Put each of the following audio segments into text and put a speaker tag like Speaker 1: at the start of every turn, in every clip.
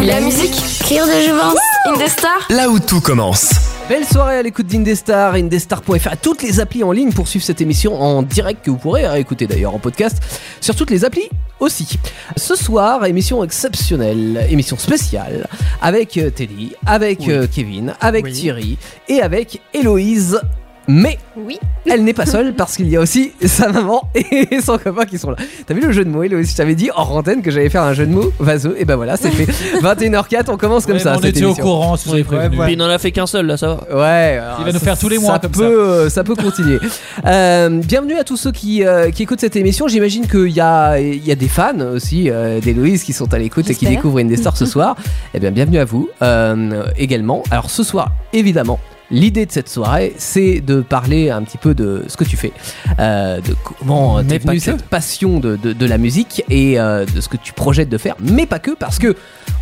Speaker 1: La musique, rire de jouvence, Indestar.
Speaker 2: Là où tout commence.
Speaker 3: Belle soirée à l'écoute d'Indestar, indestar.fr, toutes les applis en ligne pour suivre cette émission en direct que vous pourrez écouter d'ailleurs en podcast sur toutes les applis aussi. Ce soir, émission exceptionnelle, émission spéciale avec euh, Teddy, avec euh, Kevin, avec
Speaker 4: Oui.
Speaker 3: Thierry et avec Héloïse. Mais
Speaker 1: Oui.
Speaker 3: elle n'est pas seule parce qu'il y a aussi sa maman et son copain qui sont là. T'as vu le jeu de mots, Héloïse Je t'avais dit hors antenne que j'allais faire un jeu de mots vaseux. Et ben voilà, c'est fait. 21h04, on commence comme
Speaker 5: Ouais,
Speaker 3: ça.
Speaker 5: mais On
Speaker 3: cette
Speaker 5: était au
Speaker 3: émission.
Speaker 5: courant, si vous avez prévenu.
Speaker 4: ouais.
Speaker 6: Puis il n'en a fait qu'un seul là, ça va.
Speaker 3: Ouais, alors,
Speaker 5: Il va nous
Speaker 3: ça-
Speaker 5: faire tous les mois
Speaker 3: ça
Speaker 5: comme
Speaker 3: peut, euh, ça. peut continuer. Euh, bienvenue à tous ceux qui, euh, qui écoutent cette émission. J'imagine qu'il y a, il y a des fans aussi euh, d'Héloïse qui sont à l'écoute et qui
Speaker 1: J'espère.
Speaker 3: découvrent Indestar ce soir. Eh bien, bienvenue à vous euh, également. Alors, ce soir, évidemment. L'idée de cette soirée, c'est de parler un petit peu de ce que tu fais, euh, de comment
Speaker 5: Mais
Speaker 3: t'es
Speaker 5: pas
Speaker 3: venue
Speaker 5: que.
Speaker 3: cette passion de, de- de la musique et euh, de ce que tu projettes de faire, mais pas que, parce que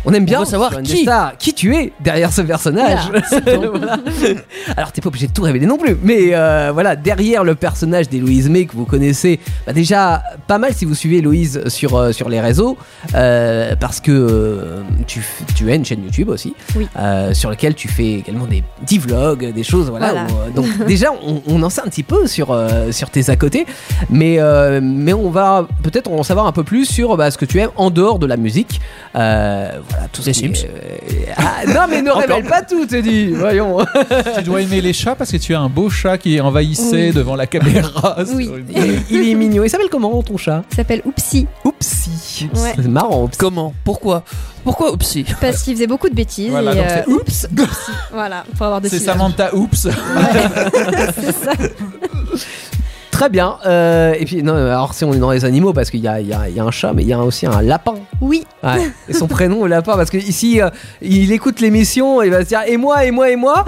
Speaker 3: on aime bien
Speaker 6: veut savoir
Speaker 3: sur
Speaker 6: qui.
Speaker 3: Indestar, qui tu es derrière ce personnage. Voilà. Alors t'es pas obligé de tout révéler non plus, mais euh, voilà, derrière le personnage d'Héloïse May que vous connaissez, bah déjà pas mal si vous suivez Héloïse sur, euh, sur les réseaux, euh, parce que euh, tu, f- tu as une chaîne YouTube aussi,
Speaker 1: Oui.
Speaker 3: euh, sur laquelle tu fais également des petits vlogs, des choses, voilà.
Speaker 1: Voilà.
Speaker 3: où, euh, donc déjà on, on en sait un petit peu sur, euh, sur tes à côté, mais, euh, mais on va peut-être en savoir un peu plus sur bah, ce que tu aimes en dehors de la musique. Euh, voilà, tout ce
Speaker 6: Des
Speaker 3: qui est-
Speaker 6: Sims.
Speaker 3: euh, ah, non mais ne révèle pas tout, te dis, voyons.
Speaker 5: Tu dois aimer les chats parce que tu as un beau chat qui envahissait devant la caméra. C'est
Speaker 1: Oui.
Speaker 5: horrible.
Speaker 3: il, il est mignon. Il s'appelle comment ton chat
Speaker 1: Ça s'appelle Oupsi
Speaker 3: Oupsi.
Speaker 1: Ouais.
Speaker 3: C'est marrant, Oupsi.
Speaker 6: Comment Pourquoi Pourquoi Oupsi
Speaker 1: parce qu'il faisait beaucoup de bêtises.
Speaker 5: Voilà,
Speaker 1: et,
Speaker 5: donc
Speaker 1: euh,
Speaker 5: c'est oups.
Speaker 1: voilà, pour avoir des
Speaker 5: C'est
Speaker 1: syllabes.
Speaker 5: Samantha Oups.
Speaker 3: Très bien. euh, et puis, non, alors si on est dans les animaux, parce qu'il y a, il y a- il y a un chat, mais il y a aussi un lapin.
Speaker 1: Oui,
Speaker 3: Ouais. Et son prénom, le lapin, parce que ici, euh, il écoute l'émission, il va se dire et moi, et moi, et moi.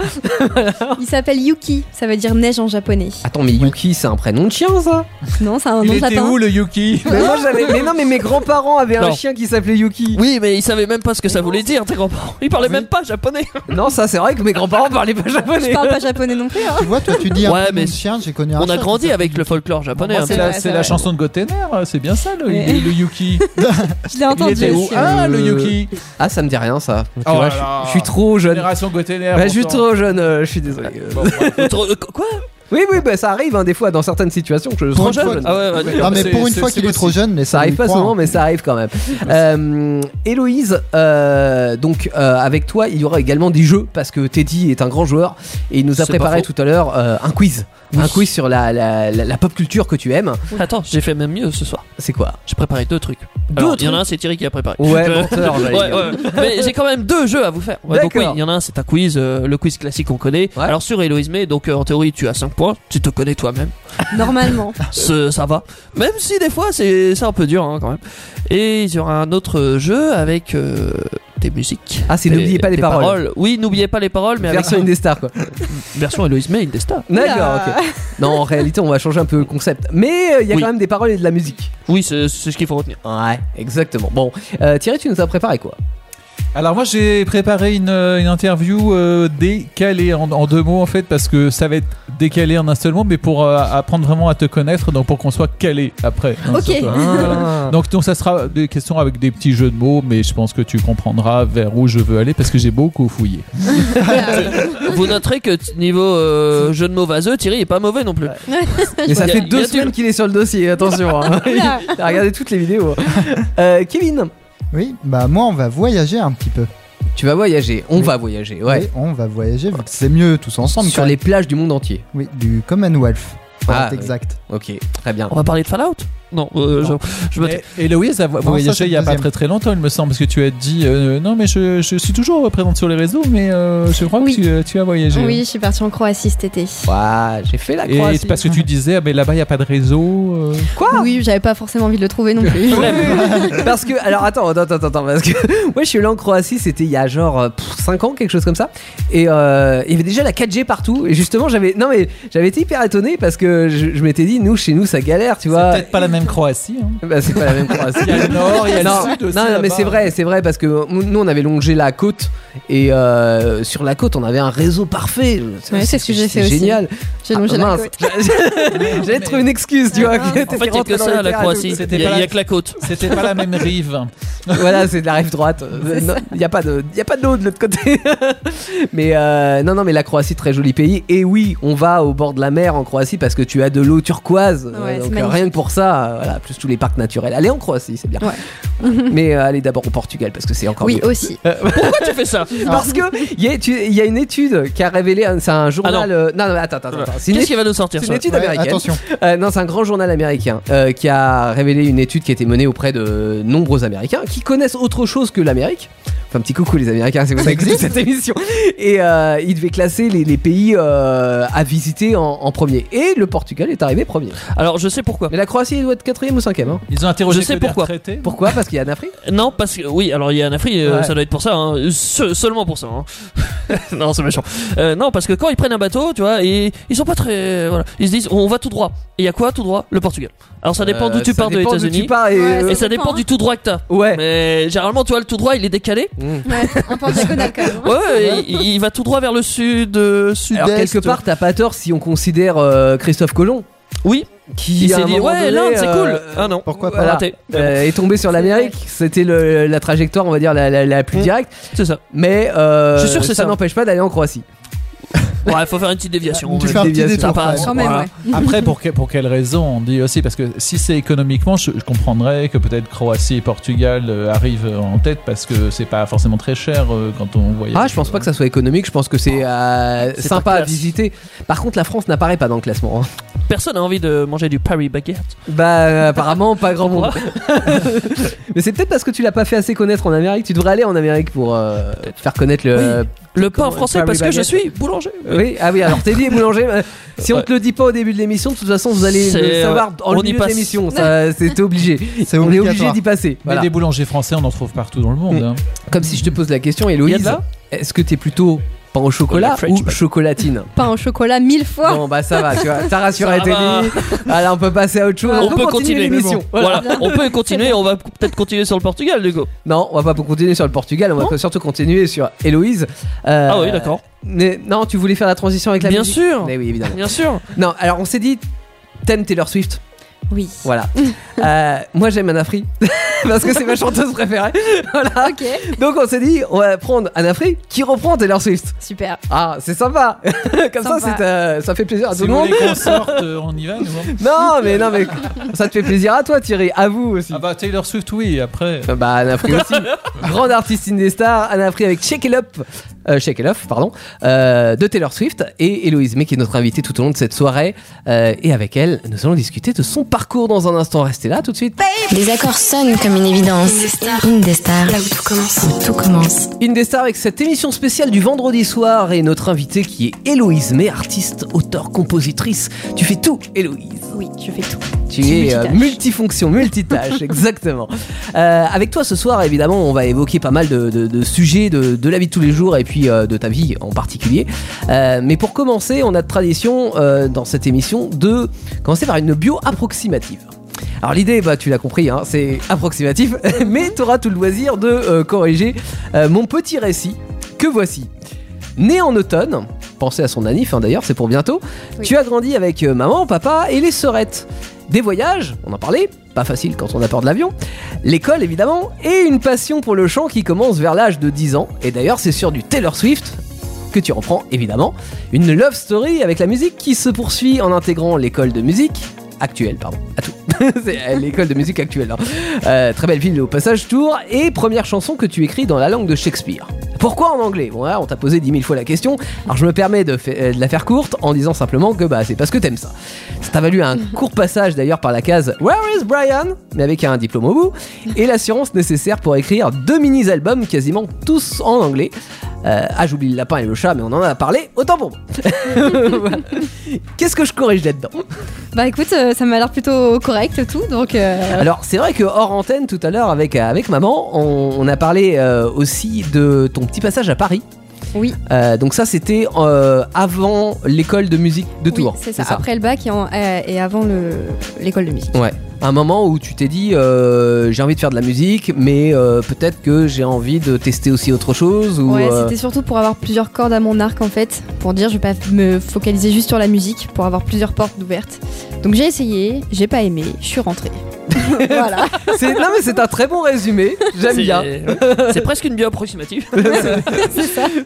Speaker 1: il s'appelle Yuki, ça veut dire neige en japonais.
Speaker 3: Attends, mais Yuki, c'est un prénom de chien, ça
Speaker 1: Non, c'est un
Speaker 5: Il
Speaker 1: nom
Speaker 5: était
Speaker 1: latin.
Speaker 5: où le Yuki
Speaker 3: mais, moi, j'avais- mais non, mais mes grands-parents avaient un
Speaker 6: Non.
Speaker 3: chien qui s'appelait Yuki.
Speaker 6: Oui, mais il savait même pas ce que ça voulait dire, tes grands-parents. Ils parlaient même pas japonais.
Speaker 3: Non, ça, c'est vrai que mes grands-parents parlaient pas
Speaker 1: Je
Speaker 3: japonais.
Speaker 1: parle pas japonais non plus. hein.
Speaker 4: Tu vois, toi, tu dis un
Speaker 6: Ouais,
Speaker 4: prénom
Speaker 6: mais
Speaker 4: de chien, j'ai connu un
Speaker 6: On a
Speaker 4: chat,
Speaker 6: grandi
Speaker 4: c'est ça.
Speaker 6: avec le folklore japonais.
Speaker 5: Moi,
Speaker 6: hein,
Speaker 5: C'est
Speaker 1: c'est
Speaker 5: la,
Speaker 1: vrai,
Speaker 5: c'est
Speaker 1: c'est
Speaker 5: la
Speaker 1: vrai.
Speaker 5: chanson de Gottener, c'est bien ça le,
Speaker 1: Ouais.
Speaker 5: le Yuki.
Speaker 1: Je l'ai
Speaker 5: Il
Speaker 1: entendu.
Speaker 5: était où
Speaker 1: je-
Speaker 5: Ah, le Yuki
Speaker 3: Ah, ça me dit rien, ça. Tu
Speaker 5: Oh
Speaker 3: vois,
Speaker 5: là
Speaker 3: je,
Speaker 5: là.
Speaker 3: je suis trop jeune.
Speaker 5: Génération Gottener.
Speaker 3: Ouais, je suis
Speaker 5: pourtant.
Speaker 3: trop jeune, euh, je suis désolé. Euh,
Speaker 5: Bon, bref.
Speaker 6: mais trop- euh, Quoi
Speaker 3: Oui, oui, bah, ça arrive hein, des fois dans certaines situations. que Je
Speaker 4: Pour
Speaker 3: sois
Speaker 4: une
Speaker 3: jeune.
Speaker 4: fois-
Speaker 6: Ah ouais, ouais.
Speaker 4: Ah, mais
Speaker 5: C'est-
Speaker 4: pour une
Speaker 5: c'est-
Speaker 4: fois
Speaker 5: c'est
Speaker 4: qu'il est trop
Speaker 5: possible.
Speaker 4: jeune,
Speaker 3: Ça arrive pas
Speaker 4: hein.
Speaker 3: souvent, mais ça arrive quand même. Euh, Héloïse, euh, donc euh, avec toi, il y aura également des jeux parce que Teddy est un grand joueur et il nous a
Speaker 6: C'est pas
Speaker 3: préparé
Speaker 6: faux.
Speaker 3: tout à l'heure euh, un quiz.
Speaker 6: Oui.
Speaker 3: Un quiz sur la, la- la- la pop culture que tu aimes.
Speaker 6: Attends, j'ai fait même mieux ce soir.
Speaker 3: C'est quoi
Speaker 6: J'ai préparé deux trucs.
Speaker 3: Deux
Speaker 6: Alors, Il y en
Speaker 3: trucs
Speaker 6: a un, c'est Thierry qui a préparé.
Speaker 3: Ouais,
Speaker 6: Euh,
Speaker 3: menteur, j'allais
Speaker 6: ouais,
Speaker 3: dire.
Speaker 6: ouais. Mais j'ai quand même deux jeux à vous faire. Ouais, donc oui,
Speaker 3: D'accord.
Speaker 6: il y en a un, c'est un quiz, euh, le quiz classique qu'on connaît.
Speaker 3: Ouais.
Speaker 6: Alors sur Héloïse May, donc euh, en théorie, tu as 5 points, tu te connais toi-même.
Speaker 1: Normalement.
Speaker 5: Ah,
Speaker 6: Ce- ça va. Même si des fois c'est c'est un peu dur hein, quand même. Et il y aura un autre jeu avec euh, des musiques.
Speaker 3: Ah, c'est
Speaker 6: Des-
Speaker 3: N'oubliez pas les
Speaker 6: des
Speaker 3: paroles.
Speaker 6: Oui, n'oubliez pas les paroles, mais
Speaker 3: Version
Speaker 6: avec
Speaker 3: des stars quoi.
Speaker 6: version Eloise May, Indestar.
Speaker 3: D'accord,
Speaker 1: Oula.
Speaker 3: ok. Non, en réalité, on va changer un peu le concept. Mais euh, il y a
Speaker 6: Oui.
Speaker 3: quand même des paroles et de la musique.
Speaker 6: Oui, c'est c'est ce qu'il faut retenir.
Speaker 3: Ouais, exactement. Bon, euh, Thierry, tu nous as préparé quoi
Speaker 5: Alors moi j'ai préparé une, euh, une interview euh, décalée en, en deux mots en fait parce que ça va être décalé en un seul mot mais pour euh, apprendre vraiment à te connaître donc pour qu'on soit calé après. hein,
Speaker 1: Ok.
Speaker 5: sur toi. Ah. Donc, donc ça sera des questions avec des petits jeux de mots mais je pense que tu comprendras vers où je veux aller parce que j'ai beaucoup fouillé.
Speaker 6: Vous noterez que t- niveau euh, jeu de mots vaseux, Thierry est pas mauvais non plus.
Speaker 3: Mais ça
Speaker 6: Y a-
Speaker 3: fait
Speaker 6: y
Speaker 3: deux
Speaker 6: a du-
Speaker 3: semaines qu'il est sur le dossier, attention. hein. Il a regardé toutes les vidéos. Euh, Kevin,
Speaker 4: Oui, bah moi, on va voyager un petit peu.
Speaker 3: tu vas voyager. On
Speaker 4: Oui.
Speaker 3: va voyager, ouais.
Speaker 4: Oui, on va voyager, vu que c'est mieux tous ensemble.
Speaker 3: Sur
Speaker 4: quand
Speaker 3: les plages du monde entier.
Speaker 4: même. Oui, du Commonwealth, pour
Speaker 3: Ah,
Speaker 4: être
Speaker 3: oui.
Speaker 4: exact.
Speaker 3: Ok, très bien.
Speaker 6: On va parler de Fallout Non, euh,
Speaker 5: Non.
Speaker 6: je- je me tais.
Speaker 5: Et, et Louise a voyagé
Speaker 4: ça, c'est
Speaker 5: il y a
Speaker 4: le
Speaker 5: pas
Speaker 4: deuxième.
Speaker 5: très très longtemps il me semble parce que tu as dit euh, non mais je, je suis toujours présente sur les réseaux mais euh, je crois
Speaker 1: Oui.
Speaker 5: que tu, euh, tu as voyagé.
Speaker 1: Oui, je suis partie en Croatie cet été.
Speaker 3: Ouah, j'ai fait la
Speaker 5: Et
Speaker 3: croix.
Speaker 5: c'est parce que tu disais ah, mais là-bas il n'y a pas de réseau. euh.
Speaker 3: Quoi
Speaker 1: Oui, j'avais pas forcément envie de le trouver non plus.
Speaker 3: Parce que, alors attends, attends, attends, attends, parce que moi je suis allé en Croatie, c'était il y a genre euh, pff, 5 ans, quelque chose comme ça, et euh, il y avait déjà la 4G partout, et justement j'avais, non mais j'avais été hyper étonné parce que je, je m'étais dit, nous chez nous ça galère, tu
Speaker 5: C'est
Speaker 3: vois.
Speaker 6: Bah,
Speaker 5: peut-être pas la même même Croatie. hein.
Speaker 3: Bah, c'est pas la même Croatie.
Speaker 5: Il y a le nord, il y a
Speaker 3: non,
Speaker 5: le sud aussi.
Speaker 3: non, non, mais
Speaker 5: là-bas.
Speaker 3: c'est vrai, c'est vrai, parce que nous, on avait longé la côte, et euh, sur la côte, on avait un réseau parfait.
Speaker 1: Ouais, c'est ce que j'ai fait aussi.
Speaker 3: génial.
Speaker 1: J'ai
Speaker 3: Ah,
Speaker 1: longé la
Speaker 3: mince.
Speaker 1: côte.
Speaker 3: J'allais trouver une excuse, tu vois.
Speaker 1: Ah,
Speaker 3: que
Speaker 6: En
Speaker 3: t'étais
Speaker 6: fait, il n'y a
Speaker 3: rentré
Speaker 6: que
Speaker 3: dans
Speaker 6: ça
Speaker 3: le
Speaker 6: à la
Speaker 3: terrain,
Speaker 6: Croatie.
Speaker 5: c'était
Speaker 6: Il n'y
Speaker 5: pas
Speaker 6: a,
Speaker 5: la-
Speaker 6: il y a que la côte.
Speaker 5: C'était pas la même rive.
Speaker 3: voilà, c'est de la rive droite.
Speaker 1: C'est ça.
Speaker 3: Il n'y a pas de, y a pas d'eau de l'autre côté. mais euh, non, non, mais la Croatie, très joli pays. Et oui, on va au bord de la mer en Croatie parce que tu as de l'eau turquoise. Euh,
Speaker 1: Ouais, c'est
Speaker 3: donc
Speaker 1: magnifique.
Speaker 3: rien que pour ça, euh, voilà, plus tous les parcs naturels. Allez en Croatie, c'est bien. mais euh, allez d'abord au Portugal parce que c'est encore
Speaker 1: Oui,
Speaker 3: mieux.
Speaker 1: aussi.
Speaker 5: Euh.
Speaker 6: Pourquoi tu fais ça
Speaker 3: Parce que il y, a- tu- il y a une étude qui a révélé, un- c'est un journal.
Speaker 6: Ah non.
Speaker 3: euh, non, non, attends, attends, attends. C'est une
Speaker 6: Qu'est-ce qui va nous sortir
Speaker 3: c'est
Speaker 6: ça
Speaker 3: une étude
Speaker 4: Ouais,
Speaker 3: américaine.
Speaker 4: attention.
Speaker 3: Euh, non, c'est un grand journal américain euh, qui a révélé une étude qui a été menée auprès de nombreux Américains qui connaissent autre chose que l'Amérique. Enfin, petit coucou les Américains, si vous
Speaker 4: Ça
Speaker 3: écoutez
Speaker 4: existe
Speaker 3: cette émission. Et euh, il devait classer les, les pays euh, à visiter en, en premier. Et le Portugal est arrivé premier.
Speaker 6: Alors, je sais pourquoi.
Speaker 3: Mais la Croatie doit être quatrième ou cinquième. hein.
Speaker 5: Ils ont interrogé
Speaker 6: Je sais
Speaker 5: que des
Speaker 6: pourquoi.
Speaker 5: retraités.
Speaker 3: Pourquoi Parce qu'il y a en Afrique.
Speaker 6: Non, parce que oui, alors il y a un Afri, euh,
Speaker 3: Ouais.
Speaker 6: ça doit être pour ça, hein. Se- seulement pour ça. hein. non, c'est méchant. Euh, non, parce que quand ils prennent un bateau, tu vois, et ils sont pas très, euh, voilà, ils se disent on va tout droit. Et il y a quoi tout droit Le Portugal. Alors ça dépend
Speaker 3: Euh,
Speaker 6: d'où tu
Speaker 3: ça
Speaker 6: pars de
Speaker 3: dépend d'où
Speaker 6: États-Unis.
Speaker 3: tu pars et,
Speaker 1: Ouais,
Speaker 3: euh,
Speaker 6: Et ça dépend
Speaker 1: hein.
Speaker 6: du tout droit que t'as.
Speaker 3: ouais.
Speaker 6: Mais généralement, tu vois, le tout droit, il est décalé.
Speaker 3: Mm.
Speaker 1: Ouais, un peu en diagonale quand même.
Speaker 6: Ouais, il, il va tout droit vers le sud, euh,
Speaker 3: Alors
Speaker 6: sud-est.
Speaker 3: quelque part, t'as pas tort si on considère euh, Christophe Colomb
Speaker 6: oui.
Speaker 3: qui
Speaker 6: Il
Speaker 3: à un
Speaker 6: s'est dit
Speaker 3: moment
Speaker 6: ouais,
Speaker 3: donné,
Speaker 6: l'Inde, c'est cool.
Speaker 3: euh,
Speaker 6: Ah non.
Speaker 4: Pourquoi pas
Speaker 3: Voilà.
Speaker 6: Raté.
Speaker 3: euh, est tombé sur l'Amérique. C'était le- la trajectoire, on va dire, la, la- la plus
Speaker 6: Mm.
Speaker 3: directe.
Speaker 6: C'est ça.
Speaker 3: Mais euh,
Speaker 6: Je suis sûr que c'est
Speaker 3: ça
Speaker 6: ça.
Speaker 3: n'empêche pas d'aller en Croatie.
Speaker 6: Ouais, faut faire une petite déviation.
Speaker 4: Tu
Speaker 6: ouais.
Speaker 4: fais un petit
Speaker 3: déviation.
Speaker 4: détour.
Speaker 6: Sympa.
Speaker 4: quand même.
Speaker 1: Quand même,
Speaker 6: Voilà.
Speaker 1: ouais.
Speaker 5: Après, pour, que- pour quelle raison on dit aussi Parce que si c'est économiquement, je, je comprendrais que peut-être Croatie et Portugal euh, arrivent en tête parce que c'est pas forcément très cher euh, quand on voyage.
Speaker 3: Ah, je pense pas que ça soit économique, je pense que c'est euh,
Speaker 6: C'est
Speaker 3: sympa
Speaker 6: pas
Speaker 3: à
Speaker 6: classe.
Speaker 3: visiter. Par contre, la France n'apparaît pas dans le classement. hein.
Speaker 6: Personne n'a envie de manger du Paris baguette.
Speaker 3: Bah, euh, apparemment, pas grand monde.
Speaker 6: Pourquoi
Speaker 3: Mais c'est peut-être parce que tu l'as pas fait assez connaître en Amérique. Tu devrais aller en Amérique pour euh, faire connaître le.
Speaker 6: Le pain
Speaker 3: Comment-
Speaker 6: français
Speaker 3: Paris
Speaker 6: parce que je
Speaker 3: baguette.
Speaker 6: suis boulanger.
Speaker 3: Oui, ah oui, alors t'es dit boulanger. bah, Si on
Speaker 6: Ouais.
Speaker 3: te le dit pas au début de l'émission, de toute façon, vous allez
Speaker 6: C'est-
Speaker 3: le savoir en
Speaker 6: on y
Speaker 3: milieu
Speaker 6: passe.
Speaker 3: de l'émission. Ça, C'était obligé.
Speaker 4: C'est
Speaker 3: On est
Speaker 4: obligatoire.
Speaker 3: obligé d'y passer.
Speaker 5: Mais
Speaker 3: Voilà.
Speaker 5: des boulangers français, on en trouve partout dans le monde.
Speaker 3: Mm.
Speaker 5: hein.
Speaker 3: Comme si je te pose la question,
Speaker 6: Y a de
Speaker 3: Héloïse,
Speaker 6: là
Speaker 3: est-ce que t'es plutôt pain au chocolat
Speaker 6: French
Speaker 3: ou
Speaker 6: bread.
Speaker 3: chocolatine
Speaker 1: Pain au chocolat mille fois.
Speaker 3: Bon bah ça va, tu vois, t'as rassuré
Speaker 6: Ça va.
Speaker 3: Teddy. Voilà, on peut passer à autre chose.
Speaker 1: On
Speaker 6: Euh, peut continuer,
Speaker 3: l'émission.
Speaker 6: Voilà, on peut continuer, on va peut-être continuer sur le Portugal, du coup.
Speaker 3: Non, on va pas continuer sur le Portugal, on va surtout continuer sur Héloïse. Euh,
Speaker 6: Ah oui, d'accord.
Speaker 3: mais- Non, tu voulais faire la transition avec la
Speaker 6: Bien
Speaker 3: musique
Speaker 6: sûr.
Speaker 3: Mais oui, évidemment.
Speaker 6: Bien sûr.
Speaker 3: Non, alors on s'est dit, t'aimes Taylor Swift
Speaker 1: Oui.
Speaker 3: Voilà. Euh, moi j'aime Anna Free, parce que c'est ma chanteuse préférée. Voilà.
Speaker 1: Ok,
Speaker 3: Donc on s'est dit, on va prendre Anna Free qui reprend Taylor Swift.
Speaker 1: super.
Speaker 3: Ah, c'est sympa. Comme
Speaker 1: Sympa.
Speaker 3: ça, c'est, euh, ça fait
Speaker 1: Ah,
Speaker 3: plaisir à
Speaker 5: Si
Speaker 3: tout le
Speaker 5: vous
Speaker 3: monde.
Speaker 5: voulez qu'on sorte, euh, on y va nous, hein.
Speaker 3: Non, mais non, mais ça te fait plaisir à toi, Thierry, à vous aussi.
Speaker 5: Ah bah Taylor Swift, oui, après.
Speaker 3: Euh, Bah, Anna Free aussi. Grande artiste indie star, Anna Free avec Shake It Up, euh, Shake It Off, pardon, euh, de Taylor Swift et Héloïse May qui est notre invitée tout au long de cette soirée. Euh, et avec elle, nous allons discuter de son parcours dans un instant. Restez là tout de suite.
Speaker 2: Les accords sonnent comme une évidence.
Speaker 7: Indestar.
Speaker 2: Indestar,
Speaker 7: Là où tout commence.
Speaker 2: où tout commence.
Speaker 3: Indestar avec cette émission spéciale du vendredi soir et notre invitée qui est Héloïse May, artiste, auteur, compositrice. Tu fais tout, Héloïse.
Speaker 1: Oui, je fais tout.
Speaker 3: Tu
Speaker 1: Je suis
Speaker 3: es euh,
Speaker 1: multitâche.
Speaker 3: multifonction, multitâche, exactement. Euh, avec toi ce soir, évidemment, on va évoquer pas mal de, de- de sujets de, de la vie de tous les jours et puis euh, de ta vie en particulier. Euh, mais pour commencer, on a de tradition euh, dans cette émission de commencer par une bio approximative. Alors l'idée, bah, tu l'as compris, hein, c'est approximatif, mais tu auras tout le loisir de euh, corriger euh, mon petit récit que voici. Né en automne, pensez à son anif hein, d'ailleurs, c'est pour bientôt,
Speaker 1: Oui.
Speaker 3: tu as grandi avec euh, maman, papa et les sœurettes. Des voyages, on en parlait, pas facile quand on a peur de l'avion, l'école évidemment, et une passion pour le chant qui commence vers l'âge de 10 ans. Et d'ailleurs, c'est sur du Taylor Swift que tu reprends évidemment. Une love story avec la musique qui se poursuit en intégrant l'école de musique actuelle, pardon, à tout. c'est euh, l'école de musique actuelle. hein. Euh, très belle ville au passage tour. Et première chanson que tu écris dans la langue de Shakespeare. Pourquoi en anglais Bon, là, on t'a posé dix mille fois la question. Alors je me permets de, fa- euh, de la faire courte en disant simplement que bah, c'est parce que t'aimes ça. Ça t'a valu un court passage d'ailleurs par la case Where is Brian mais avec un diplôme au bout et l'assurance nécessaire pour écrire deux mini-albums quasiment tous en anglais. Euh, ah, j'oublie le lapin et le chat, mais on en a parlé, autant pour moi. Voilà. Qu'est-ce que je corrige là-dedans
Speaker 1: Bah écoute, euh, ça m'a l'air plutôt correct tout, donc euh,
Speaker 3: Alors c'est vrai que hors antenne tout à l'heure avec, avec maman, on, on a parlé euh, aussi de ton petit passage à Paris.
Speaker 1: oui,
Speaker 3: Euh, donc ça c'était euh, avant l'école de hein, musique de
Speaker 1: oui,
Speaker 3: Tours.
Speaker 1: eh, c'est ça. Après le bac et, en- euh, et avant le- l'école de musique.
Speaker 3: Ouais. un moment où tu t'es dit euh, j'ai envie de faire de la musique, mais euh, peut-être que j'ai envie de tester aussi autre chose ou
Speaker 1: Ouais,
Speaker 3: euh,
Speaker 1: c'était surtout pour avoir plusieurs cordes à mon arc en fait, pour dire je vais pas me focaliser juste sur la musique, pour avoir plusieurs portes ouvertes. Donc j'ai essayé, j'ai pas aimé, je suis rentrée. voilà.
Speaker 3: c'est- non mais c'est un très bon résumé. J'aime
Speaker 6: C'est-
Speaker 3: bien.
Speaker 6: ouais. C'est presque une bio approximative.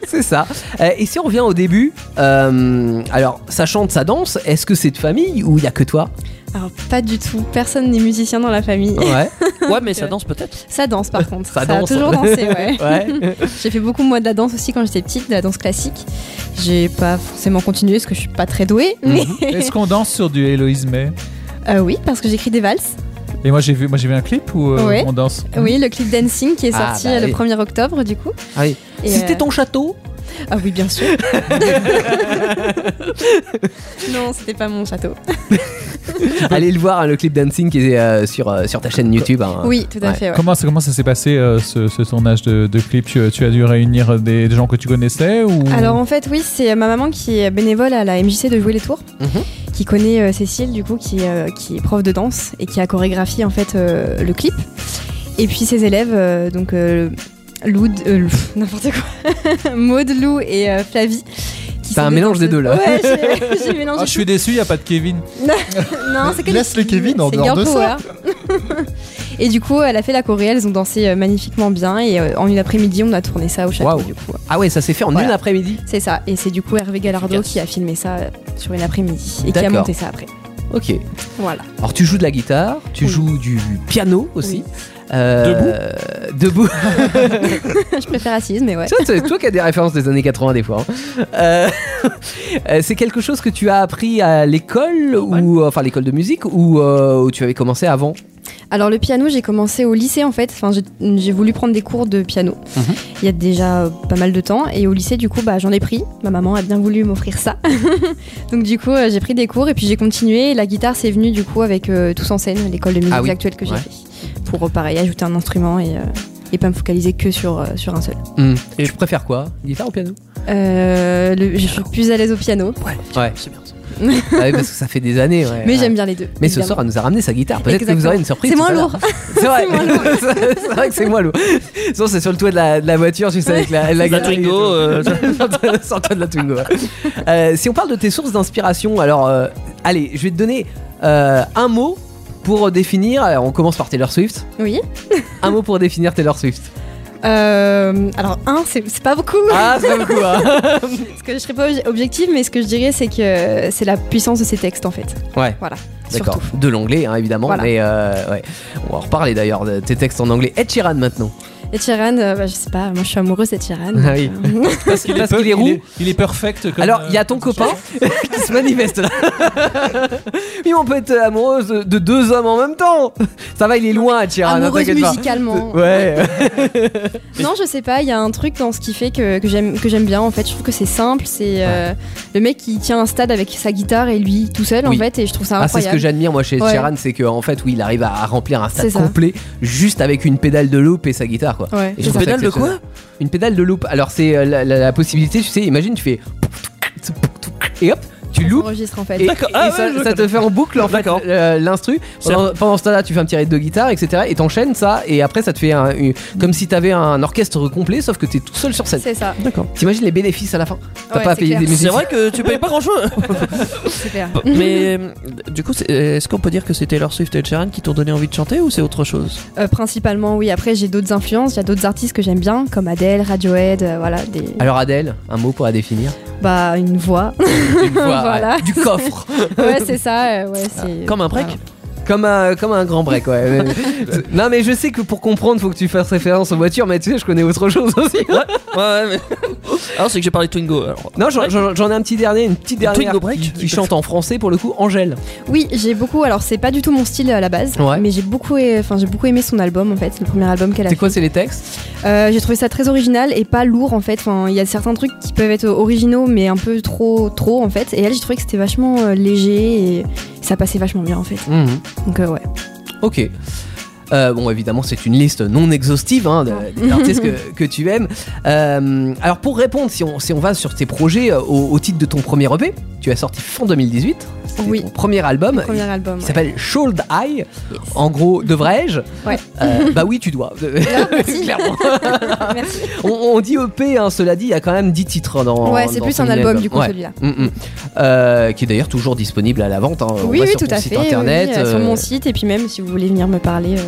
Speaker 3: C'est ça. Euh, et si on revient au début, euh, alors ça chante, ça danse. Est-ce que c'est de famille ou il y a que toi
Speaker 1: Alors pas du tout, personne n'est musicien dans la famille.
Speaker 3: Ouais.
Speaker 6: Ouais, mais ça danse peut-être.
Speaker 1: Ça danse par contre,
Speaker 3: Ça
Speaker 1: ça,
Speaker 3: danse.
Speaker 1: a toujours dansé, ouais.
Speaker 3: ouais.
Speaker 1: J'ai fait beaucoup moi de la danse aussi quand j'étais petite, de la danse classique. J'ai pas forcément continué parce que je suis pas très douée,
Speaker 3: Mm.
Speaker 1: mais
Speaker 5: Est-ce qu'on danse sur du Héloïse May
Speaker 1: Euh, oui, parce que j'écris des valses.
Speaker 5: Et moi j'ai vu, moi j'ai vu un clip où euh,
Speaker 1: Ouais.
Speaker 5: on danse.
Speaker 1: Ah Oui, le clip Dancing qui est
Speaker 3: Ah,
Speaker 1: sorti
Speaker 3: bah
Speaker 1: euh, le
Speaker 3: oui.
Speaker 1: 1er octobre du coup.
Speaker 3: Ah oui.
Speaker 1: Et,
Speaker 3: C'était
Speaker 1: euh,
Speaker 3: ton château
Speaker 1: Ah oui, bien sûr. non, c'était pas mon château.
Speaker 3: Allez le voir, hein, le clip dancing qui est euh, sur, euh, sur ta chaîne YouTube. hein.
Speaker 1: Oui, tout à
Speaker 3: Ouais.
Speaker 1: fait. ouais.
Speaker 5: Comment, ça- comment ça s'est passé euh, ce, ce tournage de, de clip tu, tu as dû réunir des, des gens que tu connaissais ou
Speaker 1: Alors en fait, oui, c'est euh, ma maman qui est bénévole à la MJC de jouer les tours,
Speaker 3: Mhm.
Speaker 1: qui connaît euh, Cécile du coup, qui, euh, qui est prof de danse et qui a chorégraphié en fait euh, le clip. Et puis ses élèves, euh, donc euh, Loud, euh, Lou- n'importe quoi, Maud, Lou et euh, Flavie. qui
Speaker 3: T'as
Speaker 1: sont
Speaker 3: un mélange des
Speaker 1: danseuses.
Speaker 3: deux, là.
Speaker 1: Ouais, j'ai- j'ai mélangé.
Speaker 5: Ah, je suis déçu, il n'y a pas de Kevin.
Speaker 1: Euh, Non, c'est que
Speaker 4: Laisse le Kevin en
Speaker 1: c'est
Speaker 4: dehors
Speaker 1: girl
Speaker 4: de ça.
Speaker 1: power. Et du coup, elle a fait la choré, elles ont dansé euh, magnifiquement bien. Et euh, en une après-midi, on a tourné ça au château.
Speaker 3: Waouh.
Speaker 1: Du coup,
Speaker 3: Ah ouais, ça s'est fait en
Speaker 1: Voilà.
Speaker 3: une après-midi.
Speaker 1: c'est ça. Et c'est du coup Hervé Gallardo
Speaker 6: Efficace.
Speaker 1: qui a filmé ça euh, sur une après-midi et qui a
Speaker 3: D'accord.
Speaker 1: monté ça après.
Speaker 3: Ok.
Speaker 1: Voilà.
Speaker 3: Alors tu joues de la guitare, tu
Speaker 1: Oui.
Speaker 3: joues du piano aussi. Euh, debout.
Speaker 1: Je préfère assise, mais ouais.
Speaker 3: Tiens, c'est toi qui as des références des années 80 des fois. hein. Euh, euh, c'est quelque chose que tu as appris à l'école ou enfin l'école de musique ou euh, où tu avais commencé avant.
Speaker 1: Alors le piano, j'ai commencé au lycée en fait. Enfin, j'ai- j'ai voulu prendre des cours de piano.
Speaker 3: Mhm.
Speaker 1: Il y a déjà euh, pas mal de temps. Et au lycée, du coup, bah, j'en ai pris. Ma maman a bien voulu m'offrir ça. Donc du coup, euh, j'ai pris des cours et puis j'ai continué. Et la guitare, c'est venu du coup avec euh, Tous en scène, l'école de musique
Speaker 3: Ah oui.
Speaker 1: actuelle que j'ai
Speaker 3: Ouais.
Speaker 1: fait, pour euh, pareil ajouter un instrument et, euh, et pas me focaliser que sur, euh, sur un seul.
Speaker 3: Et tu préfères quoi, guitare ou piano
Speaker 1: Euh, le- je suis plus à l'aise au piano,
Speaker 3: Ouais.
Speaker 6: C'est bien ça.
Speaker 3: Ah oui, parce que ça fait des années. ouais.
Speaker 1: mais
Speaker 3: Ouais.
Speaker 1: j'aime bien les deux.
Speaker 3: Mais ce
Speaker 1: évidemment.
Speaker 3: soir, elle nous a ramené sa guitare. Peut-être que vous
Speaker 1: Exactement.
Speaker 3: aurez une surprise.
Speaker 1: C'est
Speaker 3: tout
Speaker 1: moins
Speaker 3: à l'heure.
Speaker 1: lourd.
Speaker 3: C'est vrai. c'est vrai que c'est moins lourd. Sinon, c'est sur le toit de la, de la voiture, juste avec la, la,
Speaker 6: La
Speaker 3: guitare.
Speaker 6: Twingo, euh,
Speaker 3: sur le toit de la Twingo. ouais. Euh, si on parle de tes sources d'inspiration, alors, euh, allez, je vais te donner euh, un mot pour définir. Alors, on commence par Taylor Swift.
Speaker 1: Oui.
Speaker 3: Un mot pour définir Taylor Swift.
Speaker 1: Euh, alors un, c'est c'est pas beaucoup.
Speaker 3: Ah, c'est pas beaucoup. hein.
Speaker 1: Parce que je serais pas obje- objective, mais ce que je dirais, c'est que c'est la puissance de ces textes, en fait.
Speaker 3: Ouais.
Speaker 1: Voilà.
Speaker 3: D'accord.
Speaker 1: Surtout.
Speaker 3: De l'anglais, hein, évidemment.
Speaker 1: Voilà.
Speaker 3: Mais euh, ouais. on va en reparler d'ailleurs de tes textes en anglais. Ed Sheeran maintenant.
Speaker 1: Et Chiran, euh, bah, je sais pas, moi je suis amoureuse de Euh, Chiran.
Speaker 3: Ah oui.
Speaker 5: Parce qu'il
Speaker 3: parce
Speaker 5: peu-
Speaker 3: qu'il est roux.
Speaker 5: Il est, il est perfect. Comme,
Speaker 3: Alors,
Speaker 5: euh,
Speaker 3: il y a ton copain qui se manifeste là. oui, on peut être amoureuse de, de deux hommes en même temps. Ça va, il est loin, Tira.
Speaker 1: amoureuse
Speaker 3: Ah, t'inquiète pas.
Speaker 1: musicalement.
Speaker 3: Ouais.
Speaker 1: Non, je sais pas, il y a un truc dans ce qu'il fait que, que j'aime que j'aime bien, en fait. Je trouve que c'est simple, c'est euh, le mec qui tient un stade avec sa guitare et lui tout seul,
Speaker 3: Oui.
Speaker 1: en fait, et je trouve ça
Speaker 3: Ah, c'est ce que
Speaker 1: incroyable.
Speaker 3: j'admire moi chez
Speaker 1: Ouais.
Speaker 3: Sheeran, c'est qu'en fait, oui, il arrive à à remplir un stade
Speaker 1: C'est ça.
Speaker 3: complet juste avec une pédale de loop et sa guitare, quoi.
Speaker 1: ouais,
Speaker 3: Et
Speaker 1: c'est
Speaker 3: je
Speaker 1: ça.
Speaker 3: trouve ça
Speaker 6: pédale de quoi
Speaker 3: exceptionnel. Une pédale de loop. Alors, c'est euh, la, la- la possibilité, tu sais, imagine, tu fais. Et hop, tu
Speaker 1: On
Speaker 3: loupes.
Speaker 1: s'enregistre, en fait.
Speaker 3: Et,
Speaker 6: D'accord.
Speaker 3: et
Speaker 6: Ah ouais,
Speaker 3: ça,
Speaker 6: je
Speaker 3: ça te
Speaker 6: connais.
Speaker 3: fait en boucle en fait
Speaker 6: D'accord.
Speaker 3: euh, l'instru. Pendant, pendant ce temps-là, tu fais un petit raid de guitare, etc. Et t'enchaînes ça, et après ça te fait un- une- comme si t'avais un orchestre complet, sauf que t'es tout seul sur scène.
Speaker 1: C'est ça,
Speaker 3: D'accord. T'imagines les bénéfices à la fin T'as
Speaker 1: Ouais,
Speaker 3: pas à
Speaker 1: c'est
Speaker 3: payer
Speaker 1: clair.
Speaker 3: des
Speaker 6: C'est
Speaker 3: musiciens.
Speaker 6: vrai que tu payes pas grand chose.
Speaker 1: c'est clair.
Speaker 6: Mais euh, du coup, c'est- euh, est-ce qu'on peut dire que c'est Taylor Swift et Ed Sheeran qui t'ont donné envie de chanter ou c'est autre chose
Speaker 1: Euh, principalement, oui. Après, j'ai d'autres influences, il y a d'autres artistes que j'aime bien, comme Adele, Radiohead, euh, voilà, des...
Speaker 3: Alors Adèle, un mot pour la définir
Speaker 1: bah, une voix.
Speaker 3: Une voix, ouais.
Speaker 1: Voilà.
Speaker 3: Du coffre
Speaker 1: ouais, c'est ça, euh, ouais,
Speaker 3: Ah.
Speaker 1: c'est...
Speaker 6: Comme un break
Speaker 1: voilà.
Speaker 3: comme un, comme un grand break, ouais. Mais- non, mais je sais que pour comprendre, faut que tu fasses référence aux voitures, mais tu sais, je connais autre chose aussi.
Speaker 6: Ouais, ouais, mais. Alors, Ah, c'est que j'ai parlé de Twingo. Alors.
Speaker 3: Non, j'en- j'en j'en ai un petit dernier, une petite
Speaker 6: Twingo
Speaker 3: dernière
Speaker 6: break
Speaker 3: qui, qui chante en français pour le coup, Angèle.
Speaker 1: Oui, j'ai beaucoup. Alors, c'est pas du tout mon style à la base,
Speaker 3: Ouais.
Speaker 1: mais j'ai beaucoup, euh, enfin, j'ai beaucoup aimé son album en fait, le premier album qu'elle a.
Speaker 3: C'est
Speaker 1: fait.
Speaker 3: quoi, c'est les textes
Speaker 1: Euh, j'ai trouvé ça très original et pas lourd en fait. Enfin, il y a certains trucs qui peuvent être originaux, mais un peu trop, trop en fait. Et elle, j'ai trouvé que c'était vachement euh, léger et ça passait vachement bien en fait.
Speaker 3: Mhm.
Speaker 1: Donc euh, ouais.
Speaker 3: Ok. Euh, bon, évidemment, c'est une liste non exhaustive hein,
Speaker 1: Ah.
Speaker 3: de- des artistes que, que tu aimes. Euh, alors, E pour répondre, si on, si on va sur tes projets euh, au, au titre de ton premier EP, tu as sorti fin 2018. C'était
Speaker 1: Oui.
Speaker 3: ton premier album.
Speaker 1: Le premier
Speaker 3: Il-
Speaker 1: album.
Speaker 3: Il
Speaker 1: ouais.
Speaker 3: s'appelle Should I
Speaker 1: Yes.
Speaker 3: En gros, devrais-je
Speaker 1: Ouais.
Speaker 3: Euh, Bah oui, tu dois.
Speaker 1: merci.
Speaker 3: Clairement.
Speaker 1: Merci.
Speaker 3: On, on dit EP, hein, cela dit, il y a quand même 10 titres hein, dans.
Speaker 1: Ouais, c'est
Speaker 3: dans
Speaker 1: plus un
Speaker 3: celui-là.
Speaker 1: album du coup
Speaker 3: Ouais.
Speaker 1: celui-là.
Speaker 3: Mm, mm. Euh, qui est d'ailleurs toujours disponible à la vente. hein. On
Speaker 1: Oui,
Speaker 3: va
Speaker 1: oui,
Speaker 3: sur
Speaker 1: tout
Speaker 3: ton
Speaker 1: à
Speaker 3: site
Speaker 1: fait. oui, oui,
Speaker 3: internet.
Speaker 1: euh, Sur
Speaker 3: euh,
Speaker 1: mon site, et puis même si vous voulez venir me parler euh,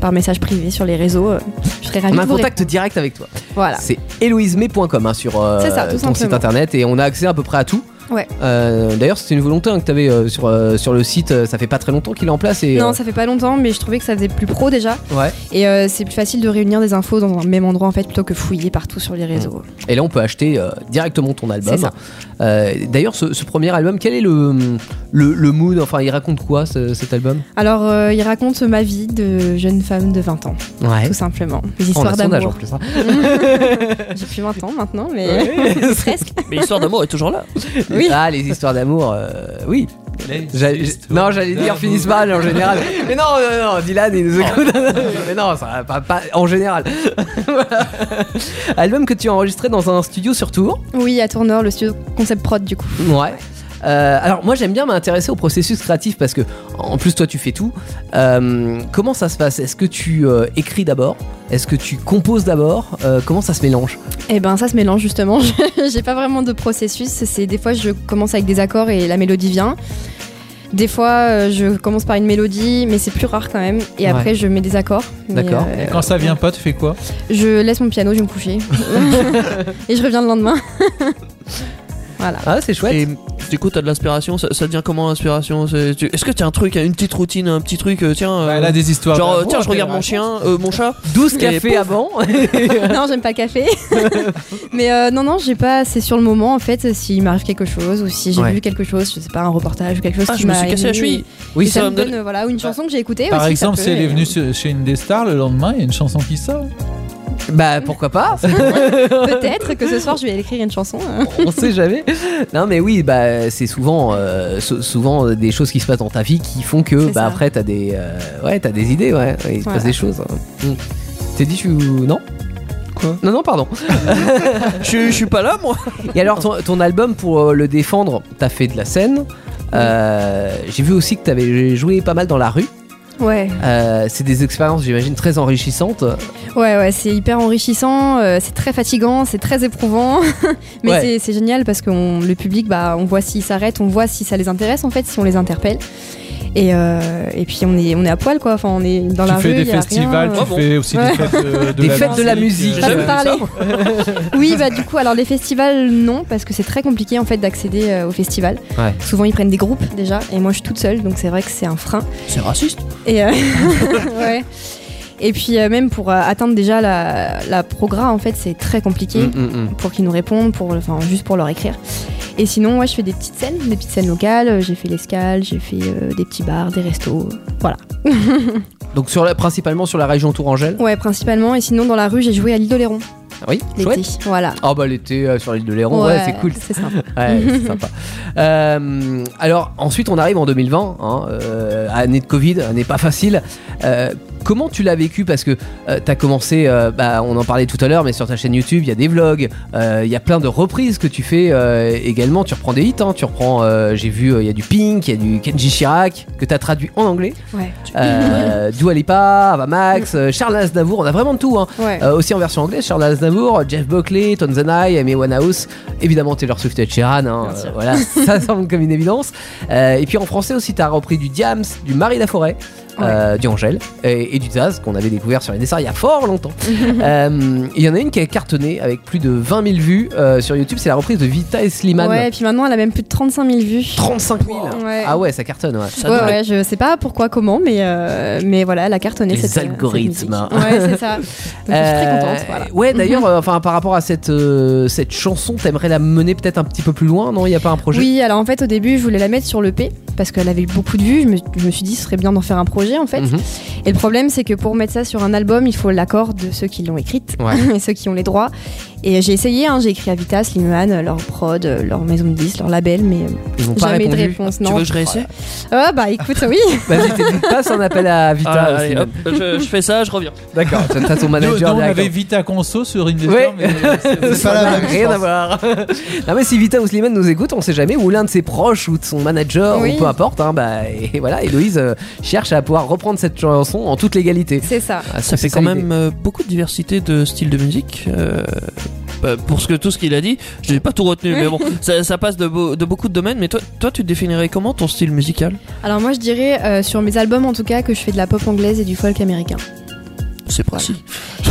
Speaker 1: par message privé sur les réseaux, euh, je serais ravie
Speaker 3: on
Speaker 1: de
Speaker 3: a un
Speaker 1: vous
Speaker 3: contact direct avec toi.
Speaker 1: répondre. Voilà.
Speaker 3: C'est héloïsemay.com hein, sur euh,
Speaker 1: C'est ça, tout
Speaker 3: ton site
Speaker 1: simplement.
Speaker 3: internet et on a accès à peu près à tout.
Speaker 1: Ouais.
Speaker 3: Euh, D'ailleurs, c'était une volonté hein, que tu avais sur, euh, sur le site. euh, Ça fait pas très longtemps qu'il est en place. Et,
Speaker 1: Non, ça fait pas longtemps, mais je trouvais que ça faisait plus pro déjà.
Speaker 3: euh, ouais.
Speaker 1: Et euh, c'est plus facile de réunir des infos dans un même endroit en fait plutôt que fouiller partout sur
Speaker 3: Mm.
Speaker 1: les réseaux.
Speaker 3: et là, on peut acheter euh, directement ton album.
Speaker 1: C'est ça.
Speaker 3: Euh, D'ailleurs, ce, ce premier album, quel est le, le, le mood Enfin, il raconte quoi ce- cet album
Speaker 1: Alors, euh, il raconte ma vie de jeune femme de 20 ans,
Speaker 3: Ouais. Oh,
Speaker 1: tout simplement. Les
Speaker 3: On a
Speaker 1: histoires
Speaker 3: son âge hein. en
Speaker 1: d'amour.
Speaker 3: plus. hein.
Speaker 1: J'ai plus 20 ans maintenant, mais presque.
Speaker 6: Mais l'histoire d'amour est toujours là.
Speaker 1: Oui.
Speaker 3: Ah, les histoires d'amour, euh, oui. J'a- j- Non, j'allais dire finissent mal en général. Mais non, non, non, Dylan, il nous écoute. Mais non, ça va pas, pas- en général. Voilà. Album que tu as enregistré dans un studio sur Tours.
Speaker 1: Oui, à Tourneur, le studio Concept Prod du coup.
Speaker 3: Ouais. Euh, alors moi j'aime bien m'intéresser au processus créatif parce que en plus toi tu fais tout. Euh, comment ça se passe Est-ce que tu euh, écris d'abord Est-ce que tu composes d'abord Euh, Comment ça se mélange
Speaker 1: Eh ben ça se mélange justement. J'ai pas vraiment de processus. C'est des fois je commence avec des accords et la mélodie vient. Des fois euh, je commence par une mélodie, mais c'est plus rare quand même. Et
Speaker 3: Ouais.
Speaker 1: après je mets des accords. Mais,
Speaker 3: D'accord.
Speaker 1: euh,
Speaker 5: Quand ça vient pas, tu fais quoi
Speaker 1: je laisse mon piano, je vais me coucher et je reviens le lendemain. voilà.
Speaker 3: Ah c'est chouette.
Speaker 6: Et du coup, t'as de l'inspiration. Ça, ça devient comment l'inspiration C'est- tu- Est-ce que t'as un truc, une petite routine, un petit truc euh, Tiens, euh,
Speaker 5: Bah, Elle a des histoires.
Speaker 6: genre, euh,
Speaker 5: d'amour,
Speaker 6: tiens, je
Speaker 5: après,
Speaker 6: regarde mon
Speaker 5: raconte.
Speaker 6: chien, euh, mon chat.
Speaker 3: 12
Speaker 6: Et
Speaker 3: cafés
Speaker 6: pouf.
Speaker 3: avant.
Speaker 1: non, j'aime pas le café. mais euh, non, non, j'ai pas. C'est sur le moment en fait. S'il m'arrive quelque chose ou si j'ai
Speaker 3: Ouais.
Speaker 1: vu quelque chose, je sais pas un reportage ou quelque chose
Speaker 6: Ah,
Speaker 1: qui
Speaker 6: je me
Speaker 1: m'a
Speaker 6: suis cassé la
Speaker 1: ému.
Speaker 6: cheville.
Speaker 1: Et
Speaker 3: oui
Speaker 1: ça,
Speaker 6: ça
Speaker 1: me
Speaker 6: me Bah, donne-
Speaker 1: donne euh, voilà une chanson que j'ai écoutée.
Speaker 5: Par
Speaker 1: aussi, ça
Speaker 5: exemple,
Speaker 1: peut,
Speaker 5: si elle
Speaker 1: et-
Speaker 5: est venue sur- chez une des stars, le lendemain, il y a une chanson qui sort.
Speaker 3: Bah pourquoi pas
Speaker 1: Peut-être que ce soir je vais écrire une chanson. hein.
Speaker 3: on sait jamais. Non, mais oui, bah, c'est souvent, euh, sou- souvent euh, des choses qui se passent dans ta vie qui font que
Speaker 1: C'est
Speaker 3: bah,
Speaker 1: ça.
Speaker 3: après, t'as des, euh, ouais, t'as des idées, ouais, ouais, il se
Speaker 1: Voilà.
Speaker 3: passe des choses. hein. Mm. T'es dit, tu. Non
Speaker 5: Quoi
Speaker 3: Non, non, pardon.
Speaker 6: Je, je suis pas là, moi.
Speaker 3: Et alors, ton, ton album, pour euh, le défendre, t'as fait de la scène. Euh, J'ai vu aussi que t'avais joué pas mal dans la rue.
Speaker 1: Ouais,
Speaker 3: Euh, c'est des expériences, j'imagine, très enrichissantes.
Speaker 1: ouais, ouais, c'est hyper enrichissant, euh, c'est très fatigant, c'est très éprouvant, mais
Speaker 3: Ouais.
Speaker 1: c'est- c'est génial parce que on- le public, bah, on voit s'ils s'arrêtent, on voit si ça les intéresse en fait, si on les interpelle. Et, euh, et puis on est, on est à poil quoi, enfin on est dans la
Speaker 5: tu fais
Speaker 1: rue.
Speaker 5: des
Speaker 1: y a rien,
Speaker 5: festivals,
Speaker 1: euh.
Speaker 5: tu
Speaker 6: Ouais,
Speaker 5: fais aussi
Speaker 1: Ouais.
Speaker 5: des fêtes euh, de,
Speaker 3: Des
Speaker 5: la
Speaker 3: fêtes de la musique.
Speaker 1: Pas me
Speaker 5: euh,
Speaker 1: parler. Oui, bah du coup, alors les festivals, non, parce que c'est très compliqué en fait d'accéder euh, aux festivals.
Speaker 3: Ouais.
Speaker 1: Souvent ils prennent des groupes déjà, et moi je suis toute seule, donc c'est vrai que c'est un frein.
Speaker 6: C'est raciste.
Speaker 1: Et, euh, ouais. et puis euh, même pour euh, atteindre déjà la, la progra, en fait, c'est très compliqué
Speaker 3: Mm, mm, mm.
Speaker 1: pour qu'ils nous répondent, pour, enfin, juste pour leur écrire. Et sinon, ouais, je fais des petites scènes, des petites scènes locales. euh, J'ai fait l'escale, j'ai fait euh, des petits bars, des restos.
Speaker 3: Donc, sur la- principalement sur la région Tourangelle. Ah
Speaker 1: Ouais, principalement. Et sinon, dans la rue, j'ai joué à l'île d'Oléron
Speaker 3: Oui, chouette.
Speaker 1: l'été. Voilà.
Speaker 3: Ah, bah, l'été euh, sur l'île de Léron, ouais c'est cool.
Speaker 1: C'est ça.
Speaker 3: Ouais, c'est sympa. Euh, alors, ensuite, on arrive en 2020, hein, euh, année de Covid, année pas facile. Euh, comment tu l'as vécu Parce que tu as commencé, euh, bah, on en parlait tout à l'heure, mais sur ta chaîne YouTube, il y a des vlogs, euh, il y a plein de reprises que tu fais euh, également. Tu reprends des hits, hein, tu reprends, euh, j'ai vu, euh, il y a du Pink, il y a du Kenji Chirac, que tu as traduit en anglais.
Speaker 1: Ouais.
Speaker 3: Euh, Dua Lipa, Ava Max, euh, Charles Aznavour, on a vraiment de tout. Hein.
Speaker 1: Ouais.
Speaker 3: Euh, aussi en version anglaise, Charles Aznavour, Jeff Buckley, Tanzanai, Amy Winehouse, évidemment Taylor Swift et Sheeran, hein,
Speaker 6: Bien sûr.
Speaker 3: euh, voilà, ça semble comme une évidence. Euh, et puis en français aussi, t'as repris du Diams, du Marie Laforêt, euh, du Angèle et, et du Zaz qu'on avait découvert sur les dessins il y a fort longtemps. Euh, Il y en a une qui a cartonné avec plus de 20 000 vues euh, sur YouTube, c'est la reprise de Vita et Slimane.
Speaker 1: Ouais, et puis maintenant, elle a même plus de 35 000 vues.
Speaker 3: 35 000
Speaker 1: Ouais.
Speaker 3: Ah ouais, ça cartonne, ouais.
Speaker 6: Ça
Speaker 1: Ouais,
Speaker 6: devrait-
Speaker 1: ouais, je sais pas pourquoi, comment, mais, euh, mais voilà, elle a cartonné
Speaker 3: Les
Speaker 1: cette cette
Speaker 3: algorithmes.
Speaker 1: musique. ouais, c'est ça. Donc, je suis très
Speaker 3: Euh,
Speaker 1: contente. Voilà.
Speaker 3: Ouais, d'ailleurs, euh, enfin, par rapport à cette, euh, cette chanson, t'aimerais la mener peut-être un petit peu plus loin, non Il n'y a pas un projet
Speaker 1: Oui, alors en fait, au début, je voulais la mettre sur le P parce qu'elle avait eu beaucoup de vues. Je me, je me suis dit, ce serait bien d'en faire un projet en fait.
Speaker 3: Mhm.
Speaker 1: Et le problème, c'est que pour mettre ça sur un album, il faut l'accord de ceux qui l'ont écrite
Speaker 3: Ouais.
Speaker 1: et ceux qui ont les droits. Et j'ai essayé, hein, j'ai écrit à Vita, Slimane, leur prod, euh, leur maison de 10, leur label, mais euh,
Speaker 3: Ils n'ont pas
Speaker 1: jamais de
Speaker 3: répondu.
Speaker 1: réponse.
Speaker 6: Tu veux
Speaker 1: Non.
Speaker 6: que je réessaie
Speaker 1: Ah bah écoute, oui.
Speaker 3: Vas-y, t'es- passe un appel à Vita.
Speaker 6: Ah, allez,
Speaker 3: Slimane.
Speaker 6: hop, je, je fais ça, je reviens.
Speaker 3: D'accord, t'as- t'as ton
Speaker 5: Nous, nous,
Speaker 3: manager
Speaker 5: on avait
Speaker 3: direct.
Speaker 5: Vita Conso sur Investor,
Speaker 3: Ouais.
Speaker 5: mais euh, c'est-
Speaker 4: C'est pas la
Speaker 3: Ça n'a
Speaker 4: même
Speaker 3: rien
Speaker 4: chose.
Speaker 3: à voir. non mais si Vita ou Slimane nous écoute, on sait jamais, ou l'un de ses proches ou de son manager,
Speaker 1: Oui.
Speaker 3: ou peu importe, hein, bah, et voilà, Héloïse euh, cherche à pouvoir reprendre cette chanson en toute légalité.
Speaker 1: C'est ça.
Speaker 3: Ah,
Speaker 6: Ça
Speaker 3: c'est
Speaker 6: fait quand
Speaker 3: l'idée.
Speaker 6: même euh, beaucoup de diversité de styles de musique. euh, bah, pour ce que tout ce qu'il a dit, je n'ai pas tout retenu, mais bon, ça, ça passe de, beau- de beaucoup de domaines. Mais toi, toi, tu définirais comment ton style musical
Speaker 1: Alors moi je dirais euh, sur mes albums en tout cas que je fais de la pop anglaise et du folk américain
Speaker 6: C'est précis.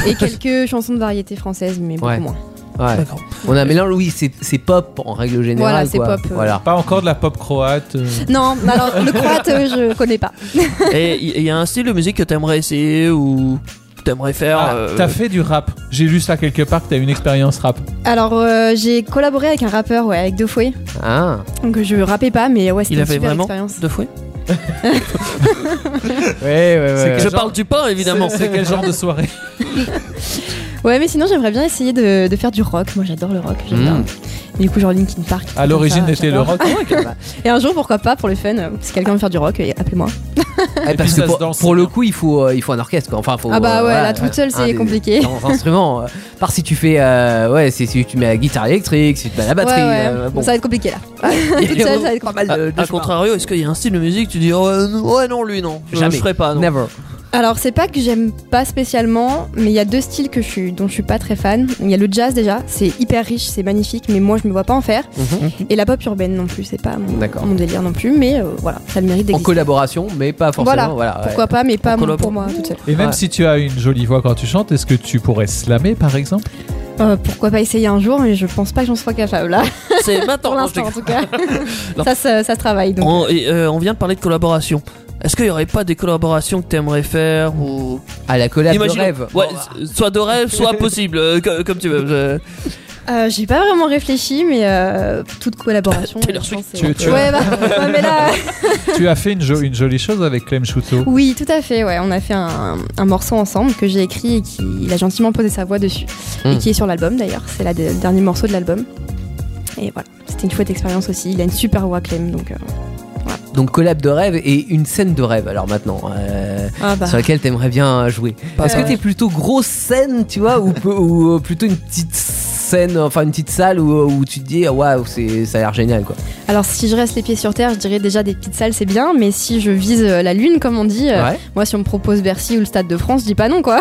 Speaker 1: et quelques chansons de variété française mais beaucoup
Speaker 3: Ouais.
Speaker 1: moins.
Speaker 3: Ouais.
Speaker 6: D'accord.
Speaker 3: On a mélange, oui, c'est c'est pop en règle générale.
Speaker 1: Voilà, c'est
Speaker 3: quoi.
Speaker 1: pop, euh.
Speaker 3: Voilà.
Speaker 5: pas encore de la pop croate. euh.
Speaker 1: Non, alors le croate euh, je connais pas.
Speaker 6: Et il il y a un style de musique que t'aimerais essayer ou t'aimerais faire
Speaker 5: Ah,
Speaker 6: euh,
Speaker 5: T'as fait du rap. J'ai lu ça quelque part que t'as une expérience rap.
Speaker 1: Alors euh, j'ai collaboré avec un rappeur ouais avec Dofoué
Speaker 3: Ah.
Speaker 1: donc je rappais pas mais ouais c'était
Speaker 6: Il
Speaker 1: une
Speaker 6: a fait
Speaker 1: super
Speaker 6: vraiment
Speaker 1: expérience.
Speaker 6: deux fois
Speaker 3: Ouais, ouais, ouais.
Speaker 6: Je
Speaker 5: Euh, genre-
Speaker 6: parle du pain évidemment.
Speaker 5: C'est c'est quel genre de soirée
Speaker 1: Ouais mais sinon j'aimerais bien essayer de, de faire du rock. Moi j'adore le rock. j'aime
Speaker 3: Mm.
Speaker 1: bien. Du coup genre Linkin Park.
Speaker 5: À l'origine, c'était le
Speaker 1: j'adore.
Speaker 5: rock.
Speaker 1: Et un jour pourquoi pas pour le fun euh, si quelqu'un veut faire du rock euh, appelez-moi.
Speaker 3: Eh,
Speaker 5: Et
Speaker 3: parce que
Speaker 5: puis ça
Speaker 3: pour,
Speaker 5: se danse,
Speaker 3: pour le
Speaker 5: bien.
Speaker 3: coup, il faut, euh, il faut un orchestre. Quoi. Enfin, faut,
Speaker 1: Ah bah
Speaker 3: euh,
Speaker 1: ouais,
Speaker 3: voilà,
Speaker 1: là, toute
Speaker 3: un-
Speaker 1: seule, c'est
Speaker 3: un des-
Speaker 1: compliqué.
Speaker 3: dans un instrument. euh, Par si tu fais, euh, ouais, si, si tu mets la guitare électrique, si tu mets la batterie.
Speaker 1: Ouais, ouais.
Speaker 3: euh, bon.
Speaker 1: Ça va être compliqué là.
Speaker 3: Il y a
Speaker 1: toute seule, ça va être
Speaker 3: pas mal
Speaker 6: À,
Speaker 5: euh,
Speaker 3: de, de
Speaker 6: à
Speaker 3: chemins.
Speaker 6: euh, contrario, est-ce qu'il y a un style de musique tu dis ouais, non- ouais, non lui non, je,
Speaker 3: Jamais.
Speaker 6: je ferai pas non.
Speaker 3: Never.
Speaker 1: Alors c'est pas que j'aime pas spécialement, mais il y a deux styles que je suis, dont je suis pas très fan. Il y a le jazz déjà, c'est hyper riche, c'est magnifique, mais moi je me vois pas en faire.
Speaker 3: Mhm.
Speaker 1: Et la pop urbaine non plus, c'est pas mon,
Speaker 3: D'accord.
Speaker 1: mon délire non plus, mais euh, voilà, ça a le mérite
Speaker 3: En
Speaker 1: d'exister.
Speaker 3: collaboration, mais
Speaker 1: Voilà,
Speaker 3: pas forcément. Voilà. ouais.
Speaker 1: Pourquoi pas, mais pas
Speaker 6: En
Speaker 1: mon-
Speaker 6: collab.
Speaker 1: pour moi toute seule.
Speaker 5: Et même
Speaker 3: Ouais.
Speaker 5: si tu as une jolie voix quand tu chantes, est-ce que tu pourrais slammer par exemple
Speaker 1: Euh, pourquoi pas essayer un jour, mais je pense pas que j'en sois capable là,
Speaker 6: C'est maintenant.
Speaker 1: pour
Speaker 6: non, je
Speaker 1: l'instant en
Speaker 6: déconne.
Speaker 1: tout cas.
Speaker 6: Non.
Speaker 1: ça, se- ça se travaille donc.
Speaker 6: on, et, euh, on vient de parler de collaboration. Est-ce qu'il y aurait pas des collaborations que t'aimerais faire ou
Speaker 3: Ah, la collab de
Speaker 6: Imaginons-
Speaker 3: rêve.
Speaker 6: Ouais,
Speaker 3: Bon,
Speaker 6: s- soit de rêve, soit possible, euh, co- comme tu veux. euh,
Speaker 1: Euh, J'ai pas vraiment réfléchi, mais euh, toute collaboration.
Speaker 6: Taylor
Speaker 1: je pense,
Speaker 5: Swift.
Speaker 1: euh,
Speaker 5: Tu- tu-
Speaker 1: ouais, bah, ouais, mais là.
Speaker 5: Tu as fait une, jo- une jolie chose avec Clem Chouteau.
Speaker 1: Oui, tout à fait. Ouais, on a fait un, un morceau ensemble que j'ai écrit et qui il a gentiment posé sa voix dessus
Speaker 3: Mm.
Speaker 5: Hmm.
Speaker 1: et qui est sur l'album d'ailleurs. C'est la- le dernier morceau de l'album. Et voilà, c'était une chouette expérience aussi. Il a une super voix Clem, donc. euh,
Speaker 3: Donc collab de rêve et une scène de rêve. Alors maintenant, euh,
Speaker 1: Bah.
Speaker 3: sur laquelle t'aimerais bien jouer.
Speaker 6: Pas
Speaker 3: Est-ce que
Speaker 6: mal.
Speaker 3: t'es plutôt grosse scène, tu vois, ou, peu- ou, euh, plutôt une petite scène, enfin une petite salle où, où tu te dis ah, waouh, c'est ça a l'air génial quoi.
Speaker 1: Alors si je reste les pieds sur terre, je dirais déjà des petites salles, c'est bien. Mais si je vise euh, la lune, comme on dit, euh,
Speaker 3: Ouais.
Speaker 1: moi si on me propose Bercy ou le Stade de France, je dis pas non quoi.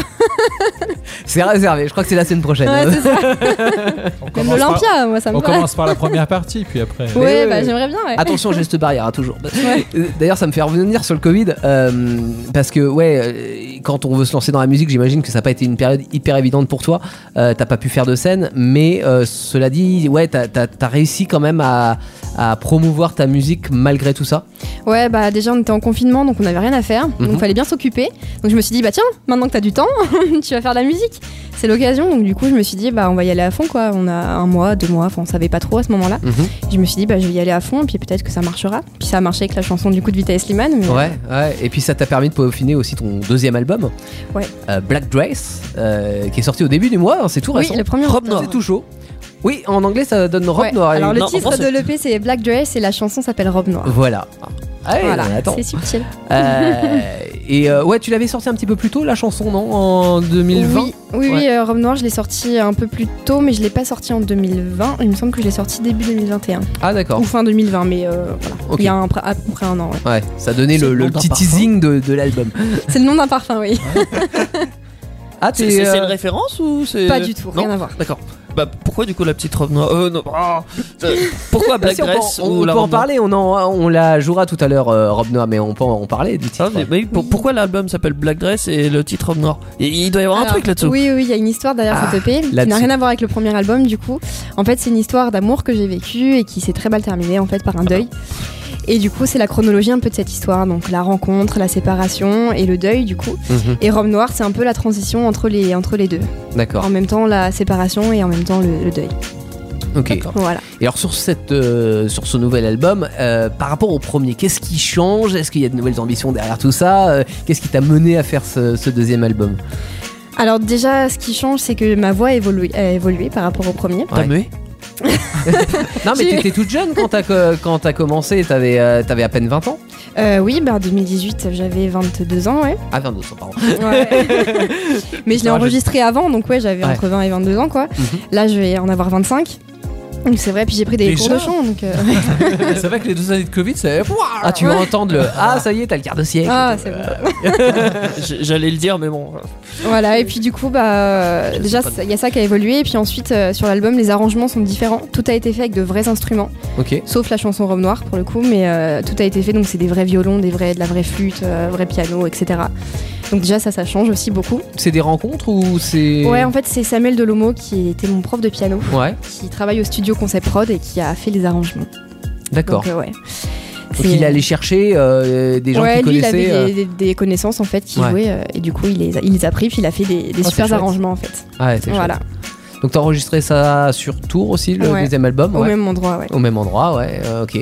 Speaker 3: C'est réservé. Je crois que c'est la scène prochaine.
Speaker 1: Ouais, c'est ça.
Speaker 5: Eh ben, On
Speaker 1: Même
Speaker 5: commence par-
Speaker 1: l'Olympia, moi ça me
Speaker 5: on
Speaker 1: va.
Speaker 5: commence Eh par la première partie, puis après.
Speaker 1: Ouais,
Speaker 3: Mais
Speaker 1: bah
Speaker 3: ouais.
Speaker 1: j'aimerais bien. Ouais.
Speaker 3: Attention aux gestes barrières, hein, toujours. Euh, D'ailleurs, ça me fait revenir sur le Covid, euh, parce que, ouais, euh, quand on veut se lancer dans la musique, j'imagine que ça n'a pas été une période hyper évidente pour toi. Euh, t'as pas pu faire de scène, mais euh, cela dit, ouais, t'as as, réussi quand même à, à promouvoir ta musique malgré tout ça.
Speaker 1: Ouais, bah déjà on était en confinement donc on n'avait rien à faire, donc
Speaker 3: Mhm.
Speaker 1: fallait bien s'occuper. Donc je me suis dit bah tiens, maintenant que t'as du temps, tu vas faire de la musique. C'est l'occasion. Donc du coup je me suis dit bah on va y aller à fond quoi. On a un mois, deux mois, enfin on savait pas trop à ce moment-là. Je me suis dit bah je vais y aller à fond puis peut-être que ça marchera. Puis ça a marché avec la chanson du coup de Vita et Slimane. mais-
Speaker 3: Ouais, ouais. Et puis ça t'a permis de peaufiner aussi ton deuxième album,
Speaker 1: Ouais.
Speaker 3: Euh, Black Dress, euh, qui est sorti au début du mois, hein, c'est tout
Speaker 1: Oui,
Speaker 3: récent.
Speaker 1: le premier.
Speaker 6: Robe
Speaker 1: octobre.
Speaker 6: noire.
Speaker 3: C'est tout chaud. Oui, en anglais, ça donne robe
Speaker 1: Ouais.
Speaker 3: noire.
Speaker 1: Alors le
Speaker 6: Non, en
Speaker 1: titre de
Speaker 6: français.
Speaker 1: l'EP c'est Black Dress et la chanson s'appelle Robe Noire.
Speaker 3: Voilà. Ah ouais,
Speaker 1: voilà,
Speaker 3: attends.
Speaker 1: c'est subtil.
Speaker 3: Euh, et euh, ouais, tu l'avais sorti un petit peu plus tôt la chanson, non En 2020
Speaker 1: Oui, oui, oui, euh, Robe Noire, je l'ai sorti un peu plus tôt, mais je l'ai pas sorti en 2020. Il me semble que je l'ai sorti début 2021.
Speaker 3: Ah, d'accord.
Speaker 1: Ou fin 2020, mais euh, voilà.
Speaker 3: Ok.
Speaker 1: Il y a un, à peu près un an. ouais.
Speaker 3: Ouais, ça donnait
Speaker 6: C'est
Speaker 3: le,
Speaker 6: le
Speaker 3: le
Speaker 6: nom d'un
Speaker 3: petit
Speaker 6: parfum.
Speaker 3: teasing de, de l'album.
Speaker 1: C'est le nom d'un parfum, oui.
Speaker 3: Ah,
Speaker 6: C'est
Speaker 3: t'es,
Speaker 6: c'est- c'est une
Speaker 3: euh,
Speaker 6: référence ou c'est
Speaker 1: Pas du tout,
Speaker 6: Non
Speaker 1: rien à voir.
Speaker 6: D'accord. Bah pourquoi du coup la petite robe noire Euh non. ah, euh, pourquoi
Speaker 3: bah,
Speaker 6: Black
Speaker 3: si, on peut,
Speaker 6: Dress
Speaker 3: on
Speaker 6: ou la
Speaker 3: peut en
Speaker 6: robe noire
Speaker 3: parler, on, en- on la jouera tout à l'heure, euh, Rob Noir, mais on peut en parler du titre.
Speaker 6: Ah, mais- mais pour- pourquoi l'album s'appelle Black Dress et le titre Robe Noire Et Il doit y avoir un
Speaker 1: Alors,
Speaker 6: truc là-dessous.
Speaker 1: Oui, oui, il y a une histoire derrière
Speaker 3: Ah,
Speaker 1: cette EP qui n'a
Speaker 3: là-dessus.
Speaker 1: rien à voir avec le premier album du coup. En fait, c'est une histoire d'amour que j'ai vécue et qui s'est très mal terminée en fait par
Speaker 3: Ah bah.
Speaker 1: un deuil. Et du coup, c'est la chronologie un peu de cette histoire, donc la rencontre, la séparation et le deuil du coup.
Speaker 3: Mhm,
Speaker 1: Et Rome Noire, c'est un peu la transition entre les, entre les deux.
Speaker 3: D'accord,
Speaker 1: En même temps, la séparation et en même temps le, le deuil. Ah,
Speaker 3: ok.
Speaker 6: D'accord.
Speaker 1: Voilà.
Speaker 3: Et alors sur, cette, euh, sur ce nouvel album, euh, par rapport au premier, qu'est-ce qui change Est-ce qu'il y a de nouvelles ambitions derrière tout ça Euh, Qu'est-ce qui t'a mené à faire ce, ce deuxième album
Speaker 1: Alors déjà, ce qui change, c'est que ma voix a évolué, a évolué par rapport au premier.
Speaker 3: T'as mué Non, mais
Speaker 1: J'ai-
Speaker 3: t'étais toute jeune quand t'as co- quand t'as commencé, t'avais euh, t'avais à peine 20 ans
Speaker 1: Euh, oui, bah en 2018, j'avais 22 ans, ouais.
Speaker 3: Ah, 22 ans, pardon.
Speaker 1: Ouais. Mais je l'ai
Speaker 3: Non, je-
Speaker 1: enregistré avant, donc ouais, j'avais
Speaker 3: Ouais.
Speaker 1: entre 20 et 22 ans, quoi.
Speaker 3: Mhm.
Speaker 1: Là, je vais en avoir 25. Donc c'est vrai, puis j'ai pris des
Speaker 5: Déjà
Speaker 1: cours de chant, donc... euh,
Speaker 5: C'est vrai que les deux années de Covid, c'est.
Speaker 3: Ah, tu vas entendre le Ah, ça y est, t'as le quart de siècle.
Speaker 1: Ah, c'est bon.
Speaker 6: J- J'allais le dire, mais bon.
Speaker 1: Voilà, et puis du coup, bah, euh,
Speaker 6: Je sais
Speaker 1: déjà,
Speaker 6: pas.
Speaker 1: il y a ça qui a évolué. Et puis ensuite, euh, sur l'album, les arrangements sont différents. Tout a été fait avec de vrais instruments,
Speaker 3: Ok.
Speaker 1: sauf la chanson Rome Noire pour le coup, mais euh, tout a été fait. Donc, c'est des vrais violons, des vrais, de la vraie flûte, euh, vrai piano, etc. Donc, déjà, ça, ça change aussi beaucoup.
Speaker 3: C'est des rencontres ou c'est.
Speaker 1: Ouais, en fait, c'est Samuel Delomo qui était mon prof de piano,
Speaker 3: Ouais,
Speaker 1: qui travaille au studio Concept Prod et qui a fait les arrangements.
Speaker 3: d'accord.
Speaker 1: Donc, euh, ouais.
Speaker 3: Donc
Speaker 1: C'est-
Speaker 3: il est allé chercher euh, des gens
Speaker 1: ouais,
Speaker 3: qui
Speaker 1: lui, il avait
Speaker 3: connaissaient. euh,
Speaker 1: des, des- des connaissances en fait qui
Speaker 3: Ouais. Oh,
Speaker 1: jouaient euh, et du coup, il les, a, il les a pris, puis il a fait des, des
Speaker 3: c'est
Speaker 1: super
Speaker 3: chouette.
Speaker 1: arrangements en fait.
Speaker 3: Ouais, c'est chouette.
Speaker 1: Voilà,
Speaker 3: Donc t'as enregistré ça sur Tour aussi, le
Speaker 1: Ouais.
Speaker 3: deuxième album
Speaker 1: au
Speaker 3: ouais.
Speaker 1: même endroit, ouais.
Speaker 3: Au même endroit, ouais, euh, ok.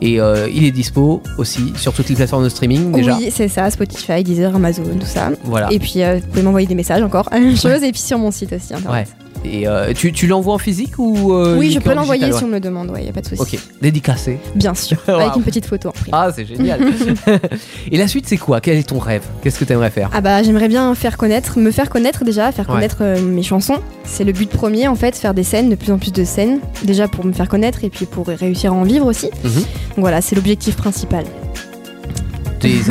Speaker 3: Et euh, il est dispo aussi sur toutes les plateformes de streaming déjà. Ah.
Speaker 1: Oui, c'est ça, Spotify, Deezer, Amazon, tout ça.
Speaker 3: Voilà.
Speaker 1: Et puis, euh, vous pouvez m'envoyer des messages encore, la même chose, et puis sur mon site aussi. Internet.
Speaker 3: Et euh, tu, tu l'envoies en physique ou euh,
Speaker 1: oui, je
Speaker 3: uniquement
Speaker 1: peux
Speaker 3: en
Speaker 1: l'envoyer
Speaker 3: digital,
Speaker 1: si on me le demande, ouais, y a pas de souci.
Speaker 3: ouais. Ok, dédicacé.
Speaker 1: Bien sûr,
Speaker 3: Wow.
Speaker 1: avec une petite photo en prime. Ah.
Speaker 3: Ah, c'est génial. Et la suite, c'est quoi Quel est ton rêve Qu'est-ce que t'aimerais faire
Speaker 1: bah j'aimerais bien faire connaître, me faire connaître déjà, faire
Speaker 3: Ouais.
Speaker 1: connaître euh, mes chansons. C'est le but premier en fait, faire des scènes, de plus en plus de scènes, déjà pour me faire connaître et puis pour réussir à en vivre aussi.
Speaker 3: Mhm.
Speaker 1: Donc voilà, c'est l'objectif principal.
Speaker 3: Des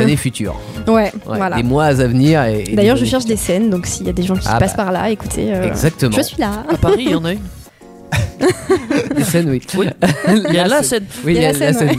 Speaker 3: années futures,
Speaker 1: Ouais,
Speaker 3: ouais,
Speaker 1: voilà.
Speaker 3: des mois à venir. et- et des
Speaker 1: D'ailleurs je
Speaker 3: années
Speaker 1: cherche des scènes, donc s'il y a des gens qui
Speaker 3: Ah
Speaker 1: passent
Speaker 3: bah.
Speaker 1: par là, écoutez, euh,
Speaker 3: futures. Exactement. Hum.
Speaker 1: je suis là.
Speaker 6: À Paris, il y en a une.
Speaker 3: Des scènes, oui.
Speaker 6: Oui. Il y
Speaker 3: Ah,
Speaker 6: a la scène.
Speaker 3: Oui,
Speaker 1: Il y a la scène,
Speaker 3: ouais.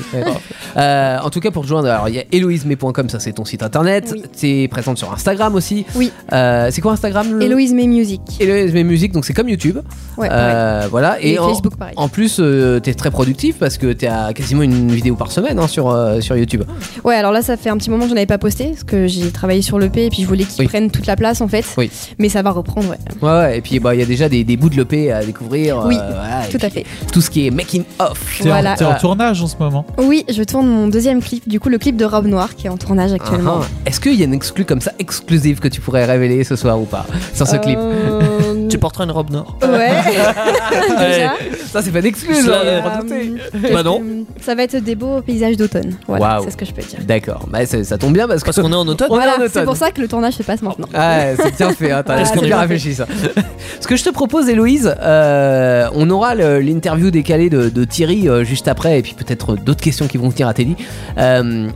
Speaker 3: Euh, en tout cas, pour te joindre, alors il y a héloïsemais.com, ça c'est ton site internet.
Speaker 1: Oui.
Speaker 3: T'es présente sur Instagram aussi.
Speaker 1: Oui.
Speaker 3: Euh, c'est quoi Instagram le-
Speaker 1: Héloïse May Music.
Speaker 3: Héloïse May Music, donc c'est comme YouTube.
Speaker 1: Ouais, pareil.
Speaker 3: Euh, voilà.
Speaker 1: Et,
Speaker 3: Et, en,
Speaker 1: Facebook pareil.
Speaker 3: en plus, euh, t'es très productif parce que t'es à quasiment une vidéo par semaine hein, sur, euh, sur YouTube.
Speaker 1: Ouais, alors là, ça fait un petit moment que j'en avais pas posté, parce que j'ai travaillé sur l'EP et puis je voulais qu'il
Speaker 3: Oui.
Speaker 1: prenne toute la place en fait.
Speaker 3: Oui.
Speaker 1: Mais ça va reprendre, ouais.
Speaker 3: Ouais, ouais, et puis bah, il y a déjà des, des bouts de l'EP à découvrir. euh,
Speaker 1: Oui,
Speaker 3: voilà, et
Speaker 1: Tout à
Speaker 3: puis
Speaker 1: fait.
Speaker 3: Tout ce qui est making off.
Speaker 5: T'es en-
Speaker 1: Voilà.
Speaker 5: t'es en tournage en ce moment.
Speaker 1: Oui, je tourne mon deuxième clip, du coup, le clip de Robe Noire qui est en tournage actuellement.
Speaker 3: Ah, ah. Est-ce qu'il y a une exclue comme ça exclusive que tu pourrais révéler ce soir ou pas sur ce clip
Speaker 1: Euh,
Speaker 6: Tu porteras une robe noire.
Speaker 1: Ouais, Euh, déjà.
Speaker 3: Ah, Ça c'est pas d'exclus.
Speaker 6: Ça, euh,
Speaker 1: Euh,
Speaker 6: Bah non.
Speaker 1: qu'est-ce que- Ça va être des beaux paysages d'automne. Voilà,
Speaker 3: Waouh.
Speaker 1: c'est ce que je peux dire.
Speaker 3: D'accord, bah, c'est- ça tombe bien parce que
Speaker 6: Parce qu'on est en automne.
Speaker 3: On est en
Speaker 1: voilà,
Speaker 3: automne. Ah.
Speaker 1: c'est pour ça que le tournage se passe maintenant.
Speaker 3: Ouais, c'est bien fait, hein, t'as
Speaker 1: Est-ce
Speaker 3: t'as
Speaker 1: qu'on est
Speaker 3: bien
Speaker 1: bien
Speaker 3: réfléchi ça. Ce que je te propose, Héloïse, euh, on aura le- l'interview décalée de, de Thierry euh, juste après, et puis peut-être euh, d'autres questions qui vont venir à Teddy. Euh,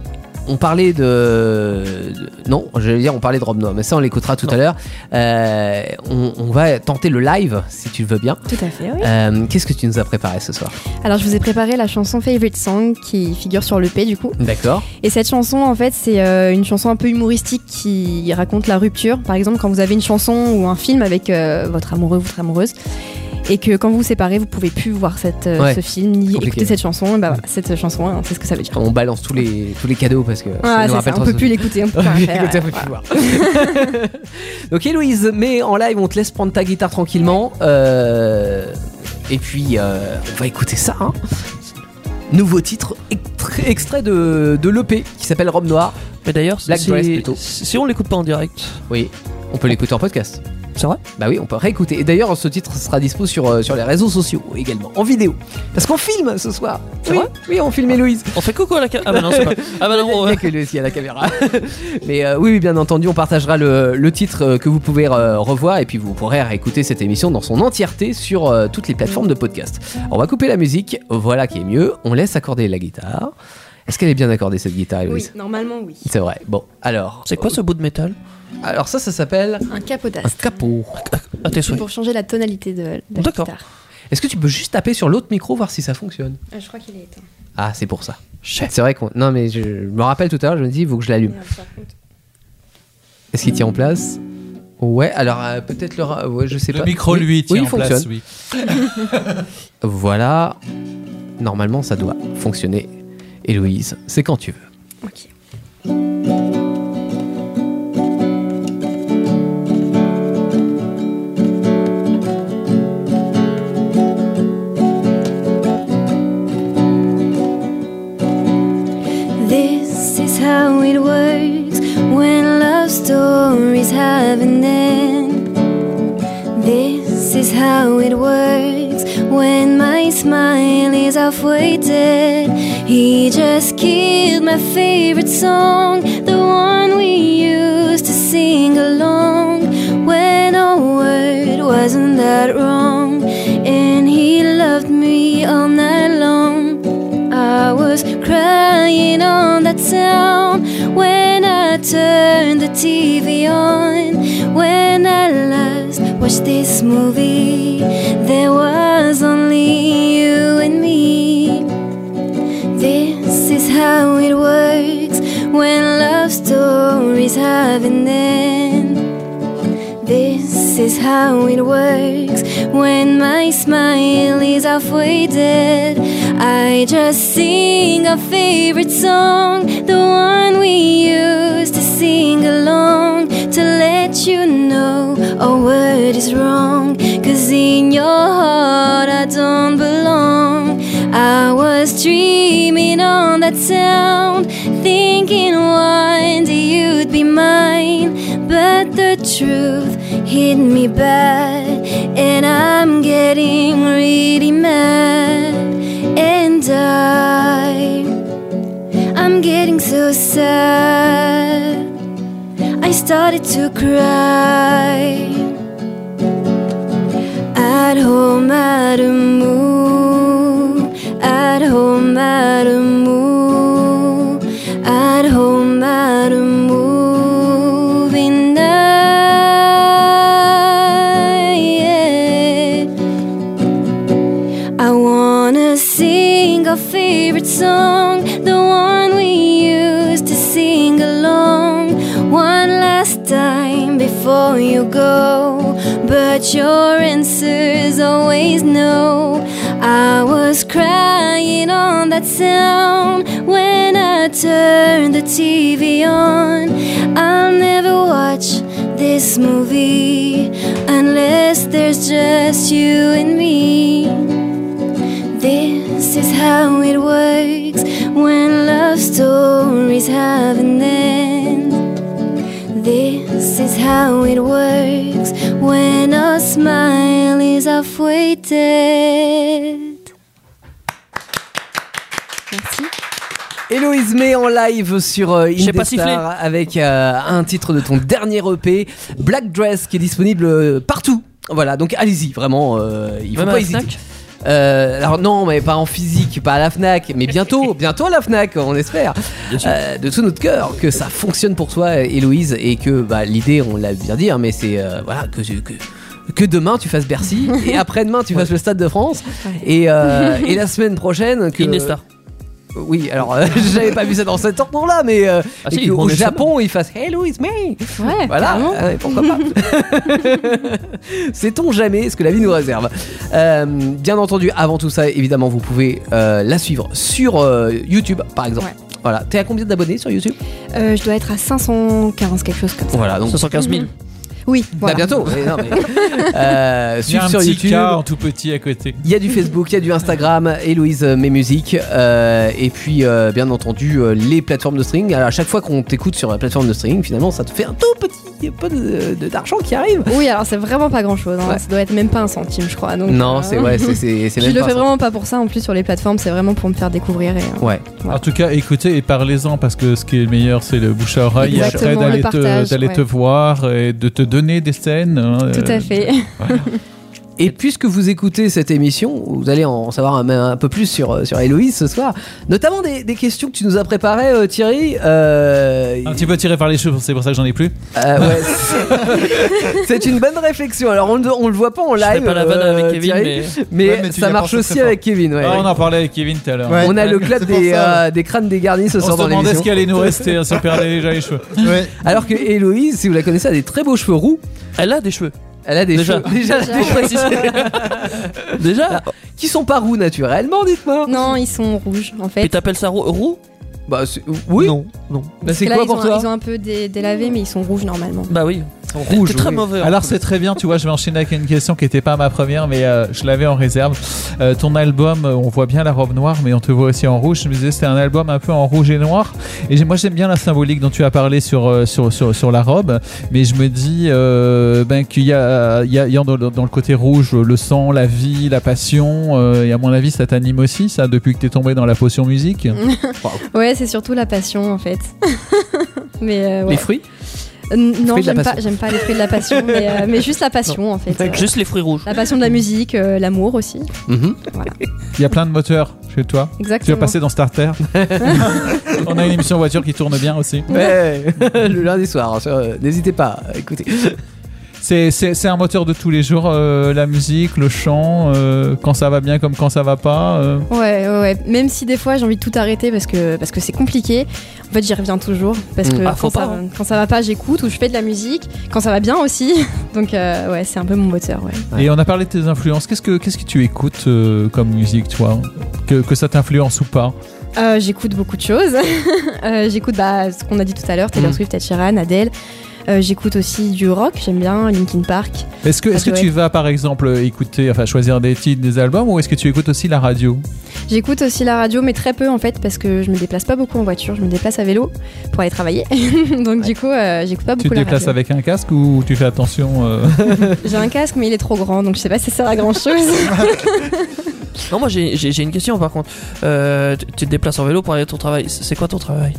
Speaker 3: on parlait de... de- Non, je vais dire on parlait de Rob Noir, mais ça on l'écoutera tout à l'heure. Euh, on, on va tenter le live, si tu le veux bien.
Speaker 1: Tout à fait, oui.
Speaker 3: Euh, Qu'est-ce que tu nous as préparé ce soir
Speaker 1: Alors, je vous ai préparé la chanson Favorite Song qui figure sur l'EP du coup.
Speaker 3: D'accord.
Speaker 1: Et cette chanson, en fait, c'est euh, une chanson un peu humoristique qui raconte la rupture. Par exemple, quand vous avez une chanson ou un film avec euh, votre amoureux, votre amoureuse, et que quand vous vous séparez, vous pouvez plus voir cette, euh,
Speaker 3: Ouais.
Speaker 1: ce film ni
Speaker 3: Compliqué.
Speaker 1: écouter cette chanson. Et bah voilà, cette chanson, on sait ce que ça veut dire.
Speaker 3: On balance tous les, tous les cadeaux parce que...
Speaker 1: Ah,
Speaker 3: nous
Speaker 1: c'est
Speaker 3: rappelle
Speaker 1: ça, on
Speaker 3: trop
Speaker 1: peut
Speaker 3: de-
Speaker 1: plus l'écouter, on peut pas la faire.
Speaker 3: Écoutez,
Speaker 1: ouais.
Speaker 3: on peut plus voir. Donc Héloïse, mais en live, on te laisse prendre ta guitare tranquillement. euh, et puis, euh, on va écouter ça. hein. Nouveau titre, extra- extrait de, de l'EP qui s'appelle Robe Noire.
Speaker 6: Mais d'ailleurs,
Speaker 3: Black
Speaker 6: si-
Speaker 3: dress, plutôt.
Speaker 6: si on l'écoute pas en direct,
Speaker 3: Oui, on peut l'écouter en podcast.
Speaker 6: c'est vrai
Speaker 3: Bah oui, on peut réécouter. Et d'ailleurs, ce titre sera dispo sur, euh, sur les réseaux sociaux également, en vidéo. Parce qu'on filme ce soir.
Speaker 6: C'est
Speaker 3: oui,
Speaker 6: vrai
Speaker 3: oui, on filme Héloïse.
Speaker 6: On fait coucou à la caméra. Ah bah non, c'est pas. Ah bah
Speaker 3: Il
Speaker 6: non,
Speaker 3: n'y a
Speaker 6: ouais.
Speaker 3: que lui aussi à la caméra. Mais euh, oui, oui, bien entendu, on partagera le, le titre euh, que vous pouvez euh, revoir et puis vous pourrez réécouter cette émission dans son entièreté sur euh, toutes les plateformes de podcast. On va couper la musique, voilà qui est mieux. On laisse accorder la guitare. Est-ce qu'elle est bien accordée cette guitare,
Speaker 1: Oui,
Speaker 3: Héloïse
Speaker 1: normalement, oui.
Speaker 3: C'est vrai. Bon, alors.
Speaker 6: C'est quoi ce bout de métal
Speaker 3: Alors, ça, ça s'appelle.
Speaker 1: Un
Speaker 3: Un
Speaker 1: capotage.
Speaker 3: capot.
Speaker 6: Ah, tes
Speaker 1: C'est
Speaker 6: souhaits.
Speaker 1: pour changer la tonalité de, de la
Speaker 6: D'accord.
Speaker 1: guitare.
Speaker 3: Est-ce que tu peux juste taper sur l'autre micro, voir si ça fonctionne
Speaker 1: je crois qu'il est éteint.
Speaker 3: Ah, c'est pour ça. C'est vrai qu'on. Non, mais je, je me rappelle tout à l'heure, je me dis, il faut que je l'allume. Est-ce qu'il tient en place Ouais, alors euh, peut-être le. ra- ouais, je sais
Speaker 5: Le
Speaker 3: pas.
Speaker 5: micro,
Speaker 3: Oui,
Speaker 5: lui,
Speaker 3: oui,
Speaker 5: tient
Speaker 3: il
Speaker 5: en place.
Speaker 3: fonctionne.
Speaker 5: Oui.
Speaker 3: Voilà. Normalement, ça doit fonctionner. Héloïse, c'est quand tu veux.
Speaker 1: Ok.
Speaker 7: This is how it works when love stories have an end. smile is half waited. He just killed my favorite song, the one we used to sing along. When a word wasn't that wrong, and he loved me all night long. I was crying on that sound when I turned the TV on. When I last watched this movie, there was only you and me. This is how it works when love stories have an end. This is how it works when my smile is halfway dead. I just sing a favorite song, the one we used to sing along to let you know a word is wrong. Cause in your heart I don't belong. I was dreaming on that sound, thinking one day you'd be mine. But the truth hit me bad, and I'm getting really mad. And I, I'm getting so sad. I started to cry. At home, at a moo. At home, at a moo. At home, at a movie night. I wanna sing our favorite song, the one we used to sing along one last time before you go. But your answer's always no. I was crying on that sound when I turned the TV on. I'll never watch this movie unless there's just you and me. This is how it works when love stories have an end. This is how it works when a smile is halfway dead.
Speaker 1: Merci.
Speaker 3: Héloïse May en live sur euh,
Speaker 6: J'ai pas
Speaker 3: Indestar
Speaker 6: sifflé.
Speaker 3: avec euh, un titre de ton dernier EP, Black Dress, qui est disponible euh, partout. Voilà, donc allez-y, vraiment, euh, il faut
Speaker 6: Même à
Speaker 3: pas
Speaker 6: la
Speaker 3: hésiter.
Speaker 6: Fnac
Speaker 3: Euh, alors non, mais pas en physique, pas à la Fnac, mais bientôt, bientôt à la Fnac, on espère, Euh, de tout notre cœur, que ça fonctionne pour toi, euh, Héloïse, et que bah, l'idée, on l'a bien dit, hein, mais c'est euh, voilà que, que que demain tu fasses Bercy et après-demain tu fasses le Stade de France et, euh, et la semaine prochaine que
Speaker 6: Indestar.
Speaker 3: oui, alors euh, j'avais pas vu ça dans cet ordre-là, mais euh,
Speaker 6: Ah
Speaker 3: et
Speaker 6: si,
Speaker 3: que au
Speaker 6: on est
Speaker 3: Japon ils fassent Hello it's me.
Speaker 1: Ah Ouais,
Speaker 3: Voilà,
Speaker 1: carrément.
Speaker 3: euh, pourquoi pas Sait-on jamais ce que la vie nous réserve Euh, Bien entendu, avant tout ça, évidemment, vous pouvez euh, la suivre sur euh, YouTube, par exemple.
Speaker 1: Ouais.
Speaker 3: Voilà, t'es à combien d'abonnés sur YouTube
Speaker 1: Euh, je dois être à 515, quelque chose comme ça.
Speaker 3: Voilà, ah, donc
Speaker 6: 75 000.
Speaker 1: Oui, voilà.
Speaker 3: bah, bientôt. mais non, mais, euh,
Speaker 5: Il y a
Speaker 3: suivre
Speaker 5: un
Speaker 3: sur
Speaker 5: petit
Speaker 3: YouTube.
Speaker 5: cas en tout petit à côté.
Speaker 3: Il y a du Facebook, il y a du Instagram, Héloïse euh, Mes Musiques, euh, et puis euh, bien entendu euh, les plateformes de streaming. Alors à chaque fois qu'on t'écoute sur la plateforme de streaming, finalement ça te fait un tout petit peu de- de- d'argent qui arrive.
Speaker 1: Oui, alors c'est vraiment pas grand chose.
Speaker 3: Ouais.
Speaker 1: Ça doit être même pas un centime, je crois. Donc,
Speaker 3: Non,
Speaker 1: euh,
Speaker 3: c'est ouais, c'est c'est c'est
Speaker 1: Je
Speaker 3: même
Speaker 1: le
Speaker 3: pas
Speaker 1: fais
Speaker 3: ça.
Speaker 1: vraiment pas pour ça. En plus, sur les plateformes, c'est vraiment pour me faire découvrir. Et, euh,
Speaker 3: Ouais.
Speaker 5: En tout cas, écoutez et parlez-en parce que ce qui est le meilleur, c'est le bouche à oreille. et
Speaker 1: Exactement,
Speaker 5: Après, d'aller
Speaker 1: le
Speaker 5: te,
Speaker 1: partage,
Speaker 5: d'aller
Speaker 1: ouais.
Speaker 5: te voir et de te donner des scènes. hein,
Speaker 1: Tout
Speaker 5: euh,
Speaker 1: à fait.
Speaker 3: Et puisque vous écoutez cette émission, vous allez en savoir un, un peu plus sur euh, sur Héloïse ce soir, notamment des, des questions que tu nous as préparées, euh, Thierry. Euh,
Speaker 5: Un petit peu tiré par les cheveux, c'est pour ça que j'en ai plus.
Speaker 3: Euh, ouais, c'est- c'est une bonne réflexion. Alors on, le- on le voit pas en
Speaker 6: Je fais
Speaker 3: live.
Speaker 6: pas la vanne avec
Speaker 3: euh,
Speaker 6: Kevin,
Speaker 3: Thierry,
Speaker 6: mais-
Speaker 3: mais
Speaker 4: Ouais, mais tu
Speaker 3: ça
Speaker 4: l'as
Speaker 3: marche
Speaker 4: pensé
Speaker 3: aussi
Speaker 4: très
Speaker 3: avec Kevin. ouais.
Speaker 5: Ah, on en parlait avec Kevin tout à l'heure.
Speaker 4: Ouais.
Speaker 3: On a le club
Speaker 4: c'est pour
Speaker 3: des,
Speaker 4: ça,
Speaker 3: euh, des crânes dégarnis ce
Speaker 5: On
Speaker 3: soir
Speaker 5: se
Speaker 3: dans
Speaker 5: demandait ce
Speaker 3: l'émission.
Speaker 5: qui allait nous rester hein, si on perdait déjà les cheveux.
Speaker 4: Ouais.
Speaker 3: Alors que Héloïse, si vous la connaissez, elle a des très beaux cheveux roux.
Speaker 6: Elle a des cheveux.
Speaker 3: Elle a des
Speaker 6: Déjà.
Speaker 3: cheveux déjà,
Speaker 1: Déjà.
Speaker 3: des cheveux
Speaker 6: Déjà
Speaker 3: qui sont pas roux naturellement, dites-moi.
Speaker 1: Non, ils sont rouges en
Speaker 6: Et
Speaker 1: fait.
Speaker 6: t'appelles ça roux- roux
Speaker 3: Bah c'est- oui.
Speaker 6: Non, non.
Speaker 3: Bah, c'est
Speaker 1: Parce que là,
Speaker 3: quoi
Speaker 1: ils
Speaker 3: pour
Speaker 1: ont-
Speaker 3: toi
Speaker 1: Ils ont un peu dé- délavé, mais ils sont rouges normalement.
Speaker 6: Bah oui.
Speaker 3: sont rouges.
Speaker 6: T'es très
Speaker 3: oui.
Speaker 6: mauvais. hein.
Speaker 5: Alors c'est très bien, tu vois, je vais enchaîner avec une question qui n'était pas ma première, mais euh, je l'avais en réserve. Euh, ton album, euh, on voit bien la robe noire, mais on te voit aussi en rouge. Je me disais, c'était un album un peu en rouge et noir. Et j'ai- moi j'aime bien la symbolique dont tu as parlé sur, euh, sur, sur, sur la robe, mais je me dis euh, ben, qu'il y a, il y a, il y a dans, le- dans le côté rouge euh, le sang, la vie, la passion, euh, et à mon avis ça t'anime aussi, ça, depuis que t'es tombé dans la potion musique.
Speaker 3: Bah.
Speaker 1: Ouais, c'est surtout la passion en fait. mais euh, ouais.
Speaker 3: Les fruits
Speaker 1: Euh, non,
Speaker 3: fruits de la
Speaker 1: j'aime pas,
Speaker 3: passion.
Speaker 1: j'aime pas les fruits de la passion, mais, euh, mais juste la passion en fait.
Speaker 6: Juste les fruits rouges.
Speaker 1: La passion de la musique, euh, l'amour aussi.
Speaker 3: Mhm.
Speaker 5: Il y a plein de moteurs chez toi. Tu vas
Speaker 1: Exactement.
Speaker 5: passer dans Starter. on a une émission voiture qui tourne bien aussi.
Speaker 3: Ouais, le lundi soir, sur- euh, n'hésitez pas, écoutez.
Speaker 5: C'est- C'est c'est un moteur de tous les jours, euh, la musique, le chant, euh, quand ça va bien comme quand ça va pas. euh.
Speaker 1: Ouais, ouais, ouais. Même si des fois j'ai envie de tout arrêter parce que parce que c'est compliqué. En fait, j'y reviens toujours parce que
Speaker 6: Ah, faut
Speaker 1: quand, ça,
Speaker 6: pas, hein.
Speaker 1: quand ça va pas, j'écoute ou je fais de la musique. Quand ça va bien aussi. Donc euh, ouais, c'est un peu mon moteur. Ouais.
Speaker 3: Ouais.
Speaker 5: Et on a parlé de tes influences. Qu'est-ce que Qu'est-ce que tu écoutes euh, comme musique, toi que, que ça t'influence ou pas
Speaker 1: Euh, j'écoute beaucoup de choses. Euh, j'écoute bah, ce qu'on a dit tout à l'heure, Taylor
Speaker 3: Mhm.
Speaker 1: Swift, Ed Sheeran, Adele. Euh, j'écoute aussi du rock. J'aime bien Linkin Park.
Speaker 5: Est-ce que, est que
Speaker 1: Ah, ouais.
Speaker 5: tu vas, par exemple, écouter, enfin, choisir des titres, des albums, ou est-ce que tu écoutes aussi la radio
Speaker 1: J'écoute aussi la radio, mais très peu en fait, parce que je me déplace pas beaucoup en voiture, je me déplace à vélo pour aller travailler. Donc du coup, euh, j'écoute pas
Speaker 5: Tu
Speaker 1: beaucoup
Speaker 5: te
Speaker 1: la
Speaker 5: déplaces
Speaker 1: radio.
Speaker 5: avec un casque ou tu fais attention euh,
Speaker 1: J'ai un casque, mais il est trop grand, donc je sais pas si ça sert à grand chose.
Speaker 6: Non, moi j'ai j'ai- j'ai une question par contre. Euh, tu, tu te déplaces en vélo pour aller à ton travail. C'est c'est quoi ton travail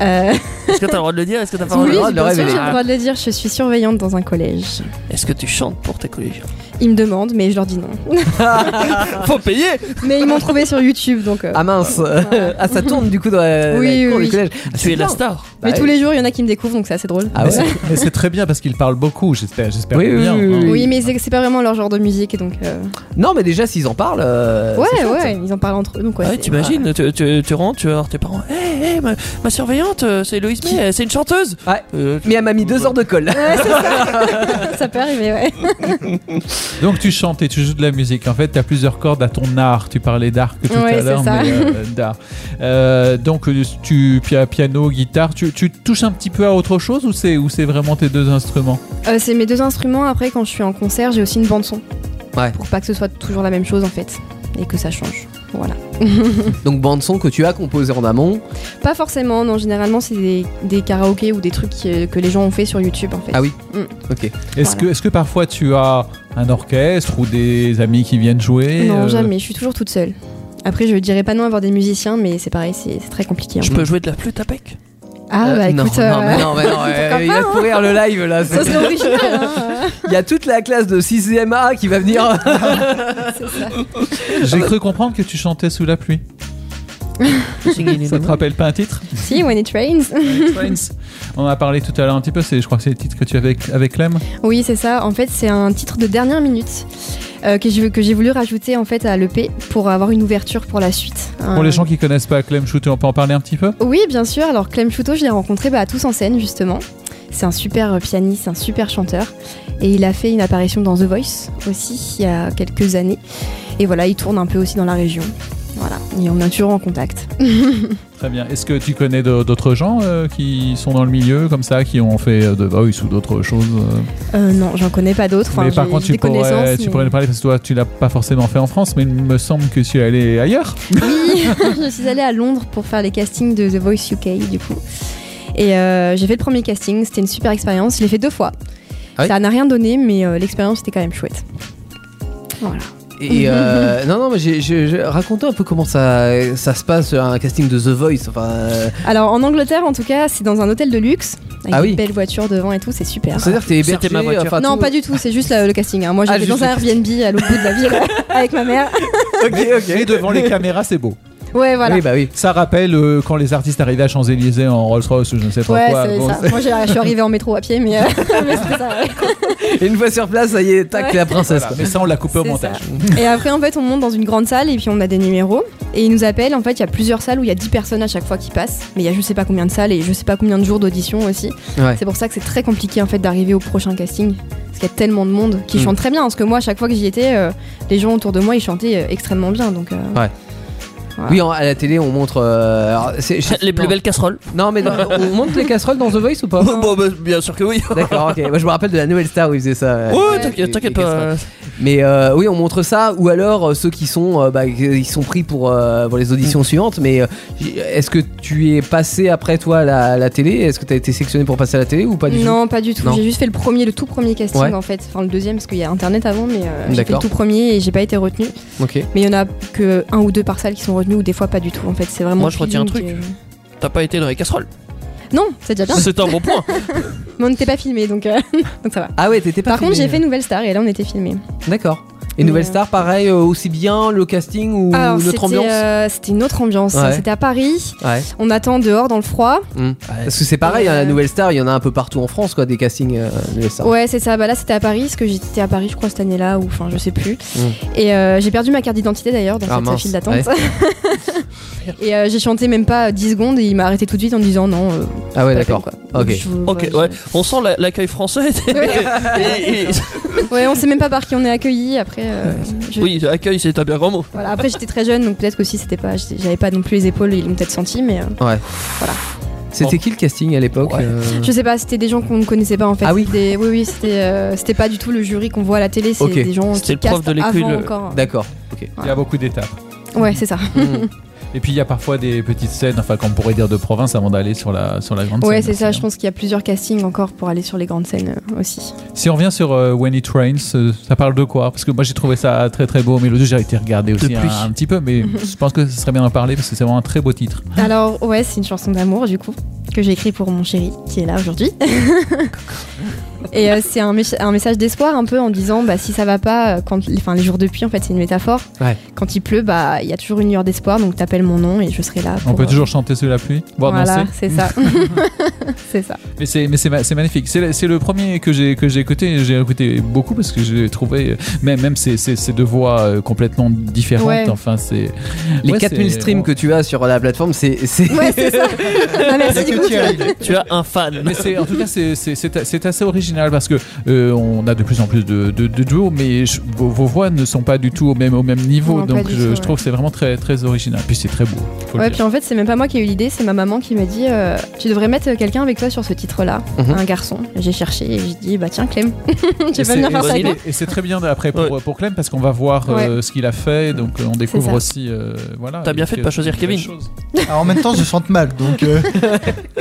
Speaker 1: Euh,
Speaker 6: Est-ce que t'as le droit de le dire Est-ce que t'as pas
Speaker 1: oui,
Speaker 6: le
Speaker 1: bien
Speaker 6: droit
Speaker 1: sûr,
Speaker 6: de
Speaker 1: j'ai
Speaker 6: le révéler
Speaker 1: le droit de le dire, je suis surveillante dans un collège.
Speaker 6: Est-ce que tu chantes pour tes collégiens
Speaker 1: Ils me demandent, mais je leur dis non.
Speaker 6: Faut payer
Speaker 1: mais ils m'ont trouvé sur YouTube, donc. euh,
Speaker 3: Ah mince, ah ça tourne du coup dans la,
Speaker 1: Oui,
Speaker 3: la cour
Speaker 1: oui, oui.
Speaker 3: du collège. Ah,
Speaker 6: Tu
Speaker 3: c'est
Speaker 6: es la
Speaker 3: bien.
Speaker 6: star.
Speaker 1: mais
Speaker 3: Bah,
Speaker 1: tous les jours, il y en a qui me découvrent, donc c'est assez drôle.
Speaker 3: Ah
Speaker 5: Mais
Speaker 3: ouais.
Speaker 5: c'est- mais c'est très bien parce qu'il parle beaucoup, j'espère j'espère
Speaker 3: Oui, oui,
Speaker 5: bien. hein.
Speaker 3: oui, oui.
Speaker 1: Oui, mais c'est c'est pas vraiment leur genre de musique, et donc. euh,
Speaker 3: Non mais déjà s'ils en parlent. euh, c'est
Speaker 1: ouais,
Speaker 3: chouette.
Speaker 1: ouais, ils en parlent entre eux, donc ouais.
Speaker 6: Ouais,
Speaker 1: c'est-
Speaker 6: t'imagines, tu, tu, tu rentres, tu vas voir tes parents. Hé, hé, ma, ma surveillante, euh, c'est Loïs May, euh, c'est une chanteuse
Speaker 3: Ouais.
Speaker 6: Euh, tu-
Speaker 3: Mais elle m'a mis deux heures de colle.
Speaker 1: Ouais, c'est ça. ça peut arriver, ouais.
Speaker 5: Donc tu chantes et tu joues de la musique. En fait, tu as plusieurs cordes à ton art. Tu parlais d'art que tout
Speaker 1: Ouais,
Speaker 5: à
Speaker 1: c'est
Speaker 5: l'heure,
Speaker 1: ça.
Speaker 5: mais euh, d'art. Euh, donc euh, tu pia- piano, guitare, tu, tu touches un petit peu à autre chose ou c'est ou c'est vraiment tes deux instruments
Speaker 1: Euh, c'est mes deux instruments. Après, quand je suis en concert, j'ai aussi une bande son.
Speaker 3: Ouais.
Speaker 1: Pour pas que ce soit toujours la même chose en fait et que ça change. Voilà.
Speaker 3: Donc bande son que tu as composée en amont.
Speaker 1: Pas forcément. Non, généralement c'est des, des karaokés ou des trucs qui- que les gens ont fait sur YouTube en fait.
Speaker 3: Ah oui. Ok.
Speaker 5: Est-ce
Speaker 1: Voilà.
Speaker 5: que est-ce que parfois tu as un orchestre ou des amis qui viennent jouer
Speaker 1: non,
Speaker 5: euh,
Speaker 1: jamais. Je suis toujours toute seule. Après, je dirais pas non à avoir des musiciens, mais c'est pareil, c'est c'est très compliqué. hein.
Speaker 6: Je peux jouer de la flûte à bec
Speaker 1: Ah
Speaker 3: Euh,
Speaker 1: bah
Speaker 3: non,
Speaker 1: écoute,
Speaker 3: non,
Speaker 1: euh,
Speaker 3: mais non, mais non, euh,
Speaker 1: pourquoi
Speaker 3: il va
Speaker 1: pas,
Speaker 3: te pourrir le live là.
Speaker 1: ça c'est original. hein.
Speaker 3: Il y a toute la classe de 6ème A qui va venir.
Speaker 1: C'est ça.
Speaker 5: J'ai cru comprendre que tu chantais sous la pluie. Ça te rappelle pas un titre
Speaker 1: si, When It Rains.
Speaker 5: On en a parlé tout à l'heure un petit peu. C'est je crois que c'est le titre que tu avais avec, avec Clem.
Speaker 1: Oui, c'est ça. En fait, c'est un titre de dernière minute euh, que j'ai que j'ai voulu rajouter en fait à l'EP pour avoir une ouverture pour la suite.
Speaker 5: Pour les gens qui connaissent pas Clem Shooter, on peut en parler un petit peu
Speaker 1: Oui, bien sûr. Alors, Clem Chouteau, je l'ai rencontré bah, à Tous en scène, justement. C'est un super euh, pianiste, un super chanteur. Et il a fait une apparition dans The Voice aussi, il y a quelques années. Et voilà, il tourne un peu aussi dans la région. Voilà, et on est toujours en contact.
Speaker 5: Très bien. Est-ce que tu connais de- d'autres gens euh, qui sont dans le milieu comme ça, qui ont fait euh, de Voice ou d'autres choses euh
Speaker 1: Euh, non, j'en connais pas d'autres. Enfin,
Speaker 5: Mais par
Speaker 1: j'ai-
Speaker 5: contre,
Speaker 1: j'ai
Speaker 5: tu
Speaker 1: des connaissances,
Speaker 5: pourrais, tu
Speaker 1: mais-
Speaker 5: pourrais nous parler parce que toi, tu l'as pas forcément fait en France, mais il me semble que tu es allé ailleurs.
Speaker 1: Oui, je suis allée à Londres pour faire les castings de The Voice UK, du coup. Et euh, j'ai fait le premier casting, c'était une super expérience. Je l'ai fait deux fois.
Speaker 3: Ah oui
Speaker 1: Ça n'a rien donné, mais euh, l'expérience était quand même chouette. Voilà.
Speaker 3: Et euh, non, non, mais j'ai- j'ai- j'ai- racontez un peu comment ça, ça se passe un casting de The Voice. Enfin, euh,
Speaker 1: Alors en Angleterre en tout cas, c'est dans un hôtel de luxe avec
Speaker 3: Ah
Speaker 1: une
Speaker 3: oui.
Speaker 1: belle voiture devant et tout, c'est super.
Speaker 3: c'est-à-dire que t'es
Speaker 6: C'était
Speaker 3: hébergé.
Speaker 6: ma voiture.
Speaker 3: enfin,
Speaker 1: non,
Speaker 3: tout-
Speaker 1: pas du tout, c'est juste la- le casting. hein. Moi
Speaker 3: Ah,
Speaker 1: j'étais
Speaker 3: juste
Speaker 1: dans un
Speaker 3: le casting.
Speaker 1: Airbnb à l'autre bout de la ville avec ma mère.
Speaker 3: Ok, ok.
Speaker 5: Et devant les caméras, c'est beau.
Speaker 1: Ouais, voilà.
Speaker 3: Oui, bah oui.
Speaker 5: Ça rappelle euh, quand les artistes arrivaient à Champs-Élysées en Rolls-Royce ou je ne sais pas
Speaker 1: Ouais,
Speaker 5: quoi.
Speaker 1: c'est
Speaker 5: Bon,
Speaker 1: ça. Moi, j'ai- je suis arrivée en métro à pied, mais, euh, mais c'était ça. ouais.
Speaker 3: Et une fois sur place, ça y est, tac,
Speaker 1: Ouais.
Speaker 3: t'es la princesse.
Speaker 5: voilà.
Speaker 3: quoi.
Speaker 5: Mais ça, on l'a coupé au
Speaker 1: C'est
Speaker 5: montage.
Speaker 1: Et après, en fait, on monte dans une grande salle et puis on a des numéros. Et ils nous appellent. En fait, il y a plusieurs salles où il y a 10 personnes à chaque fois qui passent. Mais il y a je sais pas combien de salles et je sais pas combien de jours d'audition aussi.
Speaker 3: Ouais.
Speaker 1: C'est pour ça que c'est très compliqué en fait d'arriver au prochain casting. Parce qu'il y a tellement de monde qui
Speaker 3: Mm.
Speaker 1: chante très bien. Parce que moi, à chaque fois que j'y étais, euh, les gens autour de moi, ils chantaient euh, extrêmement bien. Donc, euh,
Speaker 3: Ouais.
Speaker 1: Voilà.
Speaker 3: Oui, en- à la télé, on montre. euh, alors, c'est- je-
Speaker 6: Les plus
Speaker 3: non.
Speaker 6: belles casseroles.
Speaker 3: Non, mais dans- on montre les casseroles dans The Voice ou pas
Speaker 6: Bon, bah, bien sûr que oui.
Speaker 3: D'accord, ok. Moi, je me rappelle de la nouvelle star où ils faisaient ça. euh,
Speaker 6: Ouais,
Speaker 3: les-
Speaker 6: t'inquiète,
Speaker 3: les-
Speaker 6: t'inquiète
Speaker 3: les
Speaker 6: pas.
Speaker 3: casseroles. Mais euh, oui, on montre ça, ou alors euh, ceux qui sont, euh, bah, qui sont pris pour, euh, pour les auditions suivantes. Mais euh, j- est-ce que tu es passé après toi à la, la télé Est-ce que tu as été sélectionné pour passer à la télé ou pas du tout
Speaker 1: Non, pas du tout.
Speaker 3: Non.
Speaker 1: J'ai juste fait le premier, le tout premier casting
Speaker 3: Ouais.
Speaker 1: en fait. Enfin, le deuxième parce qu'il y a internet avant, mais euh, j'ai fait
Speaker 3: D'accord.
Speaker 1: le tout premier et j'ai pas été retenue.
Speaker 3: Ok.
Speaker 1: Mais il y en a que un ou deux par salle qui sont retenus ou des fois pas du tout en fait. C'est vraiment.
Speaker 6: Moi, je
Speaker 1: le
Speaker 6: retiens un
Speaker 1: feeling
Speaker 6: truc. T'as pas été dans les casseroles.
Speaker 1: qui est- Non, c'est déjà bien.
Speaker 6: C'est un bon point.
Speaker 1: Mais on n'était pas filmé donc, euh, donc ça va.
Speaker 3: Ah ouais, t'étais pas
Speaker 1: Par contre,
Speaker 3: filmé.
Speaker 1: j'ai fait Nouvelle Star et là on était filmé.
Speaker 3: D'accord. Et
Speaker 1: Mais,
Speaker 3: Nouvelle
Speaker 1: euh,
Speaker 3: Star, pareil, euh, aussi bien le casting ou
Speaker 1: Alors,
Speaker 3: notre
Speaker 1: c'était,
Speaker 3: ambiance
Speaker 1: euh, C'était une autre ambiance.
Speaker 3: Ouais.
Speaker 1: C'était à Paris.
Speaker 3: Ouais.
Speaker 1: On attend dehors dans le froid.
Speaker 3: Parce que c'est pareil, hein, la
Speaker 1: Euh,
Speaker 3: Nouvelle Star, il y en a un peu partout en France, quoi, des castings euh, Nouvelle Star.
Speaker 1: Ouais, c'est ça. Bah là, c'était à Paris, parce que j'étais à Paris, je crois, cette année-là, ou enfin, je sais plus.
Speaker 3: Mm.
Speaker 1: Et euh, j'ai perdu ma carte d'identité d'ailleurs dans
Speaker 3: Ah,
Speaker 1: cette
Speaker 3: mince.
Speaker 1: file d'attente. et euh, j'ai chanté même pas 10 secondes et il m'a arrêté tout de suite en me disant non. euh,
Speaker 3: Ah ouais,
Speaker 1: pas la
Speaker 3: d'accord.
Speaker 1: peine, quoi.
Speaker 3: Ok.
Speaker 1: Donc, je-
Speaker 6: Ok,
Speaker 1: voilà,
Speaker 6: ouais. On sent la- l'accueil français. Et- et-
Speaker 1: je- ouais, on sait même pas par qui on est accueilli. Après, euh, je-
Speaker 6: oui, accueil, c'est un bien grand mot.
Speaker 1: voilà. Après, j'étais très jeune, donc peut-être qu'aussi, c'était pas, j'étais- j'avais pas non plus les épaules, ils l'ont peut-être senti, mais euh,
Speaker 3: C'était qui le casting à l'époque euh,
Speaker 1: je sais pas. C'était des gens qu'on ne connaissait pas en fait.
Speaker 3: Ah oui.
Speaker 1: Des- oui, oui, C'était, euh, c'était pas du tout le jury qu'on voit à la télé. C'est
Speaker 3: Ok.
Speaker 1: des gens
Speaker 6: C'était
Speaker 1: qui
Speaker 6: le prof
Speaker 1: castent
Speaker 6: de l'école, euh,
Speaker 1: avant
Speaker 6: le-
Speaker 1: encore.
Speaker 3: D'accord. Ok.
Speaker 5: Il y a beaucoup d'étapes.
Speaker 1: Ouais, c'est ça.
Speaker 3: Hmm.
Speaker 5: Et puis il y a parfois des petites scènes, enfin qu'on pourrait dire de province avant d'aller sur la, sur la grande
Speaker 1: Ouais,
Speaker 5: scène.
Speaker 1: c'est ça.
Speaker 5: aussi,
Speaker 1: Je
Speaker 5: hein.
Speaker 1: pense qu'il y a plusieurs castings encore pour aller sur les grandes scènes euh, aussi.
Speaker 5: Si on revient sur euh, When It Rains, euh, ça parle de quoi Parce que moi j'ai trouvé ça très très beau, mélodieux. J'ai été regarder aussi
Speaker 3: pluie.
Speaker 5: un, un petit peu, mais je pense que ce serait bien d'en parler parce que c'est vraiment un très beau titre.
Speaker 3: Ah.
Speaker 1: Alors, ouais, c'est une chanson d'amour, du coup, que j'ai écrit pour mon chéri, qui est là aujourd'hui. Et euh, c'est un, mé- un message d'espoir, un peu, en disant, bah, si ça va pas, euh, quand, enfin, les jours de pluie, en fait, c'est une métaphore.
Speaker 3: Ouais.
Speaker 1: Quand il pleut, bah, il y a toujours une lueur d'espoir, donc t'appelles mon nom et je serai là.
Speaker 5: On
Speaker 1: pour,
Speaker 5: peut
Speaker 1: euh,
Speaker 5: toujours chanter sous la pluie, voire
Speaker 1: Voilà,
Speaker 5: danser.
Speaker 1: c'est ça. c'est ça.
Speaker 5: Mais c'est mais c'est ma- c'est magnifique. C'est le- c'est le premier que j'ai que j'ai écouté. et J'ai écouté beaucoup parce que j'ai trouvé euh, même même ces, ces- ces deux voix euh, complètement différentes.
Speaker 1: Ouais.
Speaker 5: Enfin c'est
Speaker 3: Les
Speaker 5: ouais,
Speaker 3: 4000
Speaker 5: c'est-
Speaker 3: streams que tu as sur la plateforme, c'est. c'est-
Speaker 1: Ouais, c'est ça. Non, merci du coup, tu vois.
Speaker 6: Tu as un fan.
Speaker 5: Mais c'est en tout cas c'est- c'est c'est- c'est assez original parce que euh, on a de plus en plus de, de, de duos, mais je- vos, vos voix ne sont pas du tout au même au même niveau.
Speaker 1: Non, pas
Speaker 5: donc
Speaker 1: du
Speaker 5: je,
Speaker 1: tout,
Speaker 5: je
Speaker 1: ouais.
Speaker 5: trouve que c'est vraiment très très original. Puis c'est très beau. faut le
Speaker 1: Ouais,
Speaker 5: dire.
Speaker 1: puis en fait, c'est même pas moi qui ai eu l'idée, c'est ma maman qui m'a dit euh, Tu devrais mettre quelqu'un avec toi sur ce titre-là,
Speaker 3: Mhm.
Speaker 1: un garçon. J'ai cherché et j'ai dit Bah tiens, Clem,
Speaker 5: Et
Speaker 1: tu vas
Speaker 5: c'est-
Speaker 1: venir faire
Speaker 5: et
Speaker 1: ça
Speaker 5: c'est-
Speaker 1: avec moi
Speaker 5: Et c'est très bien après pour, euh,
Speaker 6: Ouais.
Speaker 5: pour Clem parce qu'on va voir euh, ce qu'il a fait, donc euh, on découvre
Speaker 1: ça.
Speaker 5: aussi. euh, voilà.
Speaker 6: T'as bien
Speaker 5: Et
Speaker 6: fait de
Speaker 5: puis,
Speaker 6: pas
Speaker 5: euh,
Speaker 6: choisir
Speaker 5: des nouvelles
Speaker 6: Kevin.
Speaker 5: choses.
Speaker 4: Alors, en même temps, je chante mal, donc euh,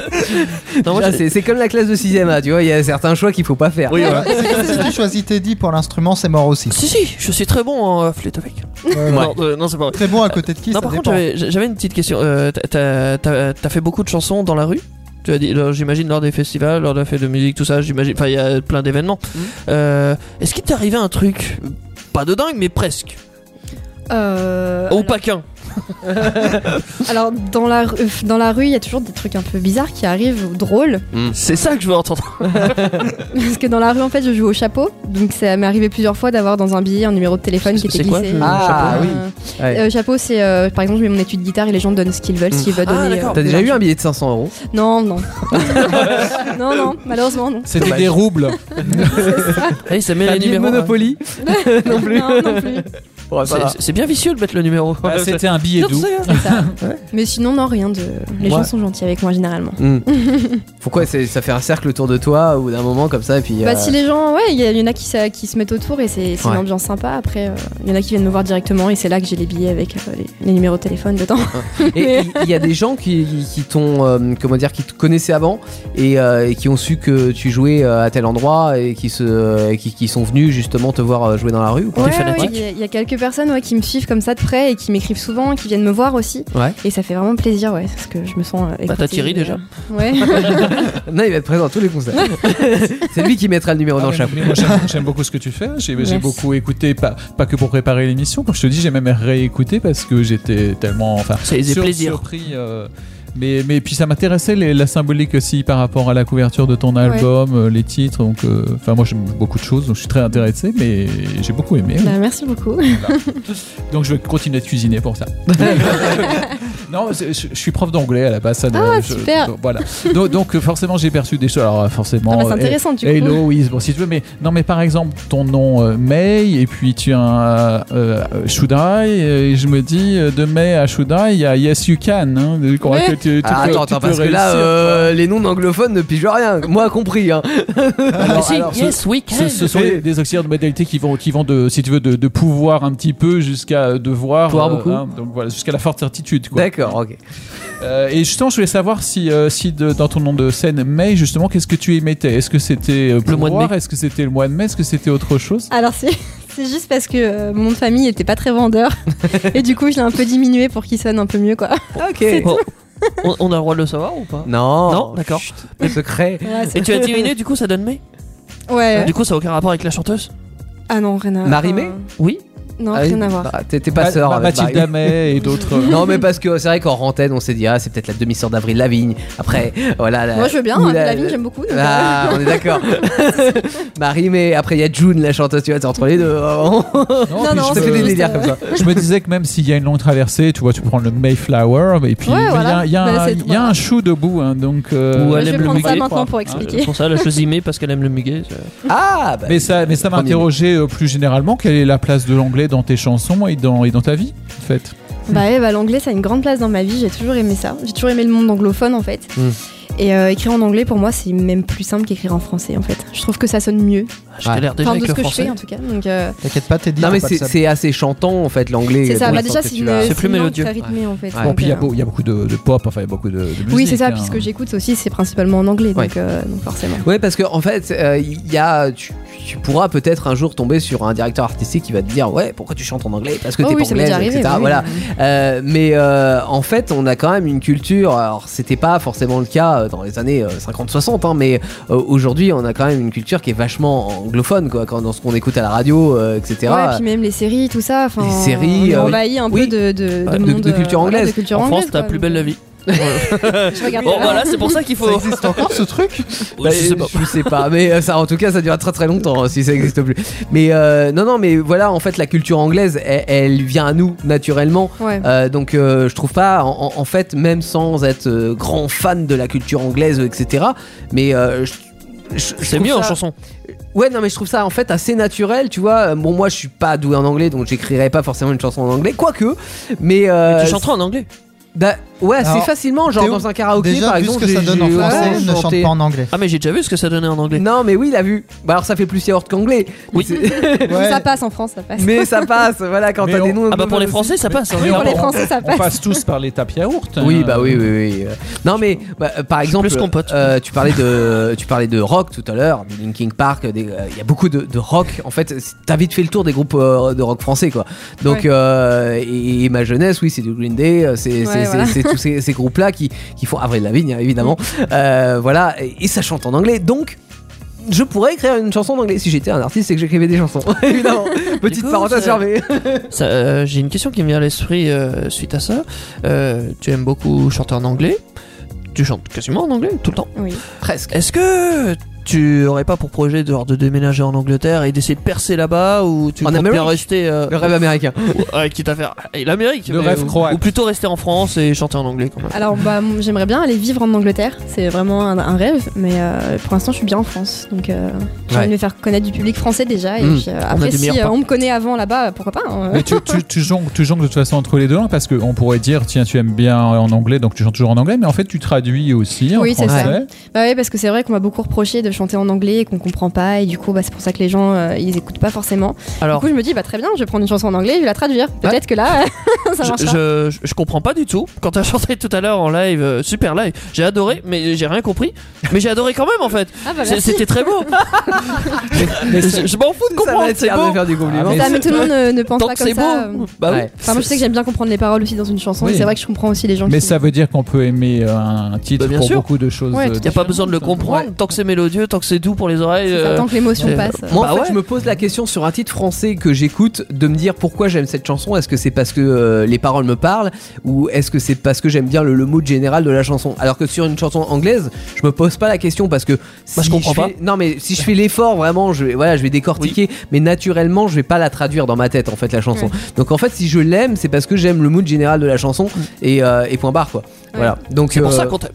Speaker 6: Non, moi,
Speaker 3: Déjà,
Speaker 6: j'ai-
Speaker 3: c'est c'est comme la classe de 6ème A, tu vois, il y a certains choix qu'il faut pas faire.
Speaker 4: voilà. si tu choisis Teddy pour l'instrument, c'est mort aussi.
Speaker 6: Si, si, je suis très bon en euh, flûte avec.
Speaker 4: Euh,
Speaker 6: Non, euh, non, c'est pas vrai.
Speaker 4: Très bon à côté de qui
Speaker 6: non,
Speaker 4: ça
Speaker 6: par contre,
Speaker 4: dépend.
Speaker 6: j'avais- j'avais une petite question. Euh, t'as- t'as- T'as t'as fait beaucoup de chansons dans la rue tu as dit, lors- j'imagine, lors des festivals, lors de la fête de musique, tout ça, j'imagine. Enfin, il y a plein d'événements. Euh, Est-ce qu'il t'est arrivé un truc Pas de dingue, mais presque.
Speaker 1: Euh,
Speaker 6: Ou pas qu'un.
Speaker 1: Alors, dans la, rue- euh, dans la rue, il y a toujours des trucs un peu bizarres qui arrivent, ou drôles.
Speaker 3: Mmh.
Speaker 6: C'est ça que je veux entendre.
Speaker 1: Parce que dans la rue, en fait, je joue au chapeau. Donc, ça m'est arrivé plusieurs fois d'avoir dans un billet un numéro de téléphone qui
Speaker 6: C'est-
Speaker 1: était
Speaker 6: c'est quoi,
Speaker 1: glissé.
Speaker 6: le
Speaker 3: Ah, chapeau
Speaker 1: Euh,
Speaker 3: Ouais.
Speaker 1: euh, chapeau, c'est euh, par exemple, je mets mon étude de guitare et les gens donnent ce qu'ils veulent, s'ils veulent
Speaker 6: Ah,
Speaker 1: donner.
Speaker 6: d'accord.
Speaker 3: T'as déjà eu
Speaker 1: l'argent.
Speaker 3: un billet de 500 euros
Speaker 1: Non, non. non, non, malheureusement, non.
Speaker 5: C'était des roubles.
Speaker 6: Allez, ça met
Speaker 3: Un
Speaker 6: les
Speaker 3: billet de
Speaker 6: numéros.
Speaker 3: Monopoly Non plus.
Speaker 1: Non, non plus.
Speaker 3: Bon,
Speaker 6: C'est-
Speaker 3: voilà.
Speaker 6: c'est- C'est bien vicieux de mettre le numéro.
Speaker 5: Bah, C'était un billet
Speaker 6: Non,
Speaker 5: doux.
Speaker 6: c'est-
Speaker 1: C'est ça. Mais sinon, non, rien de. Les
Speaker 3: Moi-
Speaker 1: gens sont gentils avec moi généralement.
Speaker 3: Hmm. Pourquoi c'est- ça fait un cercle autour de toi ou d'un moment comme ça et puis.
Speaker 1: Bah,
Speaker 3: euh,
Speaker 1: si les gens, ouais, il y, a- il y en a qui, se- qui se mettent autour et c'est c'est
Speaker 3: Ouais.
Speaker 1: une ambiance sympa. Après, euh, il y en a qui viennent me voir directement et c'est là que j'ai les billets avec euh, les, les numéros de téléphone dedans.
Speaker 3: Et il- il y a des gens qui, qui t'ont, euh, comment dire, qui te connaissaient avant et, euh, et qui ont su que tu jouais euh, à tel endroit et qui, se, et qui, qui sont venus justement te voir euh, jouer dans la rue ou pas
Speaker 1: Ouais, ouais,
Speaker 6: fanatiques.
Speaker 1: il y a- il y, a quelques personnes ouais, qui me suivent comme ça de près et qui m'écrivent souvent, qui viennent me voir aussi.
Speaker 3: Ouais.
Speaker 1: Et ça fait vraiment plaisir, ouais, parce que je me sens. euh,
Speaker 6: Bah, t'as
Speaker 1: écoutée,
Speaker 6: Thierry,
Speaker 1: euh,
Speaker 6: déjà.
Speaker 1: Ouais.
Speaker 3: Non, il va être présent à tous les concerts. c'est lui qui mettra le numéro
Speaker 5: Ah,
Speaker 3: dans le
Speaker 5: mais-
Speaker 3: chapeau.
Speaker 5: mais moi, j'aime- J'aime beaucoup ce que tu fais. J'ai j'ai
Speaker 1: Merci.
Speaker 5: beaucoup écouté, pas, pas que pour préparer l'émission. Comme je te dis, j'ai même réécouté parce que j'étais tellement enfin,
Speaker 6: C'est des
Speaker 5: sur-
Speaker 6: plaisirs.
Speaker 5: surpris. euh, mais, mais puis ça m'intéressait les- la symbolique aussi par rapport à la couverture de ton album, euh, les titres. Donc, euh, enfin, moi j'aime beaucoup de choses, donc je suis très intéressé, mais j'ai beaucoup aimé.
Speaker 1: Bah, merci beaucoup.
Speaker 5: Donc je vais continuer de cuisiner pour ça. Non, c'est- je, je suis prof d'anglais à la base. ça ne-
Speaker 1: Ah,
Speaker 5: je-
Speaker 1: super.
Speaker 5: donc, voilà. Donc, donc, euh, forcément, j'ai perçu des choses. Alors, euh, forcément.
Speaker 1: Ah bah, c'est
Speaker 5: euh,
Speaker 1: intéressant, du
Speaker 5: Hello,
Speaker 1: coup.
Speaker 5: oui, bon, si tu veux, mais non, mais par exemple, ton nom euh, May, et puis tu as un, euh, euh, Should I, et je me dis euh, de May à Should I, il y a Yes You Can. Hein, je crois
Speaker 1: Ouais.
Speaker 5: que tu, tu
Speaker 3: Ah,
Speaker 5: peux-
Speaker 3: attends,
Speaker 5: tu
Speaker 3: attends,
Speaker 5: peux
Speaker 3: parce que là,
Speaker 5: réussir.
Speaker 3: euh, les noms anglophones ne pigent rien. Moi compris. Hein.
Speaker 5: Alors, alors, ce-
Speaker 6: Ah, yes, we can.
Speaker 5: ce, ce sont des, des auxiliaires de modalité qui vont, qui vont de, si tu veux, de, de pouvoir un petit peu jusqu'à devoir. euh, hein,
Speaker 3: Pouvoir beaucoup.
Speaker 5: donc voilà, jusqu'à la forte certitude. Quoi.
Speaker 3: D'accord, ok.
Speaker 5: Euh, et justement, je voulais savoir si, euh, si de- dans ton nom de scène May, justement, qu'est-ce que tu émettais Est-ce que c'était euh,
Speaker 6: Le mois de
Speaker 5: pouvoir
Speaker 6: mai.
Speaker 5: Est-ce que c'était le mois de mai Est-ce que c'était autre chose
Speaker 1: Alors c'est c'est juste parce que euh, mon nom de famille était pas très vendeur et du coup je l'ai un peu diminué pour qu'il sonne un peu mieux quoi.
Speaker 3: Ok.
Speaker 6: Bon, Oh. on, on a le droit de le savoir ou pas
Speaker 3: Non.
Speaker 6: Non, d'accord.
Speaker 3: chut, Le secret.
Speaker 1: Ouais,
Speaker 6: Et tu as diminué, du coup, ça donne May
Speaker 1: ouais.
Speaker 6: Du coup, ça n'a aucun rapport avec la chanteuse
Speaker 1: Ah non rien à
Speaker 3: Marie-Mé
Speaker 1: enfin,
Speaker 6: Oui.
Speaker 1: Non
Speaker 3: Ah,
Speaker 1: rien à voir.
Speaker 3: bah, T'es t'es pas
Speaker 5: Ma-
Speaker 3: sœur.
Speaker 5: Ma-
Speaker 3: avec
Speaker 5: Mathilde
Speaker 3: Marie.
Speaker 5: May et d'autres.
Speaker 3: euh, Non, mais parce que c'est vrai qu'en rentaine, on s'est dit, ah, c'est peut-être la demi-sœur d'Avril Lavigne. Après, voilà. la-
Speaker 1: Moi je veux bien.
Speaker 3: ou
Speaker 1: hein,
Speaker 3: la-
Speaker 1: la vigne j'aime beaucoup. donc, euh,
Speaker 3: Ah, on est d'accord. Marie, mais après, il y a June, la chanteuse, tu vois, c'est entre les deux.
Speaker 1: Non,
Speaker 5: puis
Speaker 1: non,
Speaker 3: Ça
Speaker 5: je,
Speaker 1: c'est
Speaker 3: fait des
Speaker 1: juste,
Speaker 3: délires
Speaker 1: euh,
Speaker 3: comme ça.
Speaker 5: je me disais que même s'il y a une longue traversée, tu vois, tu prends le Mayflower, et puis
Speaker 1: Ouais,
Speaker 5: mais il y a-
Speaker 1: voilà.
Speaker 5: il y a,
Speaker 1: Bah,
Speaker 5: un-
Speaker 1: c'est-
Speaker 5: il y a un chou debout, hein, donc. euh,
Speaker 6: Ou
Speaker 1: je
Speaker 6: elle
Speaker 1: vais
Speaker 6: aime le
Speaker 1: prendre ça
Speaker 6: muguet,
Speaker 1: maintenant
Speaker 5: quoi.
Speaker 1: pour expliquer.
Speaker 6: Euh, Pour ça, elle a choisi May parce qu'elle aime le muguet. ça.
Speaker 3: Ah, bah,
Speaker 5: Mais ça, mais ça m'a
Speaker 3: Premier
Speaker 5: interrogé euh, plus généralement, quelle est la place de l'anglais dans tes chansons et dans, et dans ta vie, en fait
Speaker 1: Bah ouais, bah, l'anglais ça a une grande place dans ma vie, j'ai toujours aimé ça. J'ai toujours aimé le monde anglophone en fait.
Speaker 3: Mm.
Speaker 1: Et euh, écrire en anglais pour moi c'est même plus simple qu'écrire en français en fait. Je trouve que ça sonne mieux.
Speaker 6: Ah, Je galère déjà
Speaker 1: Enfin de
Speaker 6: avec
Speaker 1: ce
Speaker 6: le
Speaker 1: que je fais
Speaker 6: français.
Speaker 1: en tout cas. Donc euh,
Speaker 4: T'inquiète pas, t'es dit.
Speaker 3: non, mais c'est c'est assez chantant en fait l'anglais. euh,
Speaker 1: c'est ça,
Speaker 3: Dans
Speaker 1: bah
Speaker 3: le
Speaker 1: déjà
Speaker 3: sens
Speaker 1: c'est
Speaker 3: que tu
Speaker 1: une,
Speaker 3: vas-
Speaker 6: c'est plus
Speaker 1: une langue
Speaker 6: mélodieux.
Speaker 1: très rythmée en fait.
Speaker 3: Ouais.
Speaker 5: Bon,
Speaker 1: donc,
Speaker 5: puis il y a
Speaker 1: euh,
Speaker 5: beau- il y, a beaucoup de, de pop, enfin, il y a beaucoup de, de musique.
Speaker 1: Oui c'est ça,
Speaker 5: hein.
Speaker 1: puisque j'écoute aussi c'est principalement en anglais
Speaker 3: Ouais.
Speaker 1: donc, euh, donc forcément.
Speaker 3: Ouais, parce que en fait, euh, il y a, tu, tu pourras peut-être un jour tomber sur un directeur artistique qui va te dire ouais, pourquoi tu chantes en anglais Parce que
Speaker 1: Oh
Speaker 3: t'es
Speaker 1: oui,
Speaker 3: pas
Speaker 1: ça m'est
Speaker 3: anglaise,
Speaker 1: déjà arrivé,
Speaker 3: etc.
Speaker 1: oui.
Speaker 3: Voilà. Euh, mais euh, en fait, on a quand même une culture. Alors, c'était pas forcément le cas euh, dans les années euh, 50-60, hein, mais euh, aujourd'hui, on a quand même une culture qui est vachement anglophone, quoi, quand, dans ce qu'on écoute à la radio, euh, etc.
Speaker 1: Ouais, puis même les séries, tout ça. enfin,
Speaker 3: Les séries,
Speaker 1: on est
Speaker 3: euh,
Speaker 1: envahi un
Speaker 3: oui.
Speaker 1: peu de, de,
Speaker 3: Ouais, de-
Speaker 1: monde,
Speaker 3: de culture
Speaker 1: euh, voilà,
Speaker 3: anglaise.
Speaker 1: de culture
Speaker 6: En France,
Speaker 1: anglaise,
Speaker 6: t'as
Speaker 1: quoi,
Speaker 6: plus belle la
Speaker 1: donc,
Speaker 6: vie.
Speaker 1: euh, je regarde
Speaker 6: Bon,
Speaker 1: pas.
Speaker 6: voilà, c'est pour ça qu'il
Speaker 4: Ça
Speaker 6: faut.
Speaker 4: existe encore ce truc
Speaker 3: Bah, je, sais pas. mais euh, ça en tout cas ça dure très très longtemps hein, si ça existe plus. Mais euh, non non mais voilà en fait la culture anglaise elle, elle vient à nous naturellement.
Speaker 1: Ouais.
Speaker 3: Euh, donc euh, je trouve pas en- en, en fait même sans être euh, grand fan de la culture anglaise euh, etc. Mais euh, je- je- je
Speaker 6: C'est
Speaker 3: trouve
Speaker 6: mieux en
Speaker 3: ça-
Speaker 6: chanson.
Speaker 3: Ouais, non, mais je trouve ça en fait assez naturel, tu vois. Euh, Bon, moi, je suis pas doué en anglais, donc j'écrirai pas forcément une chanson en anglais, quoique. Mais, euh,
Speaker 6: Tu chanteras en anglais.
Speaker 3: bah, ouais,
Speaker 4: Alors,
Speaker 3: c'est facilement, genre
Speaker 4: Théo,
Speaker 3: dans un karaoké,
Speaker 4: Déjà,
Speaker 3: par
Speaker 4: vu
Speaker 3: exemple.
Speaker 4: ce que ça
Speaker 3: j'ai-
Speaker 4: donne en
Speaker 3: j'ai-
Speaker 4: français,
Speaker 3: ouais,
Speaker 4: ne chante
Speaker 3: chanté.
Speaker 4: pas en anglais.
Speaker 6: Ah, mais j'ai déjà vu ce que ça donnait en anglais.
Speaker 3: Non, mais oui, il a vu. Bah, alors ça fait plus yaourt qu'anglais.
Speaker 6: Oui.
Speaker 3: Mais c'est-
Speaker 1: Mais
Speaker 4: Ouais.
Speaker 1: Ça passe en France, ça passe.
Speaker 3: mais ça passe, voilà, quand
Speaker 5: Mais
Speaker 3: t'as
Speaker 5: on-
Speaker 3: des noms.
Speaker 6: Ah, bah pour les Français, ça passe. hein.
Speaker 5: Mais
Speaker 1: Pour
Speaker 5: on-
Speaker 1: les Français, ça
Speaker 5: On
Speaker 1: passe.
Speaker 5: passe tous par l'étape yaourt.
Speaker 3: Oui,
Speaker 5: hein.
Speaker 3: bah oui, oui, oui. euh. Non, mais bah, euh, par exemple,
Speaker 6: Plus compote.
Speaker 3: euh, tu parlais de, tu parlais de rock tout à l'heure, du Linkin Park. des- euh, Il y a beaucoup de, de rock. En fait, c'est- t'as vite fait le tour des groupes euh, de rock français, quoi. Donc,
Speaker 1: Ouais.
Speaker 3: euh, et, et ma jeunesse, oui, c'est du Green Day, euh, c'est c'est-
Speaker 1: Ouais,
Speaker 3: c'est-
Speaker 1: voilà.
Speaker 3: c'est tous ces, ces groupes-là qui, qui font Avril Lavigne, hein, évidemment. Euh, voilà, et, et ça chante en anglais. Donc. Je pourrais écrire une chanson en anglais si j'étais un artiste et que j'écrivais des chansons, évidemment. Petite
Speaker 6: coup,
Speaker 3: parenthèse
Speaker 6: ça-
Speaker 3: fermée.
Speaker 6: Ça, euh, J'ai une question qui me vient à l'esprit euh, suite à ça. Euh, tu aimes beaucoup chanter en anglais. Tu chantes quasiment en anglais tout le temps.
Speaker 1: Oui.
Speaker 3: Presque.
Speaker 6: Est-ce que tu aurais pas pour projet de, genre, de déménager en Angleterre et d'essayer de percer là-bas ou tu
Speaker 3: En
Speaker 6: comptes bien
Speaker 3: Amérique
Speaker 6: rester euh,
Speaker 3: Le rêve américain.
Speaker 6: ou- ouais, quitte à faire et l'Amérique
Speaker 5: Le
Speaker 6: mais-
Speaker 5: rêve
Speaker 6: ou,
Speaker 5: croate.
Speaker 6: ou plutôt rester en France et chanter en anglais quand même.
Speaker 1: Alors, bah, m- j'aimerais bien aller vivre en Angleterre, c'est vraiment un, un rêve, mais euh, pour l'instant, je suis bien en France. Donc, euh, j'ai
Speaker 3: Ouais.
Speaker 1: envie de me faire connaître du public français déjà. Et
Speaker 3: Mm.
Speaker 1: puis, euh,
Speaker 6: Hmm. On a
Speaker 1: après,
Speaker 6: des
Speaker 1: si
Speaker 6: meilleurs
Speaker 1: euh,
Speaker 6: parcs.
Speaker 1: on me connaît avant là-bas, pourquoi pas hein.
Speaker 5: Mais tu, tu, tu, jongles, tu jongles de toute façon entre les deux langues parce qu'on pourrait dire tiens tu aimes bien en anglais donc tu chantes toujours en anglais mais en fait tu traduis aussi en
Speaker 1: Oui, c'est ça.
Speaker 5: français.
Speaker 1: Bah oui, parce que c'est vrai qu'on m'a beaucoup reproché de chanter en anglais et qu'on comprend pas, et du coup, bah, c'est pour ça que les gens euh, ils écoutent pas forcément. Du
Speaker 6: Alors
Speaker 1: coup, je me dis, bah très bien, je vais prendre une chanson en anglais, je vais la traduire. Peut-être que là, ça marche.
Speaker 6: je, je, je- je comprends pas du tout. Quand t'as chanté tout à l'heure en live, euh, super live, j'ai adoré, mais j'ai rien compris. Mais j'ai adoré quand même en fait.
Speaker 1: Ah bah
Speaker 6: C'est-
Speaker 1: merci.
Speaker 6: C'était très beau. je je m'en fous
Speaker 3: Ça
Speaker 6: de comprendre. C'est
Speaker 3: m'attire de
Speaker 6: beau.
Speaker 3: faire du compliment.
Speaker 5: Ah, mais
Speaker 1: Ça, mais tout le monde euh, ne pense
Speaker 6: Tant
Speaker 1: pas
Speaker 6: que
Speaker 1: comme
Speaker 6: c'est
Speaker 1: ça. euh.
Speaker 6: beau. Bah oui.
Speaker 3: Ouais.
Speaker 1: Enfin, moi, je sais que j'aime bien comprendre les paroles aussi dans une chanson,
Speaker 5: Oui.
Speaker 1: et c'est vrai que je comprends aussi les gens
Speaker 5: Mais
Speaker 1: qui.
Speaker 5: ça veut dire qu'on peut aimer euh, un titre
Speaker 6: Bah, bien
Speaker 5: pour
Speaker 6: sûr.
Speaker 5: beaucoup de choses.
Speaker 1: Ouais,
Speaker 5: euh,
Speaker 1: tout à
Speaker 6: Y a pas besoin de le
Speaker 5: différentes.
Speaker 6: comprendre, tant que c'est mélodieux, mieux tant que c'est doux pour les oreilles.
Speaker 1: C'est ça,
Speaker 6: euh,
Speaker 1: tant que l'émotion
Speaker 6: euh,
Speaker 1: passe.
Speaker 3: Moi, en
Speaker 6: Bah
Speaker 3: fait,
Speaker 6: ouais.
Speaker 3: je me pose la question sur un titre français que j'écoute de me dire pourquoi j'aime cette chanson. Est-ce que c'est parce que euh, les paroles me parlent ou est-ce que c'est parce que j'aime bien le, le mood général de la chanson Alors que sur une chanson anglaise, je me pose pas la question parce que si
Speaker 6: Bah, je comprends
Speaker 3: fais- Non, mais si je fais l'effort vraiment, je vais, voilà, je vais décortiquer, mais naturellement, je vais pas la traduire dans ma tête en fait la chanson.
Speaker 1: Ouais. Mm.
Speaker 3: Donc en fait, si je l'aime, c'est parce que j'aime le mood général de la chanson et, euh, et point barre quoi. Voilà. Donc
Speaker 6: C'est pour ça
Speaker 3: euh,
Speaker 6: qu'on t'aime.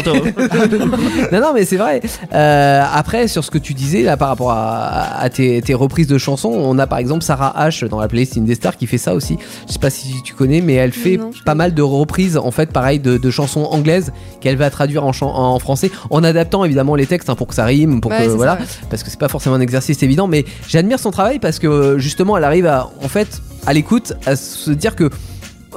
Speaker 6: t'aime.
Speaker 3: non, non, mais c'est vrai. Euh, après, sur ce que tu disais là par rapport à, à tes, tes reprises de chansons, on a par exemple Sarah H dans la playlist Indestar qui fait ça aussi. Je sais pas si tu connais, mais elle fait
Speaker 1: Non, je
Speaker 3: pas
Speaker 1: connais
Speaker 3: mal de reprises en fait, pareil, de, de chansons anglaises qu'elle va traduire en, chan- en français en adaptant évidemment les textes hein, pour que ça rime, pour
Speaker 1: Ouais,
Speaker 3: que
Speaker 1: c'est ça,
Speaker 3: voilà,
Speaker 1: ouais.
Speaker 3: parce que c'est pas forcément un exercice évident. Mais j'admire son travail parce que euh, justement, elle arrive à en fait à l'écoute à se dire que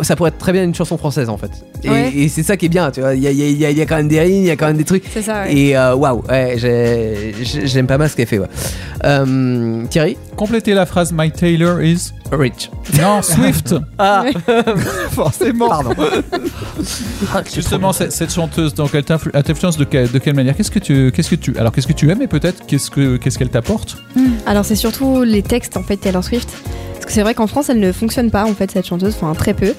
Speaker 3: ça pourrait être très bien une chanson française en fait. Et,
Speaker 1: Ouais.
Speaker 3: et c'est ça qui est bien, tu vois. Il y a, il y a- il y a- il y a quand même des rimes, il y a quand même des trucs.
Speaker 1: C'est ça, ouais.
Speaker 3: Et euh, waouh, ouais, j'ai- j'ai- j'aime pas mal ce qu'elle fait. ouais. Euh, Thierry
Speaker 5: Complétez la phrase My Taylor is.
Speaker 3: Rich.
Speaker 5: Non, Swift
Speaker 3: Ah,
Speaker 4: Forcément.
Speaker 3: pardon.
Speaker 6: Ah, c'est
Speaker 5: Justement,
Speaker 6: trop bien.
Speaker 5: cette, cette chanteuse, donc elle t'influ- elle t'influence de, que- de quelle manière Qu'est-ce que tu, qu'est-ce que tu, alors qu'est-ce que tu aimes et peut-être qu'est-ce que, qu'est-ce qu'elle t'apporte
Speaker 1: Alors c'est surtout les textes en fait Taylor Swift. Parce que c'est vrai qu'en France elle ne fonctionne pas en fait cette chanteuse, enfin très peu.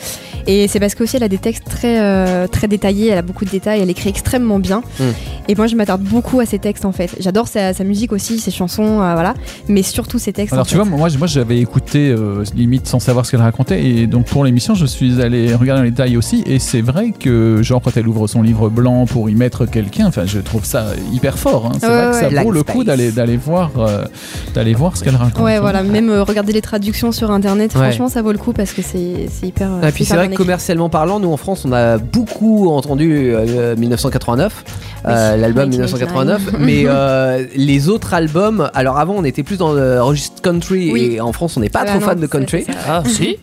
Speaker 1: Et c'est parce qu'aussi elle a des textes très, euh, très détaillés, elle a beaucoup de détails, elle écrit extrêmement bien.
Speaker 3: Mm.
Speaker 1: Et moi je m'attarde beaucoup à ses textes en fait. J'adore sa, sa musique aussi, ses chansons, euh, voilà. Mais surtout ses textes. en
Speaker 5: Alors
Speaker 1: fait.
Speaker 5: tu vois, moi, j- moi j'avais écouté euh, limite sans savoir ce qu'elle racontait et donc pour l'émission je suis allé regarder dans les détails aussi et c'est vrai que genre quand elle ouvre son livre blanc pour y mettre quelqu'un, enfin je trouve ça hyper fort. hein. C'est
Speaker 1: Ouais,
Speaker 5: vrai que
Speaker 1: ouais.
Speaker 5: ça
Speaker 3: Black
Speaker 5: vaut le
Speaker 3: Space.
Speaker 5: coup d'aller d'aller voir euh, d'aller voir ce qu'elle raconte. hein.
Speaker 1: Ouais voilà, même euh, regarder les traductions sur internet,
Speaker 3: Ouais.
Speaker 1: franchement ça vaut le coup parce que c'est c'est hyper.
Speaker 3: Et Ah, puis c'est
Speaker 1: hyper
Speaker 3: vrai
Speaker 1: bien
Speaker 3: que
Speaker 1: écrit.
Speaker 3: commercialement parlant, nous en France, on a beaucoup entendu euh, 1989, euh,
Speaker 1: Oui,
Speaker 3: l'album
Speaker 1: Mighty
Speaker 3: 1989, mais euh, les autres albums, alors avant on était plus dans le registre country
Speaker 1: Oui.
Speaker 3: et en France on n'est pas
Speaker 1: Ah non,
Speaker 3: trop fan de
Speaker 1: c'est-
Speaker 3: country.
Speaker 1: c'est ça.
Speaker 6: Ah, si.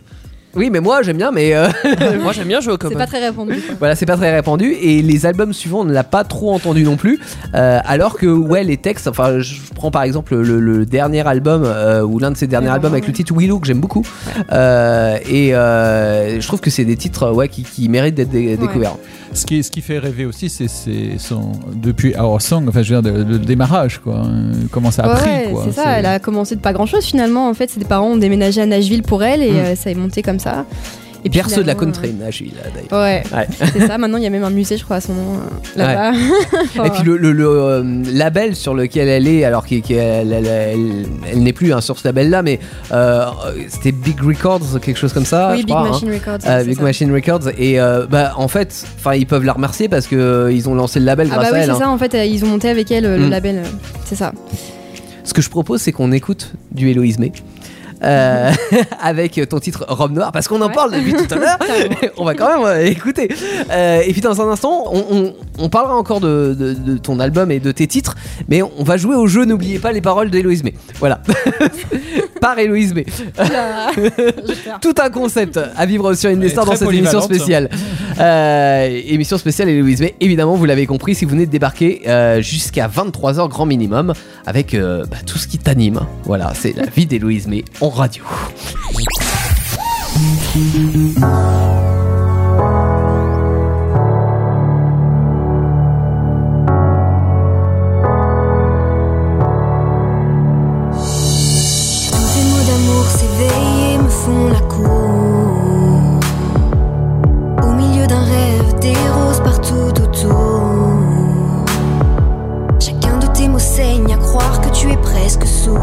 Speaker 3: Oui, mais moi j'aime bien, mais euh,
Speaker 6: Moi, j'aime bien jouer au
Speaker 1: C'est
Speaker 6: copain.
Speaker 1: pas très répandu. quoi.
Speaker 3: Voilà, c'est pas très répandu et les albums suivants on ne l'a pas trop entendu non plus. euh, alors que ouais, les textes, enfin, je prends par exemple le, le dernier album euh, ou l'un de ses derniers
Speaker 1: Ouais,
Speaker 3: albums avec
Speaker 1: ouais.
Speaker 3: le titre Willow que j'aime beaucoup Euh, et euh, je trouve que c'est des titres ouais qui, qui méritent d'être dé- découverts.
Speaker 5: Ce qui, ce qui fait rêver aussi, c'est- c'est son depuis Our Song, enfin je veux dire le, le démarrage quoi, euh, comment ça a
Speaker 1: Ouais,
Speaker 5: pris
Speaker 1: ouais,
Speaker 5: quoi.
Speaker 1: c'est ça,
Speaker 5: C'est-
Speaker 1: elle a commencé de pas grand chose finalement. En fait, ses parents ont déménagé à Nashville pour elle et
Speaker 3: Mm.
Speaker 1: euh, ça est monté comme ça.
Speaker 3: Et Berceau de la
Speaker 1: finalement,
Speaker 3: country, Nashville, d'ailleurs.
Speaker 1: euh, Ouais,
Speaker 3: Ouais.
Speaker 1: c'est ça. Maintenant, il y a même un musée, je crois, à son nom euh, là-bas. Enfin,
Speaker 3: Et puis le, le- le, euh, label sur lequel elle est, alors qu'elle elle, elle- elle- elle n'est plus hein, sur ce label-là, mais euh, c'était Big Records, quelque chose comme ça.
Speaker 1: oui,
Speaker 3: je
Speaker 1: Big
Speaker 3: crois, hein.
Speaker 1: Machine Records.
Speaker 3: Euh,
Speaker 1: c'est
Speaker 3: Big
Speaker 1: ça.
Speaker 3: Machine Records et euh, bah en fait enfin ils peuvent la remercier parce que euh, ils ont lancé le label
Speaker 1: Ah bah
Speaker 3: grâce
Speaker 1: oui,
Speaker 3: à
Speaker 1: c'est
Speaker 3: elle hein.
Speaker 1: ça. En fait, euh, ils ont monté avec elle euh, le
Speaker 3: Mm.
Speaker 1: label. euh, C'est ça.
Speaker 3: ce que je propose c'est qu'on écoute du Héloïse May euh, avec ton titre Robe Noire parce qu'on en
Speaker 1: Ouais.
Speaker 3: parle depuis tout à l'heure on va quand même euh, écouter Euh, et puis dans un instant on, on- on parlera encore de, de- de ton album et de tes titres mais on va jouer au jeu n'oubliez pas les paroles d'Héloïse May voilà par Héloïse May tout un concept à vivre sur une
Speaker 5: Elle est
Speaker 3: star dans
Speaker 5: très
Speaker 3: cette émission
Speaker 5: polyvalente.
Speaker 3: spéciale. Euh, émission spéciale Héloïse May, évidemment, vous l'avez compris, si vous venez de débarquer euh, jusqu'à 23h grand minimum avec euh, bah, tout ce qui t'anime. Voilà, c'est la vie d'Héloïse May en radio.
Speaker 7: Tous ces mots d'amour s'éveillent et me font la cour. Au milieu d'un rêve, des roses partout autour. Chacun de tes mots saigne à croire que tu es presque sourd.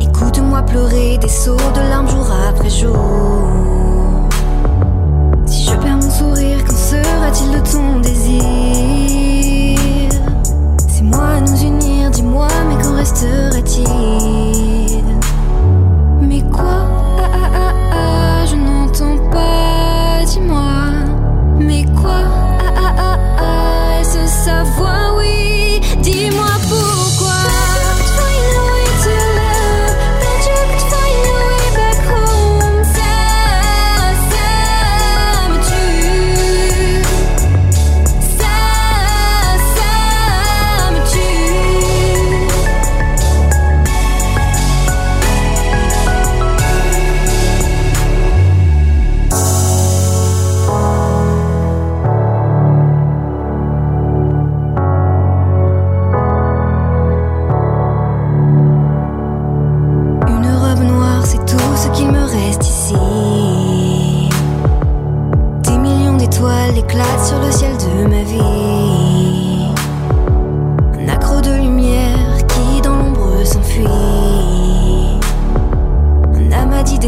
Speaker 7: Écoute-moi pleurer des sauts de larmes jour après jour.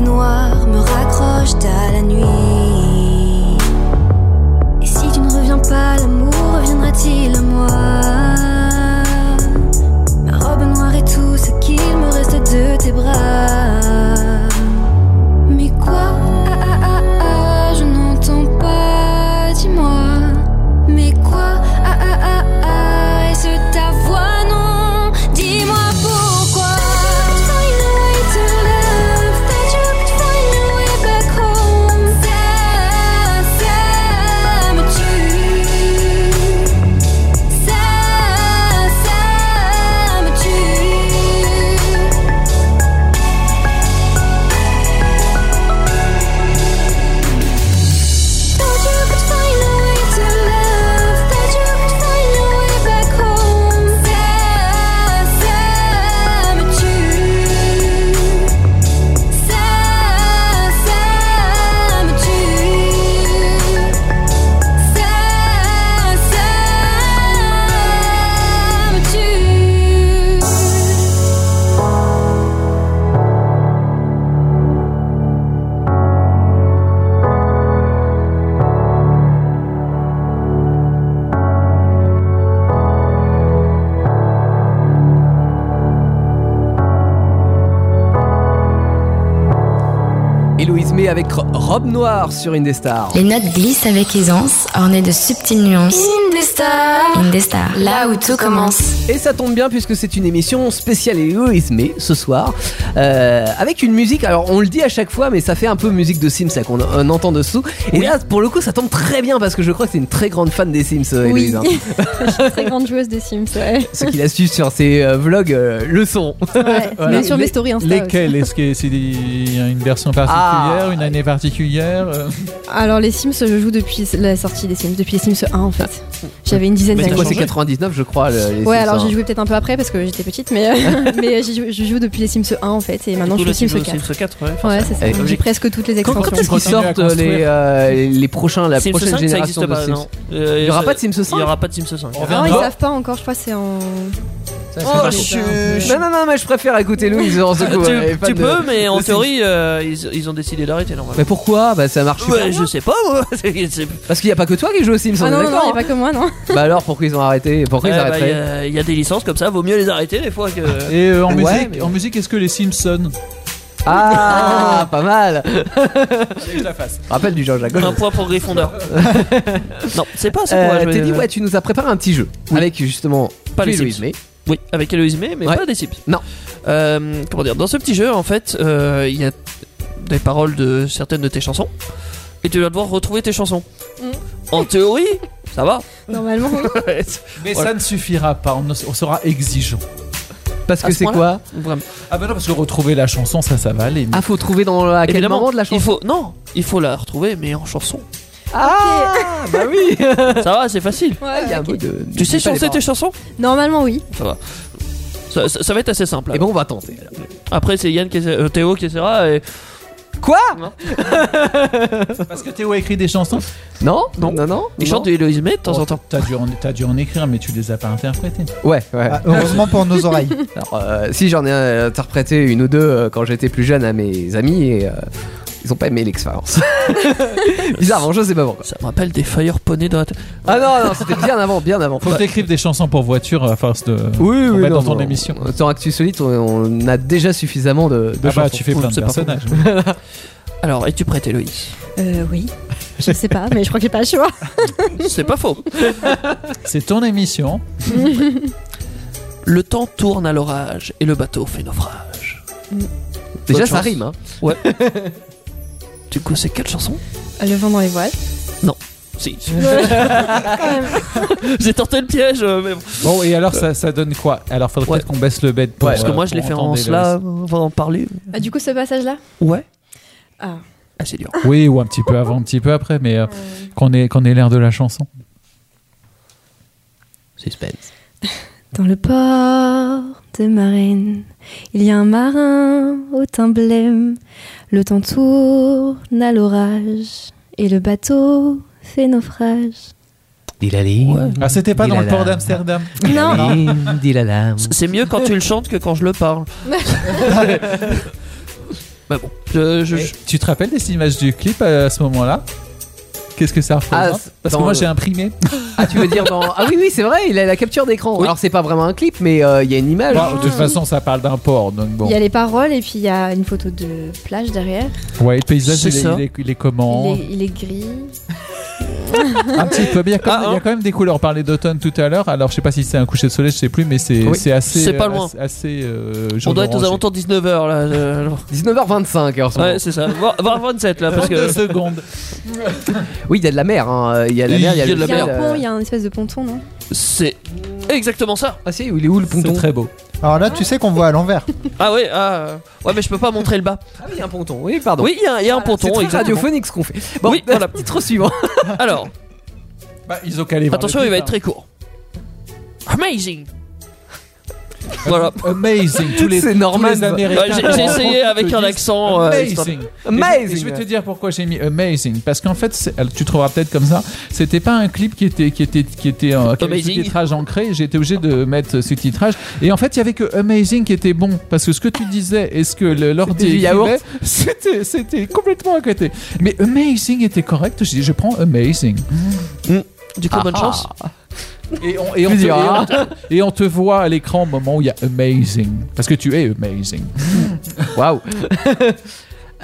Speaker 7: mémoire me raccrochent à la nuit. Et si tu ne reviens pas, l'amour reviendra-t-il à moi Ma robe noire et tout ce qu'il me reste de tes bras. Mais quoi Ah ah ah ah, je n'entends pas, dis-moi. Mais quoi Ah ah ah ah, est-ce ta voix non Dis-moi pourquoi Find a way to love That you could find a way back home Ça, ça me tue Ça, ça me tue That you could find a way to love That you could find a way back home Ça, ça me tue Ça, ça me tue Ça, ça me tue
Speaker 3: Héloïse May avec Ro- Robe Noire sur Indestar.
Speaker 2: Les notes glissent avec aisance, ornées de subtiles nuances.
Speaker 7: Indestar
Speaker 2: Indestar, là où tout commence.
Speaker 3: Et ça tombe bien puisque c'est une émission spéciale Héloïse May ce soir. euh, avec une musique, alors on le dit à chaque fois, mais ça fait un peu musique de Sims là, qu'on on entend dessous. Et là, pour le coup, ça tombe très bien parce que je crois que c'est une très grande fan des Sims, euh,
Speaker 1: Oui,
Speaker 3: Héloïse. hein.
Speaker 1: je suis très grande joueuse des Sims. Ouais.
Speaker 3: Ceux qui la suivent sur ses euh, vlogs, euh, le son.
Speaker 1: Ouais,
Speaker 3: Voilà.
Speaker 1: Mais sur mes
Speaker 5: Les-
Speaker 1: stories Insta. aussi.
Speaker 5: Lesquels Est-ce que c'est des- y a une version particulière,
Speaker 3: Ah.
Speaker 5: une année particulière euh,
Speaker 1: Alors les Sims, je joue depuis la sortie des Sims, depuis les Sims 1 en fait. J'avais une dizaine
Speaker 3: Mais c'est
Speaker 1: d'années.
Speaker 3: quoi, c'est
Speaker 6: changé
Speaker 3: 99, je crois. le- les
Speaker 1: Ouais,
Speaker 3: Sims,
Speaker 1: alors
Speaker 3: hein.
Speaker 1: j'ai joué peut-être un peu après parce que j'étais petite, mais, euh, mais j'y joue- je joue depuis les Sims 1 en fait, et maintenant je joue
Speaker 6: Du coup,
Speaker 1: aux
Speaker 6: là, tu
Speaker 1: Sims
Speaker 6: joues au
Speaker 1: 4.
Speaker 6: Sims 4, ouais.
Speaker 1: Ouais, c'est ça.
Speaker 3: Et-
Speaker 1: J'ai presque toutes les
Speaker 3: Quand, quand
Speaker 1: extensions.
Speaker 3: est-ce qu'ils
Speaker 5: Continue à
Speaker 3: sortent euh,
Speaker 5: construire.
Speaker 3: les, euh, les prochains, la
Speaker 6: Sims
Speaker 3: prochaine
Speaker 6: 5, ça
Speaker 3: génération
Speaker 6: existe
Speaker 3: de
Speaker 6: pas,
Speaker 3: Sims
Speaker 6: non. Euh,
Speaker 3: Il n'y aura
Speaker 6: ça-
Speaker 3: pas de Sims
Speaker 6: Il
Speaker 3: 5
Speaker 6: y aura pas de Sims 5.
Speaker 5: On
Speaker 1: Non,
Speaker 5: reviendra.
Speaker 1: ils savent pas encore, je crois, c'est en. ah
Speaker 5: Ça, c'est
Speaker 6: Oh,
Speaker 5: pas-
Speaker 6: chut.
Speaker 3: Non, non, non, mais je préfère écouter Louise en ce
Speaker 6: Tu,
Speaker 3: coup. elle est
Speaker 6: tu
Speaker 3: fan de-
Speaker 6: peux, mais en
Speaker 3: de Sims.
Speaker 6: théorie, euh, ils, ils ont décidé d'arrêter normalement.
Speaker 3: Mais pourquoi Bah ça marche super
Speaker 6: Ouais,
Speaker 3: bien.
Speaker 6: je sais pas, moi. C'est- c'est-
Speaker 3: Parce qu'il n'y a pas que toi qui joue aux Sims, on
Speaker 1: Ah
Speaker 3: est
Speaker 1: non, non, non,
Speaker 3: d'accord
Speaker 1: il y a pas que moi, non.
Speaker 3: Bah alors pourquoi ils ont arrêté Pourquoi ils
Speaker 6: Ouais, bah, Il
Speaker 3: arrêteraient
Speaker 6: y a- il y, a des licences comme ça, vaut mieux les arrêter des fois que.
Speaker 5: Et euh, en,
Speaker 3: Ouais,
Speaker 5: musique,
Speaker 3: mais-
Speaker 5: en musique, est-ce que les Simpsons
Speaker 3: Ah, pas mal
Speaker 5: la face.
Speaker 3: Rappel du Jean-Jacques
Speaker 6: Un
Speaker 3: Goldman.
Speaker 6: point pour Gryffondor. non, c'est pas ça.
Speaker 3: Euh,
Speaker 6: pour
Speaker 3: Teddy, ouais, tu nous as préparé un petit jeu avec justement
Speaker 6: Pas
Speaker 3: tu
Speaker 6: les
Speaker 3: et Louise
Speaker 6: Sims.
Speaker 3: May.
Speaker 6: Oui, avec Eloise May, mais
Speaker 3: Ouais.
Speaker 6: pas des Sims.
Speaker 3: Non.
Speaker 6: Euh, comment dire Dans ce petit jeu, en fait, euh, il y a des paroles de certaines de tes chansons, et tu dois devoir retrouver tes chansons.
Speaker 1: Mm.
Speaker 6: En théorie, ça va.
Speaker 1: Normalement, oui.
Speaker 5: Mais
Speaker 6: Voilà.
Speaker 5: ça ne suffira pas, on, on sera exigeant.
Speaker 3: Parce
Speaker 6: À
Speaker 3: que
Speaker 6: ce
Speaker 3: c'est
Speaker 6: point-là
Speaker 3: quoi
Speaker 6: Vraiment.
Speaker 5: Ah bah non, parce que retrouver la chanson, ça, ça va aller.
Speaker 3: Ah, faut trouver dans à quel
Speaker 6: Évidemment,
Speaker 3: moment de la
Speaker 6: il
Speaker 3: chanson.
Speaker 6: faut non, il faut la retrouver, mais en chanson.
Speaker 3: Ah, bah oui
Speaker 6: ça va, c'est facile.
Speaker 1: Ouais,
Speaker 3: Il y a un
Speaker 1: ok.
Speaker 3: mot de.
Speaker 6: Tu sais
Speaker 3: de- pas les
Speaker 6: chanter tes
Speaker 3: paroles.
Speaker 6: chansons
Speaker 1: Normalement, oui.
Speaker 6: ça, ça- ça va être assez simple.
Speaker 3: Eh ben on va tenter. alors.
Speaker 6: Après, c'est Yann qui essa- euh, Théo qui essaiera. Et...
Speaker 3: Quoi
Speaker 5: Parce que Théo a écrit des chansons
Speaker 3: Non, non, non, non.
Speaker 6: Il chante du Eloise May de temps en temps.
Speaker 5: T'as dû, en- t'as dû en écrire, mais tu les as pas interprétées.
Speaker 3: Ouais, ouais.
Speaker 4: Ah, heureusement pour nos oreilles.
Speaker 3: Alors, euh, si j'en ai euh, interprété une ou deux euh, quand j'étais plus jeune à mes amis et euh, ils ont pas aimé l'expérience. Bizarrement, je sais pas pourquoi.
Speaker 6: Ça me rappelle des Fire Pony dans la tête.
Speaker 3: Ah non, non, c'était bien avant, bien avant.
Speaker 5: Faut que t'écrives des chansons pour voiture à force de. Ah
Speaker 3: oui,
Speaker 5: on
Speaker 3: oui,
Speaker 5: va
Speaker 3: non,
Speaker 5: dans ton
Speaker 3: non.
Speaker 5: émission.
Speaker 3: Dans Actu Solide, on, on a déjà suffisamment de, de
Speaker 5: Ah bah,
Speaker 3: chansons.
Speaker 5: tu fais plein de
Speaker 6: c'est pas faux.
Speaker 5: personnages.
Speaker 6: Alors, es-tu prête, Eloïse
Speaker 1: Euh, oui. Je sais pas, mais je crois que j'ai pas le choix.
Speaker 6: C'est pas faux.
Speaker 5: C'est ton émission.
Speaker 6: Le temps tourne à l'orage et le bateau fait naufrage.
Speaker 3: Déjà,
Speaker 6: Bonne
Speaker 3: ça
Speaker 6: chance.
Speaker 3: rime. Hein.
Speaker 6: Du coup, c'est quelle chanson
Speaker 1: Euh, Le vent dans les voiles.
Speaker 6: Si. J'ai tenté le piège, euh, mais bon.
Speaker 5: Bon, et alors, ça, ça donne quoi Alors, faudrait
Speaker 6: Ouais.
Speaker 5: peut-être qu'on baisse le bed pour.
Speaker 6: Parce que
Speaker 5: euh,
Speaker 6: moi, je l'ai
Speaker 5: pour
Speaker 6: fait en
Speaker 5: entendre les
Speaker 6: cela, on va en parler.
Speaker 1: Ah, du coup, ce passage-là
Speaker 6: Ouais.
Speaker 1: Ah.
Speaker 6: Ah, c'est dur.
Speaker 5: lyrics. Oui, ou un petit peu avant, un petit peu après, mais euh, qu'on ait, qu'on ait l'air de la chanson.
Speaker 3: Suspense.
Speaker 7: Dans le port de Marine, il y a un marin au teint blême. Le temps tourne à l'orage et le bateau fait naufrage.
Speaker 3: Dilalim.
Speaker 5: Ah, c'était pas dans le
Speaker 3: Dilala.
Speaker 5: port d'Amsterdam.
Speaker 1: Non.
Speaker 3: Dilalam.
Speaker 6: C'est mieux quand tu le chantes que quand je le parle. Bah bon, je- je-
Speaker 5: Et Tu te rappelles des images du clip euh, à ce moment-là Qu'est-ce que ça représente
Speaker 6: Ah,
Speaker 3: c'est-
Speaker 5: Parce que
Speaker 3: dans
Speaker 5: moi
Speaker 3: le-
Speaker 5: j'ai imprimé.
Speaker 3: Ah, tu veux dire dans. Ah oui, oui, c'est vrai, il a la capture d'écran.
Speaker 6: Oui.
Speaker 3: Alors, c'est pas vraiment un clip, mais euh, il y a une image.
Speaker 5: Bon, Bah, de toute façon, ça parle d'un port, donc bon.
Speaker 1: Ah, Il y a les paroles et puis il y a une photo de plage derrière.
Speaker 5: Ouais, le paysage,
Speaker 6: C'est
Speaker 5: il est,
Speaker 6: ça.
Speaker 5: il est- il est comment
Speaker 1: Il, est, il est gris.
Speaker 5: Un petit peu, mais il y, a quand même,
Speaker 6: Ah,
Speaker 5: il y
Speaker 6: hein.
Speaker 5: a quand même des couleurs. On parlait d'automne tout à l'heure, alors je sais pas si c'est un coucher de soleil, je sais plus, mais c'est
Speaker 3: Oui.
Speaker 5: c'est assez.
Speaker 6: C'est pas
Speaker 5: euh,
Speaker 6: loin.
Speaker 5: Assez, assez, euh,
Speaker 6: on
Speaker 5: jaune
Speaker 6: doit être aux
Speaker 5: orangé.
Speaker 6: alentours de 19h là. euh,
Speaker 3: 19h25 en ce moment.
Speaker 6: Ouais, c'est ça. Voir voir 27 là, parce
Speaker 5: 32
Speaker 6: que.
Speaker 5: secondes.
Speaker 3: Oui, il y a de la mer. hein. Il y a de la
Speaker 6: Il
Speaker 3: mer, il y a,
Speaker 6: y a
Speaker 3: le
Speaker 6: de la
Speaker 1: Il y a
Speaker 3: ciel,
Speaker 1: un
Speaker 3: euh,
Speaker 1: pont, il y a un espèce de ponton, non
Speaker 6: C'est exactement ça.
Speaker 3: Ah, si, il est où le ponton
Speaker 5: C'est très beau.
Speaker 4: Alors là, tu sais qu'on voit à l'envers.
Speaker 6: Ah ouais, ah. Ouais, mais je peux pas montrer le bas.
Speaker 3: Ah, oui, il y a un ponton. Oui, pardon.
Speaker 6: Oui, il y, a- il y a un ponton.
Speaker 3: C'est très
Speaker 6: exactement.
Speaker 3: radiophonique ce qu'on fait. Bon,
Speaker 6: Oui, voilà.
Speaker 3: titre suivant.
Speaker 6: Alors,
Speaker 5: Bah, ils ont qu'à aller voir
Speaker 6: attention,
Speaker 5: le
Speaker 6: il va
Speaker 5: clip,
Speaker 6: être très court. Amazing. voilà.
Speaker 5: hein. Amazing. Tous les,
Speaker 3: C'est
Speaker 5: tous les
Speaker 3: Norman.
Speaker 5: Américains
Speaker 6: Ouais,
Speaker 5: qu'on
Speaker 6: j'ai j'ai essayé
Speaker 5: rencontre
Speaker 6: avec
Speaker 5: te
Speaker 6: un
Speaker 5: disent
Speaker 6: accent. euh, histoire
Speaker 5: Amazing.
Speaker 6: de-
Speaker 5: Et je- et
Speaker 3: Amazing.
Speaker 5: Je vais te dire pourquoi j'ai mis amazing parce qu'en fait c'est- alors, tu trouveras peut-être comme ça. C'était pas un clip qui était qui était qui était euh, qui avait le
Speaker 6: Amazing.
Speaker 5: sous-titrage ancré. J'ai été obligé de mettre ce titrage et en fait il y avait que amazing qui était bon parce que ce que tu disais et ce que le- l'ordi
Speaker 3: C'était du yaourt.
Speaker 5: écrivait, c'était c'était complètement à côté. Mais amazing était correct. J'ai dit je prends amazing
Speaker 6: Du coup, bonne chance.
Speaker 5: et on et on,
Speaker 3: Tu
Speaker 5: te, et,
Speaker 3: diras.
Speaker 5: on te, et on te voit à l'écran au moment où il y a amazing parce que tu es amazing.
Speaker 3: Waouh.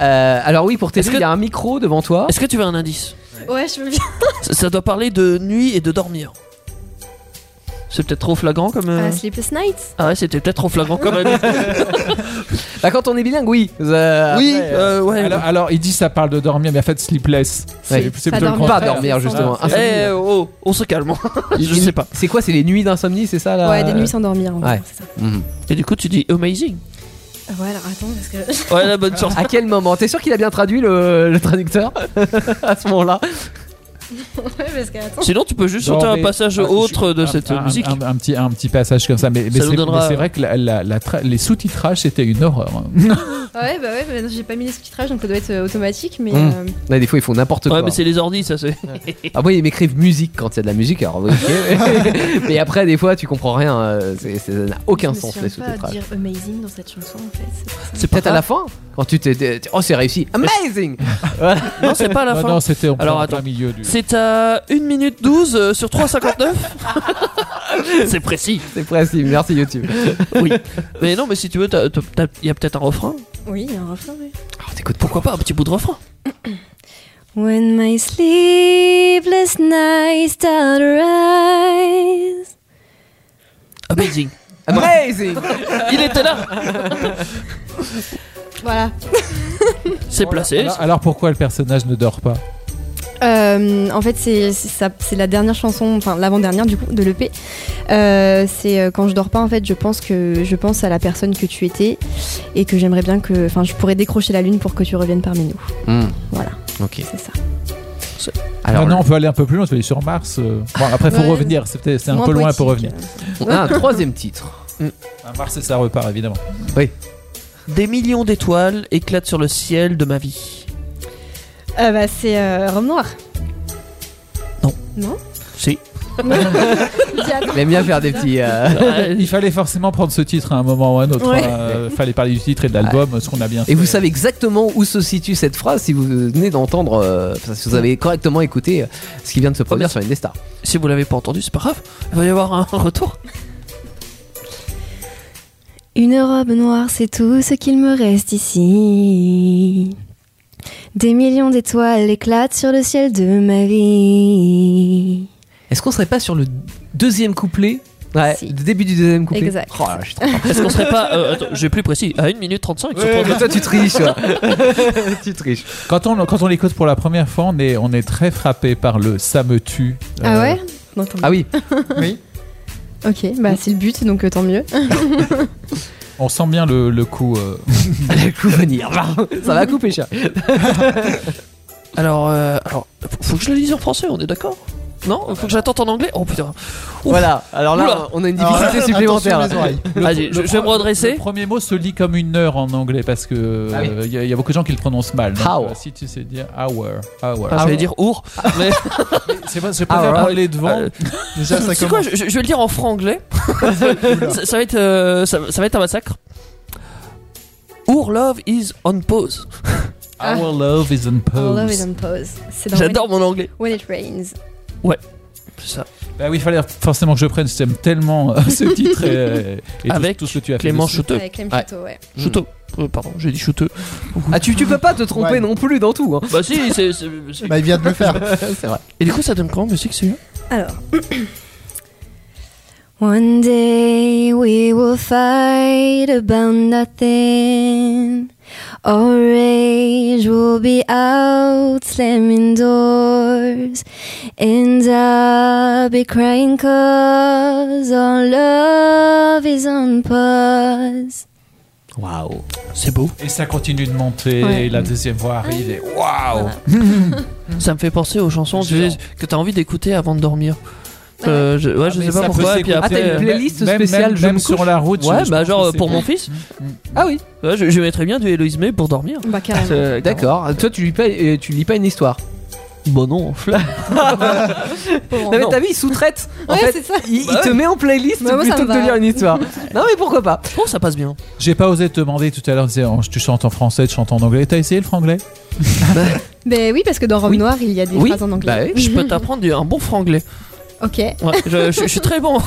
Speaker 3: Euh, alors oui, pour t'aider,
Speaker 6: Est-ce
Speaker 3: il
Speaker 6: que-
Speaker 3: y a un micro devant toi.
Speaker 6: Est-ce que tu veux un indice
Speaker 1: Ouais, je veux bien.
Speaker 6: ça, ça doit parler de nuit et de dormir. C'est peut-être trop flagrant comme. euh,
Speaker 1: Ah, Sleepless Night
Speaker 6: Ah ouais, c'était peut-être trop flagrant comme indice.
Speaker 3: Bah, quand on est bilingue, oui. Euh,
Speaker 6: oui,
Speaker 3: après,
Speaker 6: euh, ouais.
Speaker 5: Alors, alors, il dit ça parle de dormir mais en fait sleepless.
Speaker 3: Ouais.
Speaker 5: c'est
Speaker 1: Ça
Speaker 5: plutôt le
Speaker 1: dort
Speaker 3: pas
Speaker 5: contraire.
Speaker 3: dormir justement.
Speaker 5: Ah,
Speaker 6: Eh,
Speaker 5: c'est-
Speaker 3: Insomnie.
Speaker 6: eh, oh, on se calme. hein. je sais pas.
Speaker 3: Euh, C'est quoi C'est les nuits d'insomnie, c'est ça là
Speaker 1: Ouais, des nuits sans dormir. en gros,
Speaker 3: Ah. ouais.
Speaker 1: c'est ça.
Speaker 3: Mhm.
Speaker 6: Et du coup, tu dis amazing.
Speaker 1: Ah Ouais, alors attends, parce que.
Speaker 6: Ouais, la bonne chance.
Speaker 3: À quel moment T'es sûr qu'il a bien traduit le, le traducteur à ce moment-là
Speaker 1: ouais, parce que attends.
Speaker 6: Sinon, tu peux juste
Speaker 5: Non,
Speaker 6: chanter un
Speaker 5: mais-
Speaker 6: passage
Speaker 5: Ah,
Speaker 6: autre de
Speaker 5: un-
Speaker 6: cette
Speaker 5: un,
Speaker 6: musique.
Speaker 5: Un, un petit, un petit passage comme ça, mais, mais
Speaker 6: Ça
Speaker 5: c'est
Speaker 6: nous
Speaker 5: mais
Speaker 6: donnera-
Speaker 5: c'est vrai que la- la- la tra- les sous-titrages c'était une horreur. hein.
Speaker 1: Ouais, bah ouais, bah, j'ai pas mis les sous-titrages donc ça doit être euh, automatique, mais.
Speaker 3: Mhm.
Speaker 1: euh,
Speaker 3: Là, des fois, ils font n'importe
Speaker 6: Ouais,
Speaker 3: quoi.
Speaker 6: mais c'est les ordis, ça c'est.
Speaker 3: Ah oui, ils m'écrivent musique quand il y a de la musique, alors ok. mais après, des fois, tu comprends rien. euh, c'est- c'est- ça n'a
Speaker 1: je
Speaker 3: aucun
Speaker 1: me
Speaker 3: sens,
Speaker 1: souviens
Speaker 3: les
Speaker 1: pas
Speaker 3: sous-titrages.
Speaker 1: dire amazing dans cette chanson en fait.
Speaker 3: C'est peut-être à la fin Quand tu t'es. t'es- Oh, c'est réussi Amazing
Speaker 6: Non, c'est pas à la
Speaker 5: non,
Speaker 6: fin.
Speaker 5: Bah non, c'était en
Speaker 6: Alors,
Speaker 5: plein
Speaker 6: attends.
Speaker 5: milieu du.
Speaker 6: C'est à 1 minute 12 euh, sur 3,59. c'est précis.
Speaker 3: C'est précis, merci YouTube.
Speaker 6: Mais non, mais si tu veux, t'as- t'as- t'as- il y a peut-être un refrain.
Speaker 1: Oui, il y a un refrain, oui.
Speaker 3: Alors, t'écoutes
Speaker 6: Pourquoi pas un petit bout de refrain
Speaker 7: When my sleepless nights start to rise,
Speaker 6: Amazing.
Speaker 3: Amazing
Speaker 6: Il était là.
Speaker 1: Voilà.
Speaker 6: C'est placé.
Speaker 5: Alors, alors, pourquoi le personnage ne dort pas
Speaker 1: Euh, en fait, c'est c'est ça- c'est la dernière chanson, enfin l'avant-dernière du coup, de l'EP. Euh, c'est euh, quand je dors pas, en fait, je pense que je pense à la personne que tu étais et que j'aimerais bien que, enfin, je pourrais décrocher la lune pour que tu reviennes parmi nous.
Speaker 3: Hmm,
Speaker 1: Voilà,
Speaker 3: Ok.
Speaker 1: c'est ça.
Speaker 3: Alors,
Speaker 5: non, non, on peut aller un peu plus loin, on peut aller sur Mars. euh. Bon, après, faut
Speaker 1: Ouais.
Speaker 5: revenir, c'est peut-être- c'est un
Speaker 1: Moins
Speaker 5: peu loin
Speaker 1: poétique,
Speaker 5: pour revenir.
Speaker 1: euh.
Speaker 3: on a un troisième titre.
Speaker 5: Ah, Mars et ça repart, évidemment.
Speaker 6: Des millions d'étoiles éclatent sur le ciel de ma vie.
Speaker 1: Euh, bah, c'est euh, Rome Noir.
Speaker 6: Si.
Speaker 3: Il aime bien faire des petits. euh,
Speaker 5: Il fallait forcément prendre ce titre à un moment ou à un autre.
Speaker 1: Ouais.
Speaker 5: hein. Euh, fallait parler du titre et de l'album, ce qu'on a bien
Speaker 3: Et vous savez exactement où se situe cette phrase si vous venez d'entendre, euh, enfin, si vous avez correctement écouté euh, ce qui vient de se produire sur Indestar.
Speaker 6: Si vous l'avez pas entendu, c'est pas grave. Il va y avoir un retour.
Speaker 7: une robe noire, c'est tout ce qu'il me reste ici. Des millions d'étoiles éclatent sur le ciel de ma vie.
Speaker 3: Est-ce qu'on serait pas sur le deuxième couplet Ouais,
Speaker 1: Si.
Speaker 3: le début du deuxième couplet.
Speaker 1: Exact.
Speaker 3: Oh là là, je suis trop fort.
Speaker 6: Est-ce qu'on serait pas. euh, attends, je vais plus précis. À 1 minute 35. sur
Speaker 3: Mais
Speaker 6: 32.
Speaker 3: toi, tu triches. toi. tu triches.
Speaker 5: Quand on, quand on l'écoute pour la première fois, on est, on est très frappé par le ça me tue.
Speaker 1: Ah
Speaker 5: Euh,
Speaker 1: ouais Non, tant mieux.
Speaker 3: Ah oui.
Speaker 4: Oui.
Speaker 1: Ok, bah c'est le but, donc euh, tant mieux.
Speaker 5: On sent bien le, le coup. euh,
Speaker 3: Le coup venir. Ça va couper, chat.
Speaker 6: Alors, euh, alors, faut- faut que je le lise en français, on est d'accord Non Faut que j'attende en anglais Oh putain.
Speaker 3: Voilà. Alors là,
Speaker 6: Oula.
Speaker 3: on a une
Speaker 4: Alors là,
Speaker 3: difficulté
Speaker 4: attention
Speaker 3: supplémentaire.
Speaker 4: les oreilles.
Speaker 5: Le-
Speaker 6: Vas-y, je,
Speaker 5: le
Speaker 6: je vais me
Speaker 5: Le
Speaker 6: redresser.
Speaker 5: premier mot se lit comme une heure en anglais parce que
Speaker 3: Ah oui.
Speaker 5: euh, il y, a- il y a beaucoup de gens qui le prononcent mal. Donc,
Speaker 3: How.
Speaker 5: euh, Si tu sais dire hour, hour.
Speaker 6: Enfin, Ah, j'allais dire our. Mais
Speaker 5: C'est pas, je préfère
Speaker 3: Hour.
Speaker 5: parler devant.
Speaker 6: Euh,
Speaker 4: Déjà, ça
Speaker 6: c'est quoi
Speaker 4: commence.
Speaker 6: je, je- je vais le dire en franglais. ça, ça va être, euh, ça, ça va être un massacre. Our Our Love is on Pause.
Speaker 1: Ah.
Speaker 5: Our love is on
Speaker 1: Our love
Speaker 5: pause.
Speaker 1: is on pause. C'est dans
Speaker 6: J'adore mon anglais.
Speaker 1: When It, When It Rains.
Speaker 6: C'est ça.
Speaker 5: Bah oui, il fallait forcément que je prenne. J'aime tellement euh, ce titre euh, et tout-
Speaker 6: Avec
Speaker 5: tout, ce que tu as fait.
Speaker 6: Clément
Speaker 5: dessus.
Speaker 6: Chouteux.
Speaker 1: Avec Clem
Speaker 6: Ouais.
Speaker 1: Château, ouais.
Speaker 6: Chouteux. Euh, pardon, j'ai dit Chouteux.
Speaker 3: Ah, tu, tu peux pas te tromper
Speaker 4: Ouais.
Speaker 3: non plus dans tout. hein.
Speaker 6: Bah si, c'est. c'est- c'est-
Speaker 4: Bah, il vient de le faire.
Speaker 3: C'est vrai.
Speaker 6: Et du coup, ça donne comment musique celui-là
Speaker 1: Alors,
Speaker 7: One day we will fight about nothing. Our rage will be out slamming doors. And I'll be crying cause our love is on pause.
Speaker 3: Waouh.
Speaker 6: C'est beau.
Speaker 5: Et ça continue de monter.
Speaker 1: Ouais.
Speaker 5: et la deuxième voix arrive. et Waouh.
Speaker 6: Ça me fait penser aux chansons tu
Speaker 5: Genre.
Speaker 6: sais, que t'as envie d'écouter avant de dormir. Euh, je, ouais, je
Speaker 5: Ah, Mais
Speaker 6: sais pas
Speaker 5: ça peut
Speaker 6: pourquoi. Et puis
Speaker 5: s'écouter,
Speaker 6: après,
Speaker 3: Ah, t'as
Speaker 6: euh,
Speaker 3: une playlist
Speaker 5: même-
Speaker 3: spéciale
Speaker 5: même,
Speaker 3: Je
Speaker 5: même
Speaker 3: me
Speaker 5: sur
Speaker 3: couche.
Speaker 5: la route.
Speaker 6: ouais,
Speaker 5: je
Speaker 6: bah
Speaker 5: pense
Speaker 6: genre
Speaker 5: que
Speaker 6: euh,
Speaker 5: c'est
Speaker 6: pour
Speaker 5: bon.
Speaker 6: mon fils,
Speaker 3: Ah oui,
Speaker 6: ouais, je, je mettrais bien du Eloise May pour dormir.
Speaker 1: bah carrément.
Speaker 6: C'est-
Speaker 3: Euh, d'accord. Toi, tu lis pas, euh, tu lis pas une histoire.
Speaker 6: Bon Bah non.
Speaker 1: Pauvre
Speaker 3: Non, Oh, mais
Speaker 1: enfant.
Speaker 3: t'as vu, il sous-traite. En
Speaker 1: Ouais,
Speaker 3: fait,
Speaker 1: c'est ça.
Speaker 3: il, il te met en playlist
Speaker 1: Bah, moi, ça
Speaker 3: plutôt
Speaker 1: me
Speaker 3: que de
Speaker 1: va.
Speaker 3: lire une histoire. non, mais pourquoi pas
Speaker 6: Oh, ça passe bien.
Speaker 5: J'ai pas osé te demander tout à l'heure. disais, oh, Tu chantes en français, tu chantes en anglais. T'as essayé le franglais
Speaker 1: Ben oui, parce que dans Rome
Speaker 3: Oui.
Speaker 1: Noire, il y a des
Speaker 3: Oui.
Speaker 1: phrases en anglais.
Speaker 3: Bah oui.
Speaker 6: Je peux t'apprendre du- un bon franglais.
Speaker 1: Ok.
Speaker 6: Ouais, je, je- je suis très bon.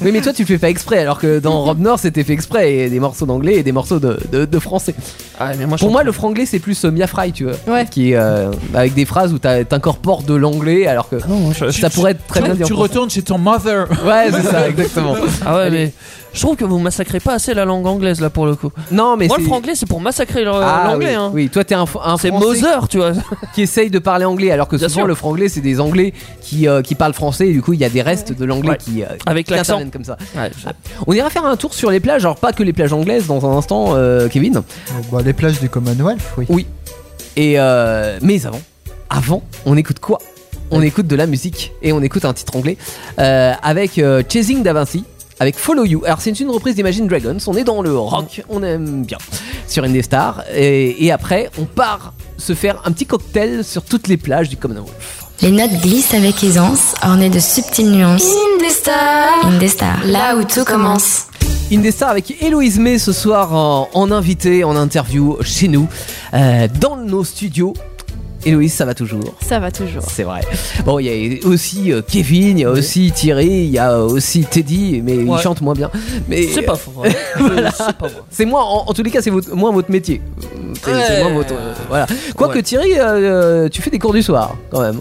Speaker 3: Oui, mais toi, tu le fais pas exprès, alors que dans Rob Nord, c'était fait exprès. Et des morceaux d'anglais et des morceaux de, de- de français.
Speaker 6: Ah, mais moi, je
Speaker 3: Pour
Speaker 6: chante-
Speaker 3: moi, le franglais, c'est plus euh, Mia Fry, tu vois.
Speaker 1: Ouais.
Speaker 3: Qui est euh, avec des phrases où t'as- t'incorpores de l'anglais, alors que
Speaker 6: Non, je- je-
Speaker 3: ça pourrait être très
Speaker 5: Tu-
Speaker 3: bien dit en
Speaker 5: Tu
Speaker 3: français.
Speaker 5: retournes chez ton mother.
Speaker 3: Ouais, c'est ça, exactement.
Speaker 6: Ah ouais,
Speaker 3: Allez.
Speaker 6: mais je trouve que vous massacrez pas assez la langue anglaise là pour le coup.
Speaker 3: Non, mais
Speaker 6: Moi, le
Speaker 3: c'est-
Speaker 6: franglais, c'est pour massacrer leur-
Speaker 3: Ah,
Speaker 6: l'anglais.
Speaker 3: oui.
Speaker 6: hein.
Speaker 3: oui, toi, t'es un, fr- un
Speaker 6: C'est
Speaker 3: Français
Speaker 6: Mother, tu vois.
Speaker 3: qui essaye de parler anglais, alors que
Speaker 6: Bien
Speaker 3: souvent
Speaker 6: sûr.
Speaker 3: le franglais, c'est des anglais qui, euh, qui parlent français, et du coup, il y a des restes de l'anglais
Speaker 6: Ouais.
Speaker 3: qui, euh,
Speaker 6: Avec
Speaker 3: qui
Speaker 6: l'accent.
Speaker 3: interviennent comme ça.
Speaker 6: Ouais, je-
Speaker 3: On ira faire un tour sur les plages, alors pas que les plages anglaises dans un instant, euh, Kevin.
Speaker 4: Bon, bah, les plages du Commonwealth, oui.
Speaker 3: Et euh, mais avant, avant, on écoute quoi On écoute de la musique et on écoute un titre anglais euh, avec euh, Chasing Da Vinci, avec Follow You. Alors c'est une reprise d'Imagine Dragons. On est dans le rock, on aime bien sur Indestar. Et, et après, on part se faire un petit cocktail sur toutes les plages du Commonwealth.
Speaker 2: Les notes glissent avec aisance, ornées de subtiles nuances.
Speaker 7: Indestar.
Speaker 2: Indestar, là où tout commence.
Speaker 3: Indestar avec Héloïse May ce soir en, en invité, en interview chez nous, euh, dans nos studios. Héloïse, ça va toujours
Speaker 1: Ça va toujours.
Speaker 3: C'est vrai. Bon, il y a aussi euh, Kevin, il y a aussi Thierry, il y a aussi Teddy, mais
Speaker 6: Ouais.
Speaker 3: il chante moins bien. Mais
Speaker 6: C'est pas faux. hein. Je- C'est pas vrai.
Speaker 3: C'est moins, en, en tous les cas, c'est votre- moins votre métier. C'est c'est
Speaker 6: Ouais.
Speaker 3: moins votre. euh, voilà. Quoique
Speaker 6: Ouais.
Speaker 3: Thierry, euh, euh, tu fais des cours du soir quand même.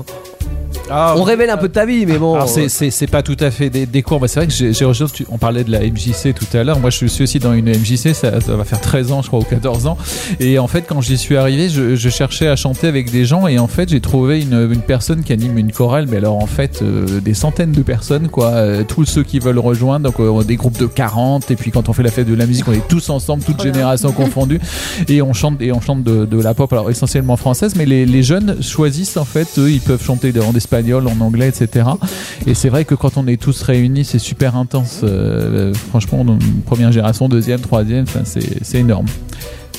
Speaker 5: Ah,
Speaker 3: On révèle un peu de ta vie, mais bon. euh,
Speaker 5: Alors c'est- c'est c'est pas tout à fait des, des cours, mais c'est vrai que j'ai j'ai rejoint, tu- on parlait de la MJC tout à l'heure, moi je suis aussi dans une MJC, ça, ça va faire 13 ans je crois ou 14 ans, et en fait quand j'y suis arrivé je, je cherchais à chanter avec des gens et en fait j'ai trouvé une, une personne qui anime une chorale, mais alors en fait euh, des centaines de personnes quoi, euh, tous ceux qui veulent rejoindre, donc euh, des groupes de 40, et puis quand on fait la fête de la musique on est tous ensemble, toutes générations confondues, et on chante et on chante de, de la pop alors essentiellement française mais les, les jeunes choisissent en fait eux ils peuvent chanter en espagnol en anglais etc et c'est vrai que quand on est tous réunis c'est super intense Euh, euh, franchement donc, première génération deuxième troisième enfin, c'est c'est énorme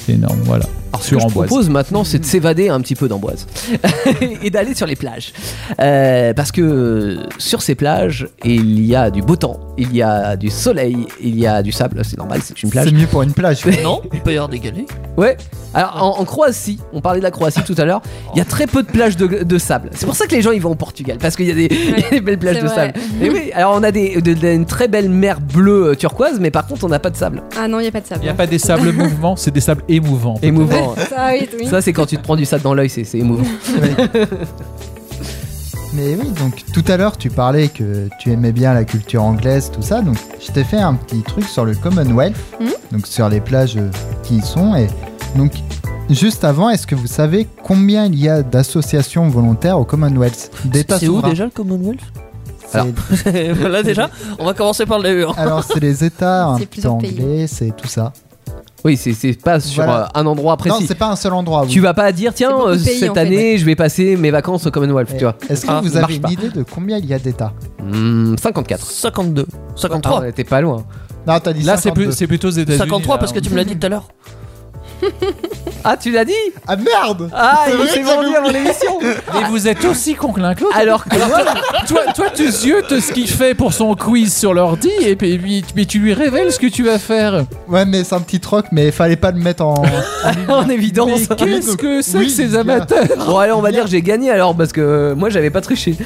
Speaker 5: c'est énorme voilà
Speaker 3: Alors, ce
Speaker 5: sur
Speaker 3: que je
Speaker 5: Amboise.
Speaker 3: propose maintenant, c'est de s'évader un petit peu d'Amboise et d'aller sur les plages. Euh, parce que euh, sur ces plages, il y a du beau temps, il y a du soleil, il y a du sable. C'est normal, c'est une plage.
Speaker 4: C'est mieux pour une plage. quoi.
Speaker 6: Non, il peut y avoir des galets.
Speaker 3: Ouais. Alors en, en Croatie, on parlait de la Croatie tout à l'heure, il y a très peu de plages de, de sable. C'est pour ça que les gens ils vont au Portugal parce qu'il y, a des- il y a des belles plages
Speaker 1: c'est
Speaker 3: de
Speaker 1: vrai.
Speaker 3: sable. Et oui, alors on a des, de- de- une très belle mer bleue euh, turquoise, mais par contre on n'a pas de sable.
Speaker 1: Ah non, il n'y a pas de
Speaker 5: il
Speaker 1: sable.
Speaker 5: n'y a pas des sables mouvants c'est des sables émouvants
Speaker 3: Émouvant.
Speaker 1: Ah oui, oui.
Speaker 3: Ça c'est quand tu te prends du sable dans l'œil, c'est c'est émouvant.
Speaker 4: Mais oui, donc tout à l'heure, tu parlais que tu aimais bien la culture anglaise, tout ça. Donc, je t'ai fait un petit truc sur le Commonwealth,
Speaker 3: Hmm.
Speaker 1: Mhm.
Speaker 4: donc sur les plages euh, qui y sont. Et donc, juste avant, est-ce que vous savez combien il y a d'associations volontaires au Commonwealth d'États
Speaker 6: C'est où
Speaker 4: souverains
Speaker 6: déjà le Commonwealth
Speaker 4: C'est-
Speaker 3: Alors.
Speaker 6: Là déjà, on va commencer par le début. hein.
Speaker 4: Alors, c'est les États un
Speaker 1: C'est
Speaker 4: petit peu
Speaker 1: plusieurs pays.
Speaker 4: anglais, c'est tout ça.
Speaker 3: Oui, c'est- c'est pas sur
Speaker 4: Voilà.
Speaker 3: euh, un endroit
Speaker 4: Non,
Speaker 3: précis.
Speaker 4: c'est pas un seul endroit. oui.
Speaker 3: tu vas pas dire tiens
Speaker 1: beaucoup de
Speaker 3: euh,
Speaker 1: pays,
Speaker 3: cette
Speaker 1: en fait.
Speaker 3: année je vais passer mes vacances au Commonwealth,
Speaker 4: Et
Speaker 3: tu vois.
Speaker 4: Est-ce que
Speaker 3: Ah,
Speaker 4: vous
Speaker 3: ça
Speaker 4: avez
Speaker 3: marche
Speaker 4: une
Speaker 3: pas.
Speaker 4: idée de combien il y a d'États
Speaker 3: Hmm, 54.
Speaker 6: 52,
Speaker 3: Ah,
Speaker 6: 53.
Speaker 3: ouais, t'es pas loin.
Speaker 4: Non, t'as dit
Speaker 5: là c'est
Speaker 4: 52.
Speaker 5: plus- c'est plutôt aux États-Unis
Speaker 6: 53
Speaker 5: là,
Speaker 6: parce que
Speaker 5: hein.
Speaker 6: tu me l'as dit tout à l'heure.
Speaker 3: Ah, tu l'as dit
Speaker 4: Ah merde
Speaker 3: Ah,
Speaker 4: C'est
Speaker 3: il
Speaker 4: vrai
Speaker 3: s'est
Speaker 4: que j'avais
Speaker 3: vendu avant l'émission
Speaker 5: Mais vous êtes aussi con que l'un que l'autre.
Speaker 3: Alors que moi,
Speaker 5: Toi, toi, tu ziotes ce qu'il fait pour son quiz sur l'ordi et puis puis- mais tu lui révèles ce que tu vas
Speaker 3: Ah,
Speaker 5: faire.
Speaker 4: Ouais, mais c'est un petit troc, mais fallait pas le mettre en.
Speaker 3: en évidence.
Speaker 5: Mais qu'est-ce que c'est
Speaker 4: Oui,
Speaker 5: que
Speaker 4: il
Speaker 5: ces
Speaker 4: y a-
Speaker 5: amateurs
Speaker 3: Bon, alors on va dire que j'ai gagné alors parce que euh, moi j'avais pas triché.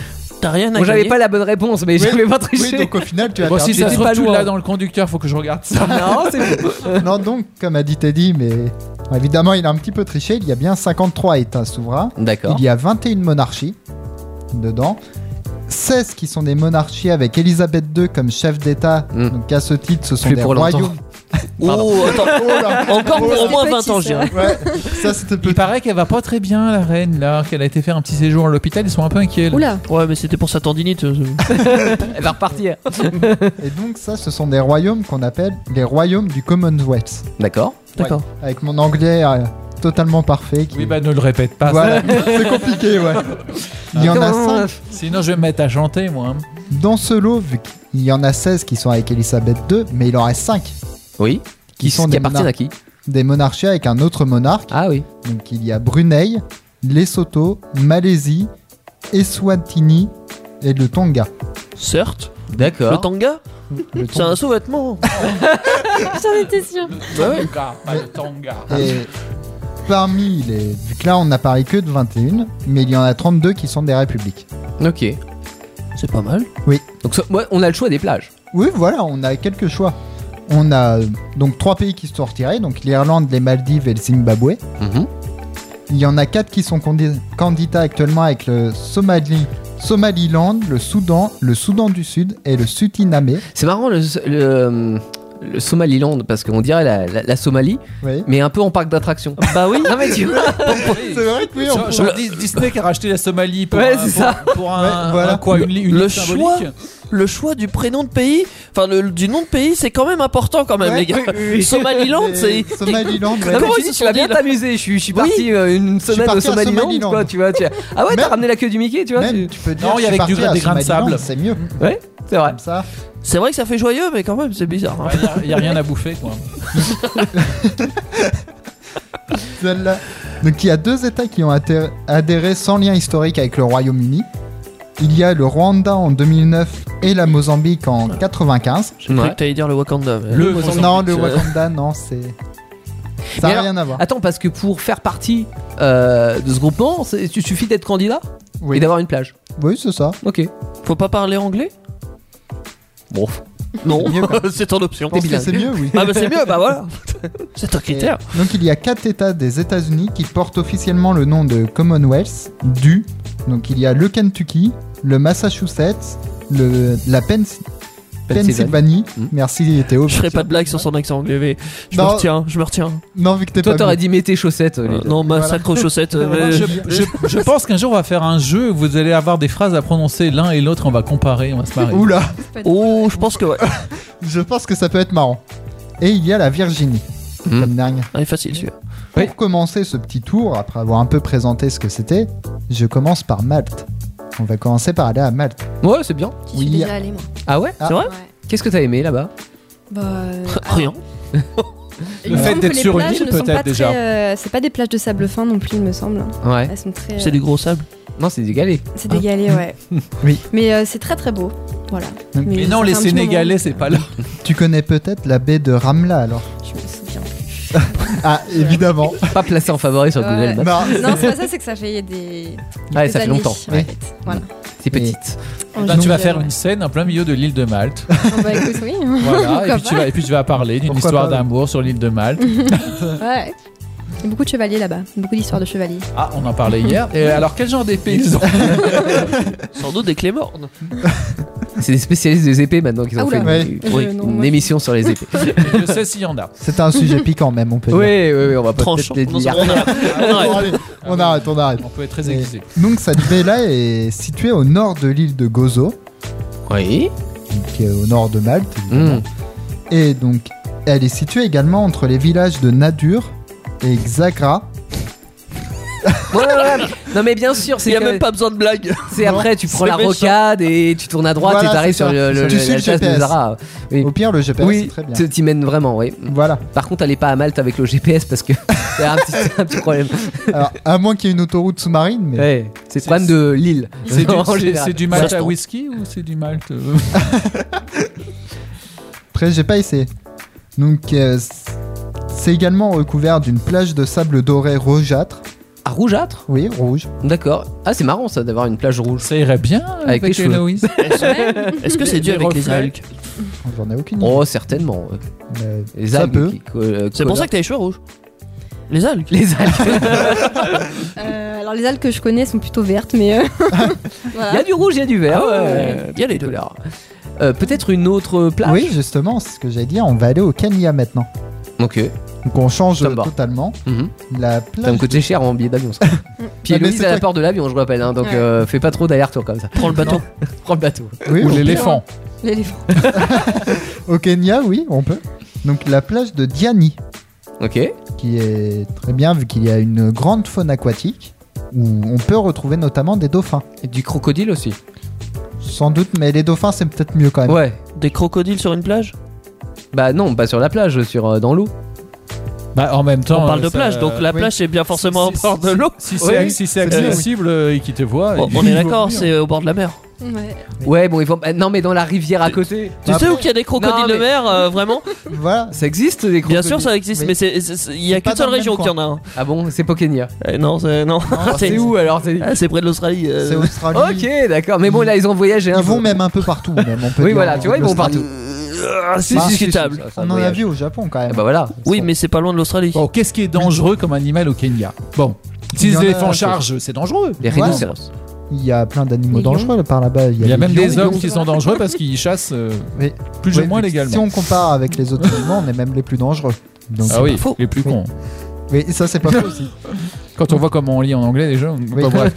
Speaker 6: T'as rien à
Speaker 3: Bon, j'avais
Speaker 6: gagner.
Speaker 3: pas la bonne réponse, mais
Speaker 4: Oui.
Speaker 3: j'avais pas
Speaker 4: Oui,
Speaker 3: triché.
Speaker 4: donc au final, tu as
Speaker 5: Bon, si
Speaker 4: perdu.
Speaker 5: ça
Speaker 3: j'étais
Speaker 5: se
Speaker 3: pas
Speaker 5: trouve, tu
Speaker 3: loin.
Speaker 5: l'as dans le conducteur, faut que je regarde ça.
Speaker 3: Non, c'est bon.
Speaker 4: Non, donc, comme a dit Teddy, mais évidemment, il a un petit peu triché. Il y a bien 53 États souverains.
Speaker 3: D'accord.
Speaker 4: Il y a 21 monarchies dedans. 16 qui sont des monarchies avec Elisabeth II comme chef d'État.
Speaker 5: Hmm.
Speaker 3: Mm.
Speaker 4: Donc, à ce titre, ce sont
Speaker 3: Plus
Speaker 4: des
Speaker 3: pour longtemps.
Speaker 4: royaumes.
Speaker 6: Oh, attends.
Speaker 4: Oh là
Speaker 6: Encore pour au moins 20 ans, je dirais.
Speaker 4: Ouais, ça c'était
Speaker 5: Il
Speaker 4: petit.
Speaker 5: paraît qu'elle va pas très bien, la reine, là, qu'elle a été faire un petit séjour à l'hôpital, ils sont un peu inquiets. là.
Speaker 1: Oula,
Speaker 6: Ouais, mais c'était pour sa tendinite. euh,
Speaker 3: Elle va repartir.
Speaker 4: Et donc, ça, ce sont des royaumes qu'on appelle les royaumes du Commonwealth.
Speaker 3: D'accord.
Speaker 6: D'accord.
Speaker 4: Avec mon anglais euh, totalement parfait. qui-
Speaker 5: Oui, bah ne le répète pas.
Speaker 4: Voilà, c'est compliqué, ouais. Il y en a 5
Speaker 5: ça. Sinon, je vais me mettre à chanter, moi. hein.
Speaker 4: Dans ce lot, vu qu'il y en a 16 qui sont avec Elisabeth II, mais il en reste 5
Speaker 3: Oui. Qui,
Speaker 4: Qui sont
Speaker 3: qui
Speaker 4: des
Speaker 3: appartiennent à qui
Speaker 4: des monarchies avec un autre monarque.
Speaker 3: Ah oui.
Speaker 4: Donc il y a Brunei, Lesotho, Malaisie, Eswatini et le Tonga.
Speaker 6: Certes. Le
Speaker 3: D'accord.
Speaker 6: tanga,
Speaker 4: Le
Speaker 6: c'est
Speaker 4: Tonga.
Speaker 6: un sous-vêtement.
Speaker 1: j'en étais sûre.
Speaker 5: Tonga, pas le Tonga.
Speaker 4: Et parmi les. Vu que là, on n'a parlé que de 21, mais il y en a 32 qui sont des républiques.
Speaker 3: Ok.
Speaker 6: C'est pas mal.
Speaker 3: Donc so- moi, on a le choix des plages.
Speaker 4: Oui, voilà, on a quelques choix. On a euh, donc trois pays qui se sont retirés, donc l'Irlande, les Maldives et le Zimbabwe. Il y en a quatre qui sont condi- candidats actuellement avec le Somalie, Somaliland, le Soudan, le Soudan du Sud et le Sutiname.
Speaker 3: C'est marrant le, le, le Somaliland parce qu'on dirait la, la- la Somalie,
Speaker 4: Oui.
Speaker 3: mais un peu en parc d'attractions.
Speaker 4: Ah
Speaker 3: Bah oui. non mais tu vois.
Speaker 4: C'est vrai que oui, on
Speaker 5: Genre,
Speaker 4: peut-
Speaker 5: genre Dis- Disney qui a racheté la Somalie pour,
Speaker 3: Ouais,
Speaker 5: un,
Speaker 3: c'est
Speaker 5: pour-
Speaker 3: ça.
Speaker 5: pour un-
Speaker 4: Ouais, voilà.
Speaker 5: un quoi, une, li- une
Speaker 6: Le
Speaker 5: liste symbolique.
Speaker 6: choix. Le choix du prénom de pays, enfin le- du nom de pays, c'est quand même important quand même, les
Speaker 4: Ouais,
Speaker 6: gars. Somaliland,
Speaker 4: Mais
Speaker 6: c'est.
Speaker 4: Somaliland,
Speaker 3: Non,
Speaker 4: ouais.
Speaker 3: mais
Speaker 6: Comment
Speaker 3: tu,
Speaker 6: ils
Speaker 3: dis,
Speaker 6: se
Speaker 3: tu vas
Speaker 6: sont
Speaker 3: bien
Speaker 6: dit, là
Speaker 3: t'amuser. Je suis, je suis parti euh, une
Speaker 4: suis
Speaker 3: semaine au
Speaker 4: parti à
Speaker 3: Somaliland,
Speaker 4: Somaliland.
Speaker 3: quoi. Tu vois. Tu as- Ah ouais, t'as
Speaker 4: Même-
Speaker 3: ramené la queue du Mickey, tu vois.
Speaker 4: Même,
Speaker 3: tu-
Speaker 4: tu peux dire
Speaker 5: Non, il y
Speaker 4: je suis
Speaker 5: avait du-
Speaker 4: parti à
Speaker 5: des grains de
Speaker 4: Somaliland,
Speaker 5: sable.
Speaker 4: C'est mieux.
Speaker 3: C'est vrai.
Speaker 4: Comme ça.
Speaker 6: C'est vrai que ça fait joyeux, mais quand même, c'est bizarre. hein.
Speaker 5: Il n'y a, rien à bouffer, quoi.
Speaker 4: Celle-là. Donc il y a deux États qui ont atter- adhéré sans lien historique avec le Royaume-Uni. Il y a le Rwanda en 2009 et la Mozambique en 95.
Speaker 6: J'ai cru que t'allais dire le Wakanda. mais-
Speaker 5: Le
Speaker 4: non,
Speaker 5: Mozambique,
Speaker 4: le
Speaker 5: euh,
Speaker 4: Rwanda, non, c'est. Ça
Speaker 3: Mais
Speaker 4: n'a
Speaker 3: alors-
Speaker 4: rien à voir.
Speaker 3: Attends, parce que pour faire partie euh, de ce groupement, c'est- il suffit d'être candidat et
Speaker 4: Oui,
Speaker 3: d'avoir une plage.
Speaker 4: oui c'est ça.
Speaker 3: Ok.
Speaker 6: Faut pas parler anglais
Speaker 3: Bon.
Speaker 6: Non,
Speaker 4: Mieux, quoi.
Speaker 6: Euh, c'est ton option.
Speaker 4: Je pense que c'est mieux, oui.
Speaker 6: Ah bah c'est mieux, bah voilà. C'est un critère.
Speaker 4: Et donc il y a quatre États des États-Unis qui portent officiellement le nom de Commonwealth du. Donc il y a le Kentucky, le Massachusetts, le, la Pens- Pennsylvanie.
Speaker 3: Hmm.
Speaker 4: Merci Théo.
Speaker 6: Je ferai pas de blague sur son accent anglais, mais je me
Speaker 4: Non.
Speaker 6: retiens, je me retiens.
Speaker 4: Non, vu que t'es
Speaker 3: Toi,
Speaker 4: pas
Speaker 3: t'aurais
Speaker 4: bon.
Speaker 3: dit mets tes chaussettes.
Speaker 6: Euh,
Speaker 3: Olivier.
Speaker 6: non, ma
Speaker 4: Voilà.
Speaker 6: sacre aux chaussettes. euh, mais-
Speaker 5: Je, je- je pense qu'un jour on va faire un jeu où vous allez avoir des phrases à prononcer l'un et l'autre, on va comparer, on va se marrer.
Speaker 4: Oula,
Speaker 6: Oh, je pense que ouais.
Speaker 4: je pense que ça peut être marrant. Et il y a la Virginie.
Speaker 3: Hmm.
Speaker 4: Comme dernière.
Speaker 6: Ah, il est facile celui-là.
Speaker 4: Pour
Speaker 3: Oui.
Speaker 4: commencer ce petit tour, après avoir un peu présenté ce que c'était, je commence par Malte. On va commencer par aller à Malte.
Speaker 3: Ouais, c'est bien.
Speaker 1: Je
Speaker 4: Oui,
Speaker 1: suis
Speaker 4: il y a-
Speaker 1: déjà allée, moi.
Speaker 3: Ah ouais.
Speaker 4: Ah.
Speaker 6: C'est vrai
Speaker 1: Ouais.
Speaker 3: Qu'est-ce que t'as aimé là-bas
Speaker 1: Bah, euh,
Speaker 6: Rien.
Speaker 1: il
Speaker 5: Le
Speaker 1: me
Speaker 5: fait
Speaker 1: semble
Speaker 5: d'être
Speaker 1: que les
Speaker 5: sur une
Speaker 1: plages
Speaker 5: île,
Speaker 1: ne sont pas
Speaker 5: peut-être, déjà.
Speaker 1: très, euh, c'est pas des plages de sable fin non plus, il me semble.
Speaker 3: Ouais.
Speaker 1: Elles sont très.
Speaker 6: C'est
Speaker 1: euh,
Speaker 6: du gros sable.
Speaker 3: Non, c'est dégalé.
Speaker 1: C'est des
Speaker 3: hein.
Speaker 1: galets, ouais.
Speaker 4: Oui.
Speaker 1: Mais euh, c'est très très beau. Voilà.
Speaker 4: Mais
Speaker 5: Mais
Speaker 1: ça
Speaker 5: non,
Speaker 1: fait
Speaker 5: les
Speaker 1: un petit moment.
Speaker 5: Sénégalais, c'est pas là.
Speaker 4: Tu connais peut-être la baie de Ramla alors
Speaker 1: Je me souviens.
Speaker 4: Ah, évidemment.
Speaker 3: Pas placé en favori sur
Speaker 1: Ouais. Bah,
Speaker 3: Google Maps.
Speaker 4: Non,
Speaker 1: Non, c'est pas ça, c'est que ça fait des.
Speaker 3: Ouais,
Speaker 1: des
Speaker 3: Ah, ça fait
Speaker 1: années,
Speaker 3: longtemps.
Speaker 1: en
Speaker 4: Ouais.
Speaker 1: fait. Voilà. Euh,
Speaker 3: C'est petite.
Speaker 5: Là, Eh ben, tu vas faire une scène en plein milieu de l'île de Malte.
Speaker 1: Oh, bah écoute, oui.
Speaker 5: Voilà, et,
Speaker 1: Pourquoi
Speaker 5: puis tu vas, et puis tu vas parler d'une
Speaker 4: Pourquoi
Speaker 5: histoire
Speaker 4: pas, oui.
Speaker 5: d'amour sur l'île de Malte.
Speaker 1: Ouais. Il y a beaucoup de chevaliers là-bas. Beaucoup d'histoires de chevaliers.
Speaker 5: Ah, on en parlait hier. Et alors, quel genre d'épée ils ont
Speaker 6: Sans doute des clés mornes.
Speaker 3: C'est des spécialistes des épées maintenant qu'ils
Speaker 1: Ah,
Speaker 3: ont fait
Speaker 1: oula.
Speaker 3: une,
Speaker 4: Ouais.
Speaker 3: une-
Speaker 1: Je-
Speaker 3: une
Speaker 1: non, moi, je-
Speaker 3: émission sur les épées.
Speaker 5: Je sais s'il y en a.
Speaker 4: C'était un sujet piquant même, on peut
Speaker 3: oui,
Speaker 4: dire.
Speaker 3: oui, oui, on va pas
Speaker 6: Tranchant.
Speaker 3: peut-être les
Speaker 6: Non,
Speaker 3: dire.
Speaker 6: on arrête. On
Speaker 4: Bon,
Speaker 6: arrête.
Speaker 4: allez, on arrête, on arrête.
Speaker 5: On peut être très
Speaker 4: Mais-
Speaker 5: aiguisé.
Speaker 4: Donc cette baie là est située au nord de l'île de Gozo,
Speaker 3: Oui.
Speaker 4: qui est au nord de Malte. évidemment.
Speaker 3: Mm.
Speaker 4: Et donc elle est située également entre les villages de Nadur et Xagra.
Speaker 3: Ouais, ouais, ouais. Non mais bien sûr,
Speaker 6: Il
Speaker 3: c'est
Speaker 6: n'y a
Speaker 3: que-
Speaker 6: même pas besoin de blague.
Speaker 3: c'est après tu prends
Speaker 6: C'est
Speaker 3: la
Speaker 6: méchant.
Speaker 3: rocade et tu tournes à droite
Speaker 4: Voilà,
Speaker 3: et t'arrives
Speaker 4: c'est
Speaker 3: sur
Speaker 4: ça,
Speaker 3: le,
Speaker 4: c'est
Speaker 3: le-
Speaker 4: ça. Tu
Speaker 3: la
Speaker 4: suis le
Speaker 3: chasse de
Speaker 4: GPS.
Speaker 3: Zara. Oui.
Speaker 4: Au pire, le GPS,
Speaker 3: Oui,
Speaker 4: c'est très bien.
Speaker 3: tu t'y mènes vraiment, oui.
Speaker 4: Voilà.
Speaker 3: Par contre, allez pas à Malte avec le GPS parce que c'est un, petit- c'est un petit problème.
Speaker 4: Alors, à moins qu'il y ait une autoroute sous-marine, mais
Speaker 3: Ouais, c'est le problème de Lille.
Speaker 5: C'est du,
Speaker 3: En
Speaker 5: c'est-
Speaker 3: général.
Speaker 5: c'est du
Speaker 3: Ça,
Speaker 5: malt
Speaker 3: je
Speaker 5: à
Speaker 3: trouve.
Speaker 5: whisky ou c'est du malt euh,
Speaker 4: après, j'ai pas essayé. Donc, euh, c- c'est également recouvert d'une plage de sable doré rougeâtre.
Speaker 3: À rougeâtre
Speaker 4: Oui, rouge.
Speaker 3: D'accord. Ah, c'est marrant ça d'avoir une plage rouge.
Speaker 5: Ça irait bien avec,
Speaker 3: Avec les cheveux.
Speaker 5: Héloïse.
Speaker 6: Est-ce que c'est dû
Speaker 5: Les
Speaker 6: avec les
Speaker 5: reflets.
Speaker 6: algues
Speaker 4: J'en ai aucune idée.
Speaker 3: Oh, certainement. ouais.
Speaker 4: mais
Speaker 3: Les
Speaker 4: ça
Speaker 3: algues.
Speaker 4: peut.
Speaker 3: qui co- euh,
Speaker 6: C'est pour
Speaker 3: colorent.
Speaker 6: ça que t'as les cheveux rouges. Les algues.
Speaker 3: Les algues.
Speaker 1: Euh, alors les algues que je connais sont plutôt vertes, mais euh,
Speaker 3: Il y
Speaker 1: voilà.
Speaker 3: a du rouge, il y a du vert.
Speaker 6: Ah
Speaker 3: ouais.
Speaker 6: ouais, Il y a les deux.
Speaker 3: Couleur. Euh, Peut-être une autre plage
Speaker 4: Oui, justement, c'est ce que j'allais dire. On va aller au Kenya maintenant.
Speaker 3: Ok.
Speaker 4: Donc, on change
Speaker 3: Ça me va.
Speaker 4: totalement.
Speaker 3: Mhm.
Speaker 4: La
Speaker 3: Ça
Speaker 4: plage.
Speaker 3: me coûtait cher en billet d'avion. ça. Puis
Speaker 4: Ah, mais
Speaker 3: Héloïse
Speaker 4: c'est
Speaker 3: à la
Speaker 4: toi-
Speaker 3: peur de l'avion, je rappelle. hein, donc
Speaker 1: Ouais.
Speaker 3: euh, fais pas trop d'aller-retour comme ça.
Speaker 6: Prends le bateau.
Speaker 3: Prends le bateau.
Speaker 4: Oui,
Speaker 5: Ou
Speaker 4: on- hein.
Speaker 5: l'éléphant.
Speaker 1: L'éléphant.
Speaker 4: au Kenya, oui, on peut. Donc, la plage de Diani,
Speaker 3: Ok.
Speaker 4: qui est très bien vu qu'il y a une grande faune aquatique où on peut retrouver notamment des dauphins.
Speaker 3: Et du crocodile aussi.
Speaker 4: Sans doute, mais les dauphins, c'est peut-être mieux quand même.
Speaker 3: Ouais.
Speaker 6: Des crocodiles sur une plage
Speaker 3: Bah non, pas sur la plage, sur euh, dans l'eau.
Speaker 5: Bah, en même temps.
Speaker 6: On parle de
Speaker 5: ça-
Speaker 6: plage, donc la
Speaker 4: oui.
Speaker 6: plage c'est bien forcément au
Speaker 5: Si-
Speaker 6: bord de
Speaker 5: si-
Speaker 6: l'eau.
Speaker 5: Si
Speaker 4: Oui,
Speaker 5: c'est si c'est
Speaker 4: c'est bien,
Speaker 5: accessible euh, et qu'il te voit.
Speaker 6: Bon,
Speaker 5: il-
Speaker 6: on
Speaker 5: il
Speaker 6: est
Speaker 5: vaut
Speaker 6: d'accord,
Speaker 5: mieux.
Speaker 6: c'est au bord de la mer.
Speaker 1: Ouais.
Speaker 3: Ouais, bon, ils vont. bah, non, mais dans la rivière à côté.
Speaker 6: Tu
Speaker 4: Bah,
Speaker 6: sais où qu'il y a des crocodiles
Speaker 3: Non,
Speaker 6: de
Speaker 3: mais-
Speaker 6: mer, euh, vraiment
Speaker 4: Voilà.
Speaker 3: Ça existe des crocodiles
Speaker 6: Bien sûr, ça existe,
Speaker 4: Oui.
Speaker 6: mais c'est- c'est- c'est- il y a
Speaker 4: C'est pas
Speaker 6: qu'une seule
Speaker 4: dans le
Speaker 6: région
Speaker 4: même
Speaker 6: qu'il y en a un.
Speaker 3: Ah bon, c'est Pokenya.
Speaker 6: Eh, non, c'est non.
Speaker 3: Ah, C'est
Speaker 6: C'est
Speaker 3: où alors c'est-
Speaker 6: Ah, C'est près de l'australie. euh.
Speaker 4: C'est Australie.
Speaker 3: Ok, d'accord. Mais bon, là, ils ont voyagé. hein.
Speaker 4: Ils vont même un peu partout, même. On peut
Speaker 3: Oui,
Speaker 4: dire,
Speaker 3: voilà,
Speaker 4: en
Speaker 3: tu vois, ils vont partout.
Speaker 6: Ah, c'est
Speaker 4: Bah,
Speaker 6: discutable.
Speaker 3: Ça, ça
Speaker 4: On en a
Speaker 3: voyage.
Speaker 4: vu au Japon quand
Speaker 3: Ah
Speaker 4: même.
Speaker 3: bah voilà.
Speaker 6: Oui, mais c'est pas loin de l'Australie.
Speaker 5: Bon, qu'est-ce qui est dangereux comme animal au Kenya Bon, si
Speaker 4: Il y en
Speaker 5: les
Speaker 4: a-
Speaker 5: éléphants chargent, c'est dangereux.
Speaker 3: Les
Speaker 4: Voilà.
Speaker 3: rhinocéros.
Speaker 4: Il y a plein d'animaux
Speaker 1: Les lions.
Speaker 4: dangereux là, par là-bas.
Speaker 5: Il y a
Speaker 4: les
Speaker 5: même
Speaker 4: lions.
Speaker 5: des hommes qui sont dangereux parce qu'ils chassent euh,
Speaker 4: Oui.
Speaker 5: plus
Speaker 4: Ouais,
Speaker 5: ou moins
Speaker 4: mais
Speaker 5: légalement.
Speaker 4: Si on compare avec les autres animaux, on est même les plus dangereux. Donc,
Speaker 5: Ah oui,
Speaker 6: faux.
Speaker 5: les plus
Speaker 4: Oui.
Speaker 5: cons.
Speaker 4: Mais ça, c'est pas faux aussi.
Speaker 5: Quand on voit comment on lit en anglais déjà, on... bah,
Speaker 4: Oui.
Speaker 5: bref.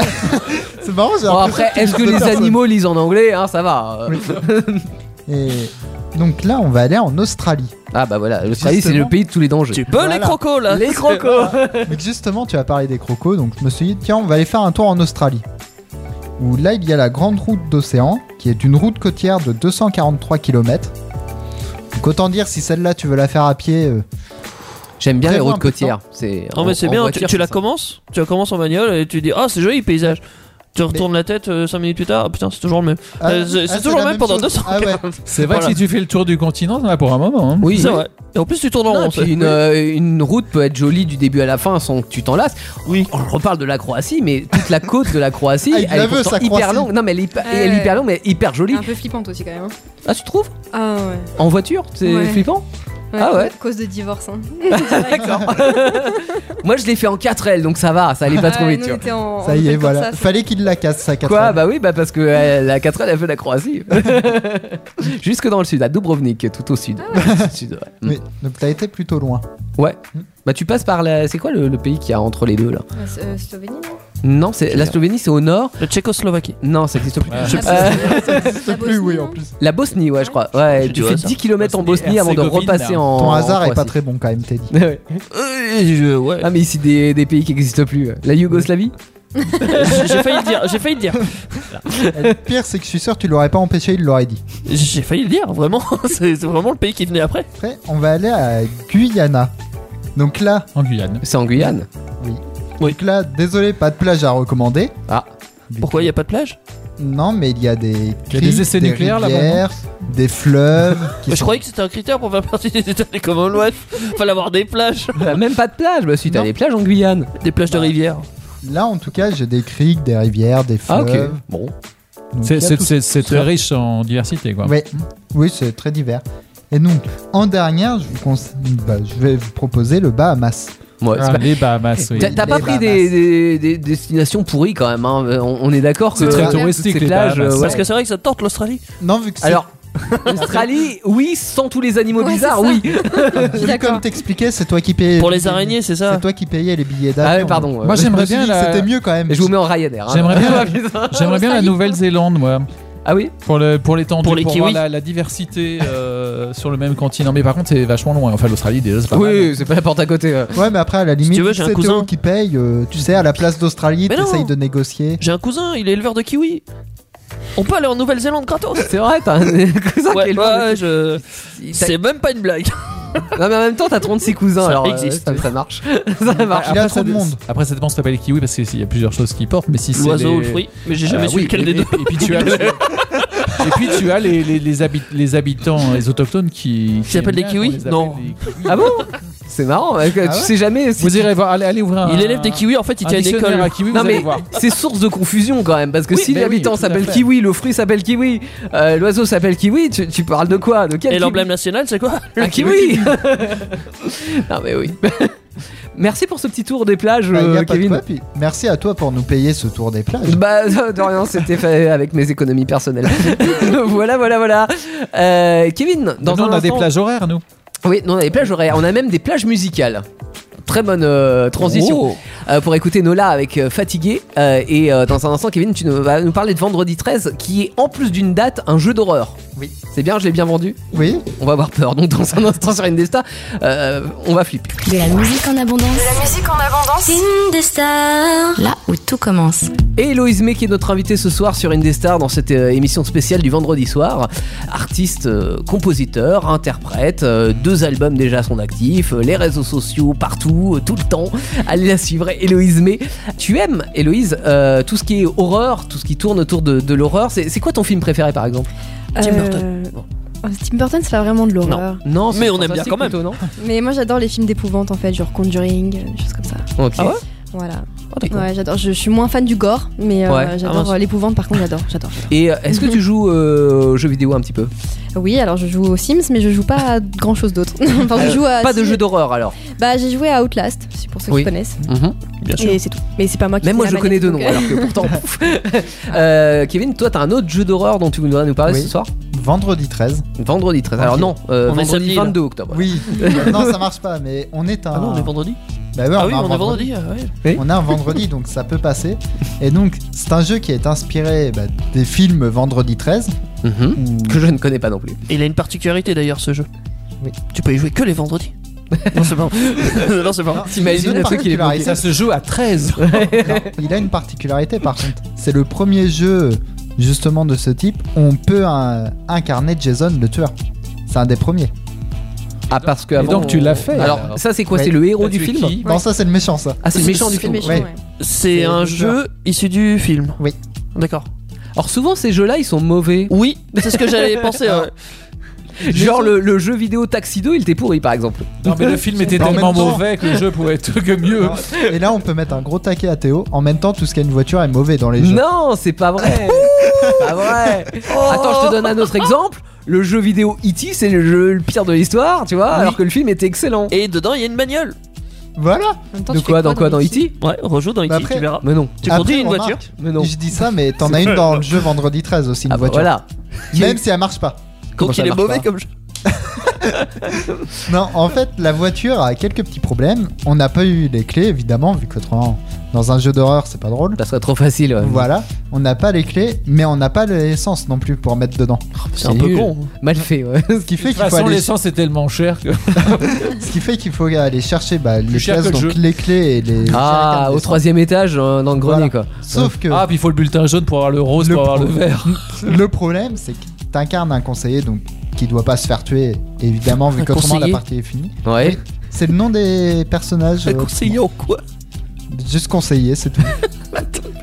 Speaker 4: c'est marrant, j'ai
Speaker 3: Bon,
Speaker 4: l'impression
Speaker 3: après, est-ce que
Speaker 4: de
Speaker 3: les
Speaker 4: personne.
Speaker 3: animaux lisent en anglais hein, Ça va. euh.
Speaker 4: Oui. Et donc là, on va aller en Australie.
Speaker 3: Ah bah voilà, l'Australie, c'est
Speaker 4: Justement.
Speaker 3: le pays de tous les dangers.
Speaker 6: Tu peux
Speaker 4: Voilà.
Speaker 6: les crocos là
Speaker 3: Les crocos
Speaker 4: Donc justement, tu as parlé des crocos, donc je me suis dit, tiens, on va aller faire un tour en Australie. Où là, il y a la grande route d'océan, qui est une route côtière de 243 km. Donc autant dire, si celle-là, tu veux la faire à pied, euh,
Speaker 3: J'aime bien les
Speaker 4: Prévois un
Speaker 3: routes
Speaker 4: peu de temps.
Speaker 3: côtières. C'est
Speaker 6: Non, mais c'est bien, tu, tu la commences, tu la commences en bagnole et tu dis Ah, c'est joli le paysage. Tu retournes la tête 5 minutes plus tard, Ah, putain, c'est toujours le même. Euh, c'est- c'est toujours
Speaker 4: ah, la
Speaker 6: le même pendant
Speaker 4: chose.
Speaker 6: 200
Speaker 4: Ah ouais.
Speaker 5: c'est vrai que
Speaker 6: Voilà.
Speaker 5: si tu fais le tour du continent, t'en as pour un moment. hein.
Speaker 3: Oui,
Speaker 6: C'est vrai. Et en plus, tu tournes en
Speaker 3: Non,
Speaker 6: rond.
Speaker 3: et puis
Speaker 6: c'est-
Speaker 3: une, euh, une route peut être jolie du début à la fin sans que tu t'en lasses.
Speaker 6: Oui.
Speaker 3: On reparle de la Croatie, mais toute la côte de la Croatie,
Speaker 4: Ah, il
Speaker 3: elle
Speaker 4: la
Speaker 3: est
Speaker 4: veut,
Speaker 3: pourtant
Speaker 4: sa
Speaker 3: hyper
Speaker 4: Croatie.
Speaker 3: longue. Non, mais elle est, hyper-
Speaker 1: Ouais.
Speaker 3: elle est hyper longue, mais hyper jolie.
Speaker 1: Un peu flippante aussi quand même. hein.
Speaker 3: Ah, tu trouves
Speaker 1: Ah ouais.
Speaker 3: En voiture, c'est
Speaker 1: Ouais.
Speaker 3: flippant. Ah ouais
Speaker 1: Cause de divorce. Hein.
Speaker 3: D'accord. Moi, je l'ai fait en 4L, donc ça va, ça allait pas trop
Speaker 1: Ouais,
Speaker 3: vite.
Speaker 1: Ah, nous,
Speaker 3: tu
Speaker 1: on était
Speaker 3: vois.
Speaker 1: en-
Speaker 4: Ça
Speaker 1: en
Speaker 4: y
Speaker 1: fait
Speaker 4: est,
Speaker 1: comme
Speaker 4: voilà.
Speaker 1: ça,
Speaker 4: Fallait qu'il la casse, sa
Speaker 3: Quoi
Speaker 4: casserole.
Speaker 3: Bah oui, bah parce que euh, la 4L a fait la Croatie. Jusque dans le sud, à Dubrovnik, tout au sud.
Speaker 1: Ah
Speaker 3: Sud, ouais.
Speaker 4: Oui, donc t'as été plutôt loin.
Speaker 3: Ouais. Bah tu passes par la... C'est quoi le, le pays qu'il y a entre les deux là
Speaker 1: Ouais, c'est- euh, Slovénie, non
Speaker 3: Non, c'est la Slovénie, c'est au nord.
Speaker 6: La Tchécoslovaquie.
Speaker 3: Non, ça existe plus.
Speaker 5: Ouais.
Speaker 1: Ah,
Speaker 3: Je- Euh,
Speaker 1: bah, La
Speaker 4: Plus, oui,
Speaker 1: Bosnie,
Speaker 4: en plus.
Speaker 3: la Bosnie, ouais, je crois. Ouais,
Speaker 6: Je
Speaker 3: tu
Speaker 6: vois
Speaker 3: fais
Speaker 6: ça.
Speaker 3: 10 km en
Speaker 5: Bosnie,
Speaker 3: Bosnie avant de
Speaker 5: Herzégovine,
Speaker 3: repasser
Speaker 5: là.
Speaker 3: en.
Speaker 4: Ton
Speaker 3: en
Speaker 4: hasard est pas
Speaker 3: Croatie.
Speaker 4: très bon quand même, Teddy.
Speaker 3: Ouais.
Speaker 6: Euh, ouais.
Speaker 3: ah mais ici des, des pays qui n'existent plus. La Yougoslavie
Speaker 6: J'ai j'ai failli le dire, j'ai failli le dire.
Speaker 4: Le pire, c'est que je suis sûr que tu l'aurais pas empêché, il l'aurait dit.
Speaker 6: J'ai failli le dire, vraiment. C'est c'est vraiment le pays qui venait après.
Speaker 4: Après, on va aller à Guyana. Donc là,
Speaker 5: En Guyane.
Speaker 3: C'est en Guyane.
Speaker 4: donc là, désolé, pas de plage à recommander.
Speaker 3: Ah.
Speaker 6: Pourquoi il n'y a pas de plage
Speaker 4: Non, mais il y a des
Speaker 5: Il y a
Speaker 4: criques,
Speaker 5: des essais nucléaires, là-bas,
Speaker 4: rivières, des fleuves. qui
Speaker 6: Je
Speaker 4: sont-
Speaker 6: croyais que c'était un critère pour faire partie des États des Commonwealth. Fallait avoir des plages.
Speaker 3: Bah, Même pas de plage. Bah si t'as
Speaker 4: Non.
Speaker 3: des plages en Guyane.
Speaker 6: Des plages de rivière.
Speaker 4: Là, en tout cas, j'ai des criques, des rivières, des
Speaker 3: Ah
Speaker 4: fleuves.
Speaker 3: ok. Bon.
Speaker 4: Donc,
Speaker 5: C'est-
Speaker 4: il y a
Speaker 5: C'est
Speaker 4: tout
Speaker 5: c'est- c'est très riche en diversité, quoi.
Speaker 4: Ouais. Oui, c'est très divers. Et donc, en dernière, je, vous conse- bah, je vais vous proposer le Bahamas.
Speaker 3: Ouais, c'est
Speaker 5: Ah,
Speaker 3: pas-
Speaker 5: les Bahamas, oui.
Speaker 3: T'as t'as pas
Speaker 4: Les
Speaker 3: pris
Speaker 4: Bahamas.
Speaker 3: des, des- des destinations pourries quand même. hein. On, on est d'accord que euh,
Speaker 5: C'est très
Speaker 3: toutes
Speaker 5: touristique,
Speaker 3: ces
Speaker 5: les
Speaker 3: plages.
Speaker 5: Bahamas.
Speaker 3: euh, ouais.
Speaker 6: Parce que c'est vrai que ça tente l'Australie.
Speaker 4: Non, vu que c'est-
Speaker 3: Alors, Australie, oui, sans tous les animaux
Speaker 1: Ouais,
Speaker 3: bizarres,
Speaker 1: c'est ça.
Speaker 3: oui.
Speaker 1: Je suis
Speaker 4: vu
Speaker 1: d'accord.
Speaker 4: comme t'expliquais, c'est toi qui payais.
Speaker 6: Pour les araignées, c'est ça
Speaker 4: C'est toi qui payais les billets
Speaker 3: Ah
Speaker 4: d'avion.
Speaker 3: oui, pardon.
Speaker 5: Moi,
Speaker 3: euh,
Speaker 5: j'aimerais
Speaker 4: Je me suis
Speaker 5: bien
Speaker 4: dit que
Speaker 5: la-
Speaker 4: C'était mieux quand même.
Speaker 3: Et je vous mets en Ryanair. hein.
Speaker 5: J'aimerais bien-
Speaker 3: Putain.
Speaker 5: J'aimerais bien la Nouvelle-Zélande, moi.
Speaker 3: Ah oui
Speaker 5: Pour, le, pour l'étendue,
Speaker 6: Pour
Speaker 5: pour,
Speaker 6: les
Speaker 5: voir
Speaker 6: kiwis.
Speaker 5: la, la diversité euh, sur le même continent. Mais par contre, c'est vachement loin. Enfin, l'Australie, déjà, c'est pas mal.
Speaker 3: Oui, c'est pas la porte à côté. euh.
Speaker 4: Ouais, mais après, à la limite,
Speaker 6: tu veux, j'ai un
Speaker 4: c'est
Speaker 6: cousin.
Speaker 4: eux qui paye. euh, tu sais, à la place d'Australie,
Speaker 6: Mais non.
Speaker 4: t'essayes de négocier.
Speaker 6: J'ai un cousin, il est éleveur de kiwi. On peut aller en Nouvelle-Zélande gratos.
Speaker 3: C'est vrai, t'as un cousin qui
Speaker 6: Ouais, bah,
Speaker 3: est loin.
Speaker 6: ouais, je-
Speaker 3: Il t'a-
Speaker 6: C'est même pas une blague.
Speaker 3: Non, mais en même temps, t'as 36 cousins,
Speaker 6: Ça
Speaker 3: alors euh,
Speaker 6: existe.
Speaker 3: ça, ça marche. ça marche.
Speaker 4: Il y a
Speaker 5: ça
Speaker 4: trop de
Speaker 5: dé-
Speaker 4: monde.
Speaker 5: Après, ça dépend si t'appelles les kiwis parce qu'il y a plusieurs choses qui portent. Mais si c'est
Speaker 6: L'oiseau
Speaker 5: les-
Speaker 6: ou le fruit. Mais j'ai
Speaker 5: Euh,
Speaker 6: jamais su
Speaker 5: oui,
Speaker 6: lequel
Speaker 5: et-
Speaker 6: des deux.
Speaker 5: Et puis tu as, et puis tu as les, les, les habit- les habitants, les autochtones qui. qui aiment
Speaker 6: s'appellent des
Speaker 5: bien
Speaker 6: kiwis
Speaker 5: qu'on les appelle
Speaker 6: Non.
Speaker 5: des kiwis.
Speaker 3: Ah bon C'est marrant, euh, tu
Speaker 4: ouais
Speaker 3: sais jamais. si-
Speaker 5: Ah Vous irez voir, allez, allez ouvrir un.
Speaker 6: Il élève des kiwis, en fait, il
Speaker 5: un
Speaker 6: tient une
Speaker 5: dictionnaire
Speaker 6: école.
Speaker 5: Ah. à kiwis,
Speaker 3: Non
Speaker 5: vous
Speaker 3: mais
Speaker 5: allez voir.
Speaker 3: c'est source de confusion quand même parce que
Speaker 5: Oui,
Speaker 3: si
Speaker 5: mais oui,
Speaker 3: l'habitant
Speaker 5: tout à
Speaker 3: s'appelle
Speaker 5: fait.
Speaker 3: kiwi, le fruit s'appelle kiwi, euh, l'oiseau s'appelle kiwi, tu, tu parles de quoi De quel
Speaker 6: Et
Speaker 3: kiwi
Speaker 6: l'emblème national, c'est quoi
Speaker 3: Un kiwi Ah, Non mais oui. Merci pour ce petit tour des plages,
Speaker 4: Bah, il y a
Speaker 3: euh,
Speaker 4: pas de
Speaker 3: Kevin.
Speaker 4: quoi, puis merci à toi pour nous payer ce tour des plages.
Speaker 3: Bah, de de rien, c'était fait avec mes économies personnelles. voilà, voilà, voilà. Euh, Kevin, dans
Speaker 5: Nous,
Speaker 3: un
Speaker 5: on a des
Speaker 3: instant-
Speaker 5: plages horaires, nous.
Speaker 3: Oui, nous, on a des plages horaires. On a même des plages musicales. Très bonne euh, transition
Speaker 5: Oh.
Speaker 3: Euh, pour écouter Nola avec euh, Fatigué. Euh, et euh, dans un instant, Kevin, tu nous- vas nous parler de Vendredi 13, qui est en plus d'une date un jeu d'horreur. Oui. C'est bien, je l'ai bien vendu.
Speaker 4: Oui,
Speaker 3: On va avoir peur. Donc, dans un instant sur Indesta, euh, on va flipper.
Speaker 2: De la musique en abondance,
Speaker 7: In the star.
Speaker 2: là où tout commence.
Speaker 3: Et Héloïse May qui est notre invitée ce soir sur Indestar dans cette euh, émission spéciale du vendredi soir. Artiste, euh, compositeur, interprète, euh, deux albums déjà à son actif, euh, les réseaux sociaux partout, euh, tout le temps. Allez la suivre, Héloïse May. Tu aimes, Héloïse, euh, tout ce qui est horreur, tout ce qui tourne autour de, de l'horreur. C'est c'est quoi ton film préféré par exemple
Speaker 6: Tim
Speaker 1: Euh,
Speaker 6: Burton.
Speaker 1: oh, Tim Burton, c'est pas vraiment de l'horreur.
Speaker 3: Non, c'est
Speaker 6: Mais on aime bien
Speaker 3: fantastique
Speaker 6: quand même.
Speaker 3: plutôt, non
Speaker 1: Mais moi, j'adore les films d'épouvante en fait, genre Conjuring, euh, choses comme ça.
Speaker 3: Ok.
Speaker 6: Ah ouais
Speaker 1: Voilà.
Speaker 3: Oh, d'accord.
Speaker 1: Ouais, j'adore. Je, je suis moins fan du gore, mais euh,
Speaker 3: Ouais. Ah,
Speaker 1: j'adore
Speaker 6: mince.
Speaker 1: euh, l'épouvante. Par contre, j'adore, j'adore.
Speaker 3: Et euh, est-ce que
Speaker 1: Mhm.
Speaker 3: tu joues euh, aux jeux vidéo un petit peu
Speaker 1: Oui, alors je joue aux Sims, mais je joue pas à grand chose d'autre. enfin, je
Speaker 3: Euh,
Speaker 1: joue
Speaker 6: Ah,
Speaker 1: à
Speaker 3: Pas de
Speaker 1: si-
Speaker 3: jeu d'horreur alors
Speaker 1: Bah, j'ai joué à Outlast, c'est pour ceux
Speaker 3: Oui.
Speaker 1: qui connaissent.
Speaker 6: Mhm. Bien sûr.
Speaker 1: Et c'est tout. Mais c'est pas moi qui.
Speaker 3: Même moi,
Speaker 1: fais
Speaker 3: je
Speaker 1: la
Speaker 3: connais
Speaker 1: manette,
Speaker 3: deux
Speaker 1: donc,
Speaker 3: noms,
Speaker 1: euh,
Speaker 3: alors que pourtant. pouf. Euh, Kevin, toi, t'as un autre jeu d'horreur dont tu voudrais nous parler
Speaker 4: Oui.
Speaker 3: ce soir
Speaker 4: vendredi 13.
Speaker 3: Vendredi 13. Alors, non, euh,
Speaker 6: On est
Speaker 3: vendredi
Speaker 6: samedi, là.
Speaker 3: 22 octobre.
Speaker 4: Oui, non, ça marche pas, mais on est un.
Speaker 6: Ah non, on est vendredi.
Speaker 4: Bah ouais,
Speaker 6: Ah
Speaker 4: on
Speaker 6: oui,
Speaker 4: a un
Speaker 6: on est vendredi. ah ouais.
Speaker 4: On a un vendredi, donc ça peut passer. Et donc, c'est un jeu qui est inspiré bah, des films Vendredi 13.
Speaker 3: Mhm.
Speaker 4: où-
Speaker 3: Que je ne connais pas non plus.
Speaker 6: Et il a une particularité d'ailleurs ce jeu.
Speaker 4: Oui.
Speaker 6: Tu peux y jouer que les vendredis. non, c'est pas vrai. non, c'est pas vrai.
Speaker 3: T'imagines
Speaker 4: Ils ont
Speaker 3: le truc qu'il est bloqué.
Speaker 4: particularité.
Speaker 5: Ça se joue à 13.
Speaker 4: Il a une particularité par contre. C'est le premier jeu justement de ce type où on peut un- incarner Jason le tueur. C'est un des premiers.
Speaker 3: Ah, parce que.
Speaker 5: Et
Speaker 3: avant,
Speaker 5: donc, tu
Speaker 3: on-
Speaker 5: l'as fait,
Speaker 3: Alors,
Speaker 5: alors.
Speaker 3: ça, c'est quoi
Speaker 4: Ouais.
Speaker 3: C'est le héros du
Speaker 5: Tu es
Speaker 3: film
Speaker 5: qui
Speaker 4: Non, ça c'est le méchant ça.
Speaker 3: Ah, c'est le méchant du
Speaker 1: euh, C'est
Speaker 3: film.
Speaker 1: méchant,
Speaker 4: Ouais.
Speaker 1: ouais.
Speaker 6: C'est
Speaker 4: C'est
Speaker 6: un
Speaker 4: le
Speaker 6: jeu
Speaker 4: jeu.
Speaker 6: issu du film.
Speaker 4: Oui.
Speaker 6: D'accord.
Speaker 3: Alors, souvent, ces jeux-là, ils sont mauvais.
Speaker 6: Oui, c'est ce que hein. j'avais pensé. Ah ouais.
Speaker 3: Genre, le, le jeu vidéo Taxi 2, il était pourri, par exemple.
Speaker 5: Non, mais le film était
Speaker 4: En même
Speaker 5: tellement
Speaker 4: temps-
Speaker 5: mauvais que le jeu pouvait être que mieux.
Speaker 4: Alors, Et là on peut mettre un gros taquet à Théo. En même temps, tout ce qui a une voiture est mauvais dans les jeux.
Speaker 3: Non, c'est pas vrai. pas vrai. Attends, je te donne un autre exemple. Le jeu vidéo E.T., c'est le, jeu le pire de l'histoire, tu vois, alors que le film était excellent.
Speaker 6: Et dedans, il y a une bagnole.
Speaker 4: Voilà.
Speaker 1: En même temps,
Speaker 3: de
Speaker 1: tu fais
Speaker 3: quoi Dans quoi Dans E
Speaker 1: E.T.
Speaker 3: E.T.
Speaker 6: Ouais, on rejoue dans E.T.,
Speaker 4: Bah après-
Speaker 6: tu verras.
Speaker 3: Mais non.
Speaker 6: Tu
Speaker 4: Après,
Speaker 6: conduis une
Speaker 4: on
Speaker 6: voiture.
Speaker 4: marque-
Speaker 3: Mais non.
Speaker 4: Je dis ça, mais t'en as une dans le jeu Vendredi 13 aussi, une
Speaker 3: Ah bah
Speaker 4: voiture.
Speaker 3: voilà.
Speaker 4: Même si elle marche pas.
Speaker 3: Comment
Speaker 6: Donc
Speaker 3: ça
Speaker 6: il est
Speaker 3: marche
Speaker 6: mauvais
Speaker 3: pas
Speaker 6: comme jeu.
Speaker 4: Non, en fait, la voiture a quelques petits problèmes. On n'a pas eu les clés, évidemment, vu que autrement, dans un jeu d'horreur, c'est pas drôle.
Speaker 3: Ça serait trop facile. ouais.
Speaker 4: Voilà, on n'a pas les clés, mais on n'a pas l'essence non plus pour mettre dedans.
Speaker 3: C'est un peu con. hein. Mal fait, ouais.
Speaker 4: Ce qui
Speaker 5: De toute
Speaker 4: fait qu'il faut
Speaker 5: façon,
Speaker 4: aller,
Speaker 5: l'essence est tellement chère que.
Speaker 4: ce qui fait qu'il faut aller chercher bah, les,
Speaker 5: cher que
Speaker 4: places,
Speaker 5: le
Speaker 4: donc
Speaker 5: jeu.
Speaker 4: les clés et les.
Speaker 3: Ah,
Speaker 4: jerrycans
Speaker 3: au
Speaker 4: d'essence.
Speaker 3: troisième étage, euh, dans le grenier, quoi.
Speaker 4: Sauf que
Speaker 5: Ah, puis il faut le bulletin jaune pour avoir le rose,
Speaker 4: Le
Speaker 5: pour avoir le
Speaker 4: pro-
Speaker 5: vert.
Speaker 4: le problème, c'est que t'incarnes un conseiller donc qui doit pas se faire tuer, évidemment, vu
Speaker 6: Un
Speaker 4: qu'autrement la
Speaker 6: conseiller
Speaker 4: partie est finie.
Speaker 3: Ouais.
Speaker 4: C'est le nom des personnages.
Speaker 6: Un
Speaker 4: euh,
Speaker 6: conseiller en quoi
Speaker 4: Juste conseiller, c'est tout.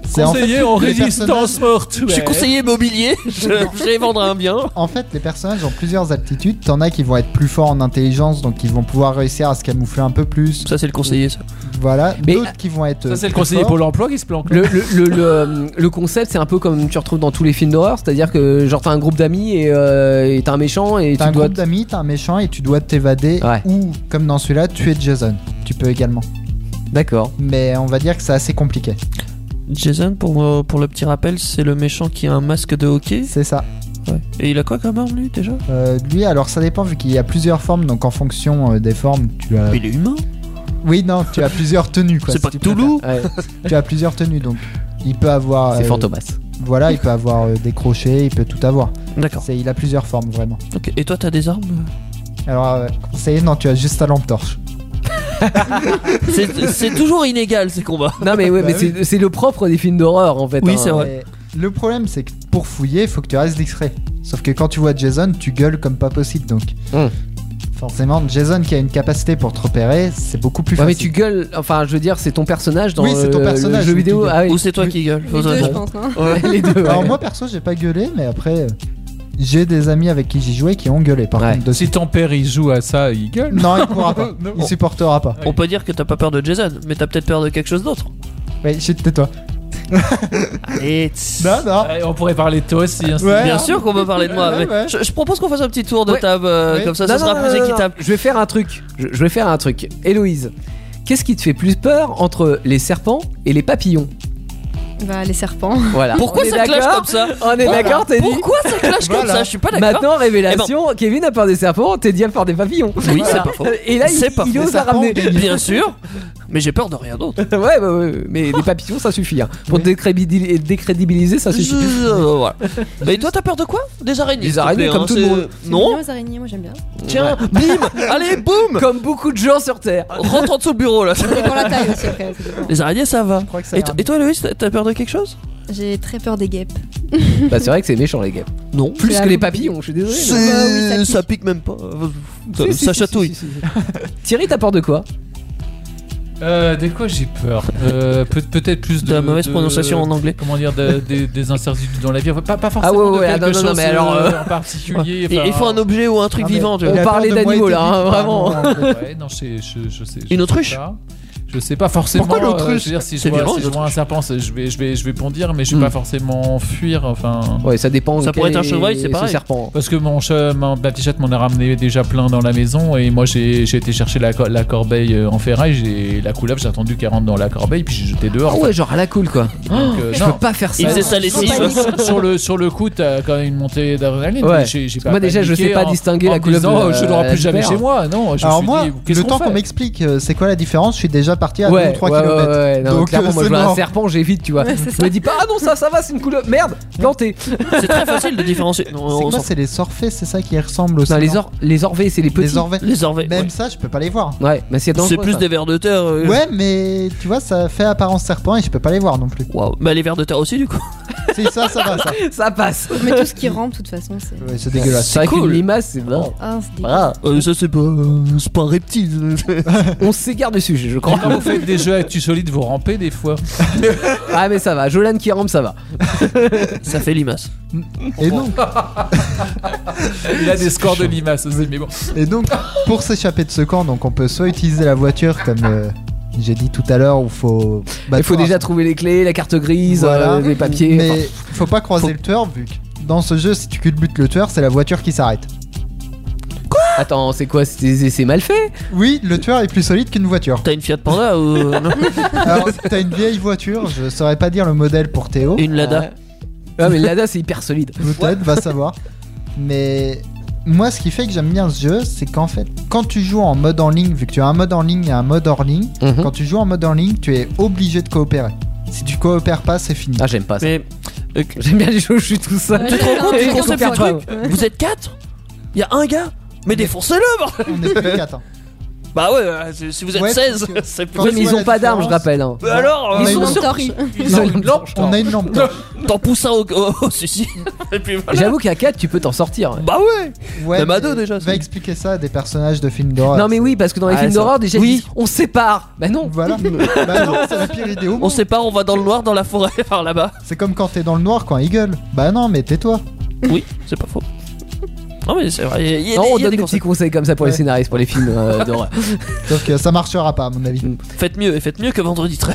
Speaker 4: C'est en fait-
Speaker 5: Conseiller en
Speaker 4: les
Speaker 5: résistance mortuelle.
Speaker 6: Je suis conseiller immobilier. Je je vais vendre un bien.
Speaker 4: En fait, les personnages ont plusieurs aptitudes. T'en as qui vont être plus forts en intelligence, donc ils vont pouvoir réussir à se camoufler un peu plus.
Speaker 6: Ça, c'est le conseiller, ça.
Speaker 4: Voilà.
Speaker 3: Mais-
Speaker 4: D'autres qui vont être.
Speaker 5: Ça, c'est le
Speaker 4: plus
Speaker 5: conseiller
Speaker 4: forts.
Speaker 5: Pôle emploi qui se planque.
Speaker 3: Le, le, le, le, euh, le concept, c'est un peu comme tu retrouves dans tous les films d'horreur, c'est-à-dire que genre t'as un groupe d'amis et euh, et t'as un méchant et
Speaker 4: T'as
Speaker 3: tu
Speaker 4: un
Speaker 3: dois.
Speaker 4: groupe d'amis, t'as un méchant et tu dois t'évader
Speaker 3: Ouais.
Speaker 4: ou, comme dans celui-là, tuer Jason. Tu peux également.
Speaker 3: D'accord.
Speaker 4: Mais on va dire que c'est assez compliqué.
Speaker 6: Jason, pour, euh, pour le petit rappel, c'est le méchant qui a un masque de hockey.
Speaker 4: C'est ça.
Speaker 6: Et il a quoi comme arme, lui, déjà
Speaker 4: Euh, lui, alors ça dépend vu qu'il y a plusieurs formes, donc en fonction euh, des formes, tu as.
Speaker 6: Mais Ah, Il est humain.
Speaker 4: Oui, non, tu as plusieurs tenues quoi.
Speaker 6: C'est
Speaker 4: si
Speaker 6: pas
Speaker 4: tu préfères.
Speaker 6: Toulouse
Speaker 3: Ouais,
Speaker 4: Tu as plusieurs tenues donc. Il peut avoir.
Speaker 3: c'est
Speaker 4: euh,
Speaker 3: Fantomas.
Speaker 4: Voilà, il peut avoir euh, des crochets, il peut tout avoir.
Speaker 6: Ah, D'accord.
Speaker 4: C'est- Il a plusieurs formes vraiment.
Speaker 6: Ok. Et toi, t'as des armes
Speaker 4: Alors, euh, conseiller, non, tu as juste ta lampe torche.
Speaker 6: C'est c'est toujours inégal ces combats.
Speaker 3: Non, mais, ouais,
Speaker 4: Bah
Speaker 3: mais
Speaker 4: oui.
Speaker 3: c'est- c'est le propre des films d'horreur en fait.
Speaker 6: Oui,
Speaker 3: hein.
Speaker 6: c'est vrai.
Speaker 4: Mais Le problème, c'est que pour fouiller, il faut que tu restes discret. Sauf que quand tu vois Jason, tu gueules comme pas possible donc.
Speaker 3: Hmm.
Speaker 4: Forcément, Jason qui a une capacité pour te repérer, c'est beaucoup plus
Speaker 3: Ouais, mais tu
Speaker 4: facile.
Speaker 3: gueules, enfin je veux dire, c'est ton personnage dans
Speaker 4: Oui, c'est ton
Speaker 3: le-
Speaker 4: personnage,
Speaker 3: le jeu
Speaker 4: donc tu
Speaker 3: vidéo.
Speaker 4: gueules.
Speaker 3: Ah oui.
Speaker 6: Ou c'est toi qui gueule
Speaker 1: Les deux, je pense. hein.
Speaker 3: Ouais, les deux.
Speaker 4: Alors,
Speaker 3: ouais.
Speaker 4: moi perso, j'ai pas gueulé, mais après, euh, j'ai des amis avec qui j'ai joué qui ont gueulé par
Speaker 3: Ouais.
Speaker 4: contre. dessus.
Speaker 5: Si ton père il joue à ça, il gueule.
Speaker 4: Ah, bah, Non, il pourra pas.
Speaker 5: Non.
Speaker 4: Il supportera pas.
Speaker 6: On peut dire que t'as pas peur de Jason, mais t'as peut-être peur de quelque chose d'autre.
Speaker 4: Ouais, shit, tais-toi.
Speaker 6: Allez,
Speaker 4: Non, non.
Speaker 5: Ouais, on pourrait parler de toi aussi. hein, c'est-
Speaker 4: Ouais.
Speaker 6: Bien sûr qu'on peut parler de moi.
Speaker 4: Ouais,
Speaker 6: mais
Speaker 4: ouais.
Speaker 6: Je, je propose qu'on fasse un petit tour de
Speaker 3: Ouais.
Speaker 6: table, euh,
Speaker 4: Ouais.
Speaker 6: comme ça,
Speaker 3: Non,
Speaker 6: ça
Speaker 3: non,
Speaker 6: sera
Speaker 3: non,
Speaker 6: plus
Speaker 3: non, non,
Speaker 6: équitable.
Speaker 3: non. Je vais faire un truc. Je, je vais faire un truc. Héloïse, qu'est-ce qui te fait plus peur entre les serpents et les papillons
Speaker 1: Bah, les serpents.
Speaker 3: Voilà.
Speaker 6: Pourquoi
Speaker 3: On est
Speaker 6: ça clash
Speaker 3: d'accord
Speaker 6: comme ça
Speaker 3: On est d'accord, t'es dit
Speaker 6: Pourquoi ça clash comme
Speaker 4: Voilà.
Speaker 6: ça Je suis pas d'accord. Eh ben.
Speaker 3: Maintenant, révélation, Kevin a peur des serpents, Teddy a peur des papillons.
Speaker 6: Oui, c'est pas faux.
Speaker 3: Et là, il,
Speaker 6: C'est pas
Speaker 3: il
Speaker 6: faux.
Speaker 3: ose la
Speaker 4: serpents
Speaker 3: ramener.
Speaker 4: gagnent.
Speaker 6: Bien sûr, mais j'ai peur de rien d'autre.
Speaker 3: ouais, ouais, bah ouais, mais les papillons, ça suffit. hein. Pour
Speaker 4: Oui.
Speaker 3: décrédibili- décrédibiliser, ça
Speaker 6: Je-
Speaker 3: suffit.
Speaker 6: euh, voilà. Mais toi, t'as peur de quoi Des araignées.
Speaker 3: Des
Speaker 6: s'il te
Speaker 3: araignées,
Speaker 6: plaît,
Speaker 3: comme
Speaker 6: hein,
Speaker 3: tout le
Speaker 6: c'est-
Speaker 3: monde.
Speaker 6: Non,
Speaker 1: Bien aux araignées, moi j'aime bien.
Speaker 6: tiens, bim Allez, boum
Speaker 3: Comme beaucoup de gens sur Terre.
Speaker 6: Rentre en dessous le bureau là.
Speaker 1: Et pour la taille aussi après. ça dépend.
Speaker 6: Les araignées, ça va.
Speaker 4: Je crois que ça
Speaker 6: Et,
Speaker 4: ira
Speaker 6: to- et toi, Loïs, t'as- t'as peur de quelque chose
Speaker 1: J'ai très peur des guêpes.
Speaker 3: Bah, c'est vrai que c'est méchant, les gars.
Speaker 6: Non.
Speaker 3: Plus
Speaker 1: C'est
Speaker 3: que les
Speaker 1: la-
Speaker 3: papillons, je suis désolé. mais-
Speaker 1: Bah oui, ça pique.
Speaker 6: ça pique même pas. Ça,
Speaker 3: Si, si,
Speaker 6: ça
Speaker 3: si,
Speaker 6: chatouille.
Speaker 3: si, si, si. Thierry, t'as peur de quoi
Speaker 5: Euh, de quoi j'ai peur Euh, peut- Peut-être plus de.
Speaker 6: De la mauvaise
Speaker 5: de-
Speaker 6: prononciation en anglais.
Speaker 5: Comment dire, de- des- des incertitudes dans la vie. Pas, pas forcément
Speaker 3: Ah ouais, ouais,
Speaker 5: de
Speaker 3: ah
Speaker 5: quelque
Speaker 3: non, non,
Speaker 5: chose
Speaker 3: non, mais alors,
Speaker 5: euh,
Speaker 3: euh,
Speaker 5: en particulier.
Speaker 6: Il-
Speaker 5: enfin,
Speaker 6: Il faut un objet ou un truc
Speaker 4: Ah, mais-
Speaker 6: vivant, tu
Speaker 4: Il
Speaker 3: On
Speaker 6: vois.
Speaker 4: a
Speaker 3: parlait
Speaker 4: peur de moi et
Speaker 3: d'animaux,
Speaker 4: Teddy
Speaker 3: là, hein,
Speaker 4: qui parlent en anglais.
Speaker 5: Ouais, non, je sais, je, je sais. je
Speaker 4: euh,
Speaker 6: Une
Speaker 5: sais
Speaker 6: autruche
Speaker 5: pas. Je sais pas forcément.
Speaker 4: Pourquoi
Speaker 5: euh,
Speaker 4: l'autruche
Speaker 5: je veux dire, si je
Speaker 6: C'est
Speaker 5: vois,
Speaker 6: violent,
Speaker 5: si
Speaker 6: une
Speaker 5: je vois un
Speaker 6: autruche.
Speaker 5: serpent, c'est- je vais, je vais, je vais bondir, mais je vais
Speaker 3: Hmm.
Speaker 5: pas forcément fuir. Enfin.
Speaker 3: Ouais, ça dépend.
Speaker 6: Ça pourrait
Speaker 3: quel
Speaker 6: être un chevreuil,
Speaker 3: est
Speaker 6: c'est
Speaker 3: ce
Speaker 6: pareil.
Speaker 3: serpent.
Speaker 5: Parce que mon chat, ma, ma petite chatte m'en a ramené déjà plein dans la maison et moi j'ai j'ai été chercher la, co- la corbeille euh, en ferraille, j'ai la couleuvre, j'ai attendu qu'elle rentre dans la corbeille puis j'ai jeté
Speaker 3: Ah
Speaker 5: dehors.
Speaker 3: ouais, genre à la cool, quoi.
Speaker 5: Donc, euh,
Speaker 3: Je
Speaker 5: non.
Speaker 3: peux pas faire ça.
Speaker 6: Il faisait ça les
Speaker 1: Faut pas
Speaker 6: six.
Speaker 1: dire.
Speaker 5: sur, sur le, sur le coup, t'as quand même une montée d'adrénaline.
Speaker 3: Ouais.
Speaker 5: mais j'ai- j'ai pas
Speaker 3: Moi, déjà, je
Speaker 5: paniqué
Speaker 3: sais pas
Speaker 5: en-
Speaker 3: distinguer
Speaker 5: en
Speaker 3: la
Speaker 5: me
Speaker 3: couleur
Speaker 5: disant,
Speaker 3: de
Speaker 5: euh, je ne l'aurai
Speaker 3: la-
Speaker 5: plus jamais
Speaker 3: du
Speaker 5: chez
Speaker 3: père.
Speaker 5: moi. Non, je
Speaker 4: Alors
Speaker 5: me suis
Speaker 4: moi,
Speaker 5: dit, qu'est-ce
Speaker 4: le
Speaker 5: qu'on
Speaker 4: temps
Speaker 5: fait
Speaker 4: qu'on m'explique euh, c'est quoi la différence, je suis déjà parti à 2
Speaker 3: Ouais,
Speaker 4: ou 3
Speaker 3: ouais,
Speaker 4: km.
Speaker 3: ouais, ouais, non,
Speaker 4: Donc,
Speaker 3: clairement,
Speaker 4: euh,
Speaker 3: moi
Speaker 4: c'est
Speaker 3: je vois un
Speaker 4: mort.
Speaker 3: serpent, j'évite, tu vois. je me dis pas, ah non, ça, ça va, c'est une couleur. Merde, planté.
Speaker 6: C'est très facile de différencier. Non,
Speaker 4: C'est
Speaker 6: on
Speaker 4: quoi
Speaker 6: s'en
Speaker 4: C'est les sorphées, c'est ça qui ressemble aussi
Speaker 3: Non, les, or les orvées, c'est les petits.
Speaker 4: Les orvées.
Speaker 6: fout. Les orvées.
Speaker 4: Même
Speaker 6: ouais.
Speaker 4: ça, je peux pas les voir.
Speaker 3: Ouais, mais c'est dangereux.
Speaker 6: C'est plus
Speaker 3: ça.
Speaker 6: des vers de terre. euh,
Speaker 4: Ouais, mais tu vois, ça fait apparence serpent et je peux pas les voir non plus.
Speaker 6: Waouh. Bah, les vers de terre aussi, du coup.
Speaker 4: Si, ça, ça va, ça.
Speaker 3: Ça passe.
Speaker 1: Mais tout ce qui rampe, de toute façon, c'est.
Speaker 4: Ouais, c'est dégueulasse.
Speaker 3: C'est vrai
Speaker 6: cool.
Speaker 3: qu'une limace, c'est dingue.
Speaker 1: Ah, c'est dégueu.
Speaker 3: Voilà.
Speaker 6: Euh, ça, c'est pas, euh, c'est pas un reptile.
Speaker 3: On s'égare du sujet, je crois.
Speaker 5: Quand vous faites des jeux actu solides, vous rampez des fois.
Speaker 3: ah, mais ça va. Jolan qui rampe, ça va.
Speaker 6: ça fait limace.
Speaker 4: Et donc,
Speaker 5: Il a des scores de limaces aussi, mais bon.
Speaker 4: et donc, pour s'échapper de ce camp, donc on peut soit utiliser la voiture comme euh, j'ai dit tout à l'heure, où faut. bah,
Speaker 3: Il faut
Speaker 4: toi,
Speaker 3: déjà trouver les clés, la carte grise,
Speaker 4: Voilà.
Speaker 3: euh, les papiers.
Speaker 4: Mais
Speaker 3: enfin.
Speaker 4: faut pas croiser
Speaker 3: faut-
Speaker 4: le tueur vu que dans ce jeu, si tu culbutes le tueur, c'est la voiture qui s'arrête.
Speaker 3: Attends, c'est quoi C'est c'est mal fait
Speaker 4: Oui, le tueur est plus solide qu'une voiture.
Speaker 6: T'as une Fiat Panda ou euh, non
Speaker 4: Alors, si t'as une vieille voiture, je saurais pas dire le modèle pour Théo.
Speaker 6: une Lada
Speaker 3: Ouais. Ah, mais l'ADA, c'est hyper solide.
Speaker 4: Peut-être, va savoir. Mais moi, ce qui fait que j'aime bien ce jeu, c'est qu'en fait, quand tu joues en mode en ligne, vu que tu as un mode en ligne et un mode hors ligne,
Speaker 3: Mhm.
Speaker 4: quand tu joues en mode en ligne, tu es obligé de coopérer. Si tu coopères pas, c'est fini.
Speaker 3: Ah, j'aime pas ça.
Speaker 6: Mais euh,
Speaker 3: J'aime bien les choses où je suis tout seul.
Speaker 1: Tu te rends compte du
Speaker 3: Et qu'on
Speaker 1: concept
Speaker 3: s'en
Speaker 1: du
Speaker 3: perd pas.
Speaker 6: vous êtes quatre Il y a un gars Mais défoncez-le
Speaker 3: Ah.
Speaker 6: bordel
Speaker 4: On est plus quatre. hein.
Speaker 6: Bah ouais, euh, si- si vous êtes
Speaker 4: Ouais,
Speaker 6: 16,
Speaker 4: parce que-
Speaker 6: c'est plus.
Speaker 4: Quand
Speaker 3: Oui,
Speaker 4: tu
Speaker 3: mais ils
Speaker 4: vois
Speaker 3: ont
Speaker 4: la
Speaker 3: pas d'armes, je
Speaker 4: différence-
Speaker 3: rappelle. hein.
Speaker 6: Bah alors,
Speaker 4: On
Speaker 6: euh,
Speaker 4: a
Speaker 3: Ils
Speaker 4: une
Speaker 3: sont
Speaker 4: lampe
Speaker 3: sur-
Speaker 4: torche.
Speaker 3: Ils ont une blanche.
Speaker 4: On a une lampe torche.
Speaker 6: t'en pousses un au. Oh, oh, si, si. Et puis voilà.
Speaker 3: J'avoue qu'à 4, tu peux t'en sortir. hein.
Speaker 6: Bah ouais
Speaker 4: Ouais,
Speaker 6: Même
Speaker 4: mais
Speaker 6: ado, déjà,
Speaker 4: Va
Speaker 6: c'est-
Speaker 4: expliquer ça à des personnages de films d'horreur.
Speaker 3: Non, mais oui, parce que dans les
Speaker 6: Ah,
Speaker 3: films
Speaker 6: ça-
Speaker 3: d'horreur, déjà,
Speaker 6: Oui.
Speaker 3: ils disent, on se sépare. Bah non.
Speaker 4: Voilà. bah non, c'est la pire idée au
Speaker 6: On
Speaker 4: monde.
Speaker 6: sépare, on va dans le noir, dans la forêt, par là-bas.
Speaker 4: C'est comme quand t'es dans le noir quand il gueule. Bah non, mais tais-toi.
Speaker 6: Oui, c'est pas faux. Non, mais c'est vrai. il y a- il y a
Speaker 3: Non,
Speaker 6: des-
Speaker 3: on
Speaker 6: il
Speaker 3: donne
Speaker 6: y a des
Speaker 3: des petits
Speaker 6: conseils.
Speaker 3: conseils comme ça pour les
Speaker 4: Ouais.
Speaker 3: scénaristes, pour les films euh, d'horreur.
Speaker 4: Donc euh, ça marchera pas, à mon avis.
Speaker 6: Faites mieux, et faites mieux que vendredi 13.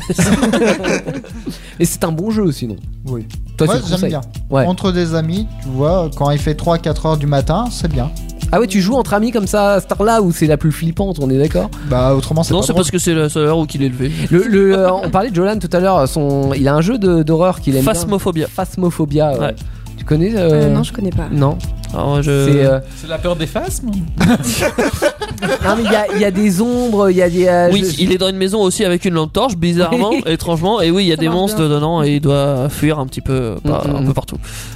Speaker 3: Et c'est un bon jeu sinon.
Speaker 4: Oui.
Speaker 3: Toi,
Speaker 4: Moi,
Speaker 3: tu le
Speaker 4: j'aime
Speaker 3: conseilles.
Speaker 4: bien.
Speaker 3: Ouais.
Speaker 4: Entre des amis, tu vois, quand il fait 3-4 heures du matin, c'est bien.
Speaker 3: Ah ouais, tu joues entre amis comme ça, Starla, où c'est la plus flippante, on est d'accord
Speaker 4: Bah autrement, c'est
Speaker 6: non,
Speaker 4: pas
Speaker 6: c'est
Speaker 4: drôle.
Speaker 6: parce que c'est la seule heure où qu'il est levé.
Speaker 3: le, le, euh, On parlait de Jolan tout à l'heure, son... il a un jeu de- d'horreur qu'il aime. bien.
Speaker 6: Phasmophobia.
Speaker 3: Phasmophobia. euh.
Speaker 6: Ouais.
Speaker 3: Tu connais euh,
Speaker 1: Euh, non, je connais pas.
Speaker 3: Non.
Speaker 6: Alors, Ah, je...
Speaker 3: C'est, euh,
Speaker 5: C'est la peur des phasmes
Speaker 3: Non, mais il y a, il y a des ombres, il y a des. euh,
Speaker 6: Oui,
Speaker 3: je-
Speaker 6: il est dans une maison aussi avec une lampe torche, bizarrement,
Speaker 3: Oui.
Speaker 6: étrangement. Et oui, il y a
Speaker 1: Ça
Speaker 6: des
Speaker 1: marche
Speaker 6: monstres
Speaker 1: bien.
Speaker 6: dedans et il doit fuir un petit peu, euh, par-
Speaker 3: Mhm.
Speaker 6: un peu partout.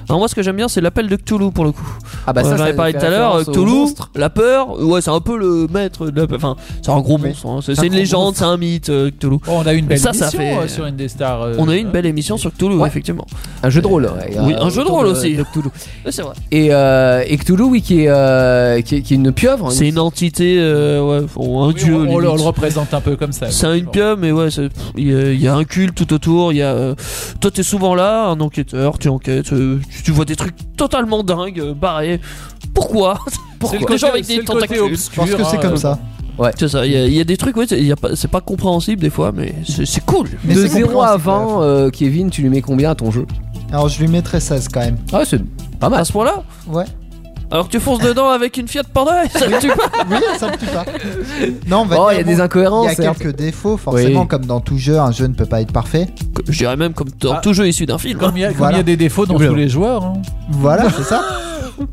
Speaker 6: Alors, moi, ce que j'aime bien, c'est l'appel de Cthulhu pour le coup.
Speaker 3: Ah bah
Speaker 6: Ouais,
Speaker 3: ça,
Speaker 6: J'en
Speaker 3: ça
Speaker 6: ai parlé
Speaker 3: fait
Speaker 6: tout à l'heure,
Speaker 3: référence aux
Speaker 6: Cthulhu,
Speaker 3: monstres.
Speaker 6: la peur, ouais, c'est un peu le maître de la peur. Enfin, c'est un gros
Speaker 4: Oui.
Speaker 6: monstre, hein. c'est
Speaker 4: C'est un
Speaker 6: c'est une
Speaker 4: gros
Speaker 6: légende,
Speaker 4: monstre.
Speaker 6: c'est un mythe, euh, Cthulhu.
Speaker 5: Oh, On a eu une belle
Speaker 6: Ça, ça
Speaker 5: émission
Speaker 6: fait-
Speaker 5: euh, sur une des stars. euh,
Speaker 6: On a eu une
Speaker 5: euh,
Speaker 6: belle émission sur Cthulhu,
Speaker 3: Ouais.
Speaker 6: effectivement.
Speaker 3: Un jeu de rôle. ouais,
Speaker 6: Oui,
Speaker 3: euh,
Speaker 6: un jeu de
Speaker 3: autour
Speaker 6: rôle aussi.
Speaker 3: de Cthulhu.
Speaker 6: Ouais, c'est vrai.
Speaker 3: Et, euh, et Cthulhu, oui, qui est, euh, qui est, qui est une pieuvre.
Speaker 6: C'est une entité, euh, ouais, ou un
Speaker 5: oui,
Speaker 6: dieu.
Speaker 5: on- on, le- on
Speaker 6: limite.
Speaker 5: le représente un peu comme ça.
Speaker 6: C'est une
Speaker 5: bon.
Speaker 6: pieuvre, mais ouais, c'est- pff, il y, a- il y a un culte tout autour. Il y a, euh, toi, t'es souvent là, un enquêteur, tu enquêtes, euh, tu, tu vois des trucs totalement dingues, euh, barrés. Pourquoi
Speaker 5: C'est
Speaker 6: Pourquoi
Speaker 5: le
Speaker 6: Des
Speaker 5: côté-
Speaker 6: gens avec
Speaker 5: c'est
Speaker 6: des
Speaker 5: le côté
Speaker 6: tentacules.
Speaker 4: Je pense que
Speaker 5: obscur,
Speaker 4: c'est
Speaker 5: hein,
Speaker 4: comme
Speaker 5: euh,
Speaker 4: ça.
Speaker 6: C'est ça, il y, a- il y a des trucs, ouais, c'est- il y a pas- c'est pas compréhensible des fois, mais c'est c'est cool.
Speaker 4: Mais
Speaker 3: de
Speaker 4: c'est
Speaker 3: 0 à
Speaker 4: compréhensible,
Speaker 3: 20, euh, Kevin, tu lui mets combien à ton jeu
Speaker 4: Alors je lui mettrais 16 quand même.
Speaker 3: Ah, c'est pas mal.
Speaker 6: À ce point-là
Speaker 4: Ouais.
Speaker 6: Alors que tu fonces dedans avec une Fiat Panda et ça te tue pas
Speaker 4: Oui, ça me tue pas. Non, on va
Speaker 3: Oh,
Speaker 4: dire,
Speaker 3: il y a
Speaker 4: bon,
Speaker 3: des
Speaker 4: il y
Speaker 3: incohérences.
Speaker 4: a
Speaker 3: certes.
Speaker 4: quelques défauts, forcément,
Speaker 3: Oui.
Speaker 4: comme dans tout jeu, un jeu ne peut pas être parfait.
Speaker 6: Que- Je dirais même comme dans
Speaker 5: Ah.
Speaker 6: tout jeu issu d'un film. hein.
Speaker 5: Comme il y a- comme il y,
Speaker 4: Voilà.
Speaker 5: a des défauts dans
Speaker 4: Oui.
Speaker 5: tous les joueurs. hein.
Speaker 4: Voilà, c'est ça.
Speaker 6: hein.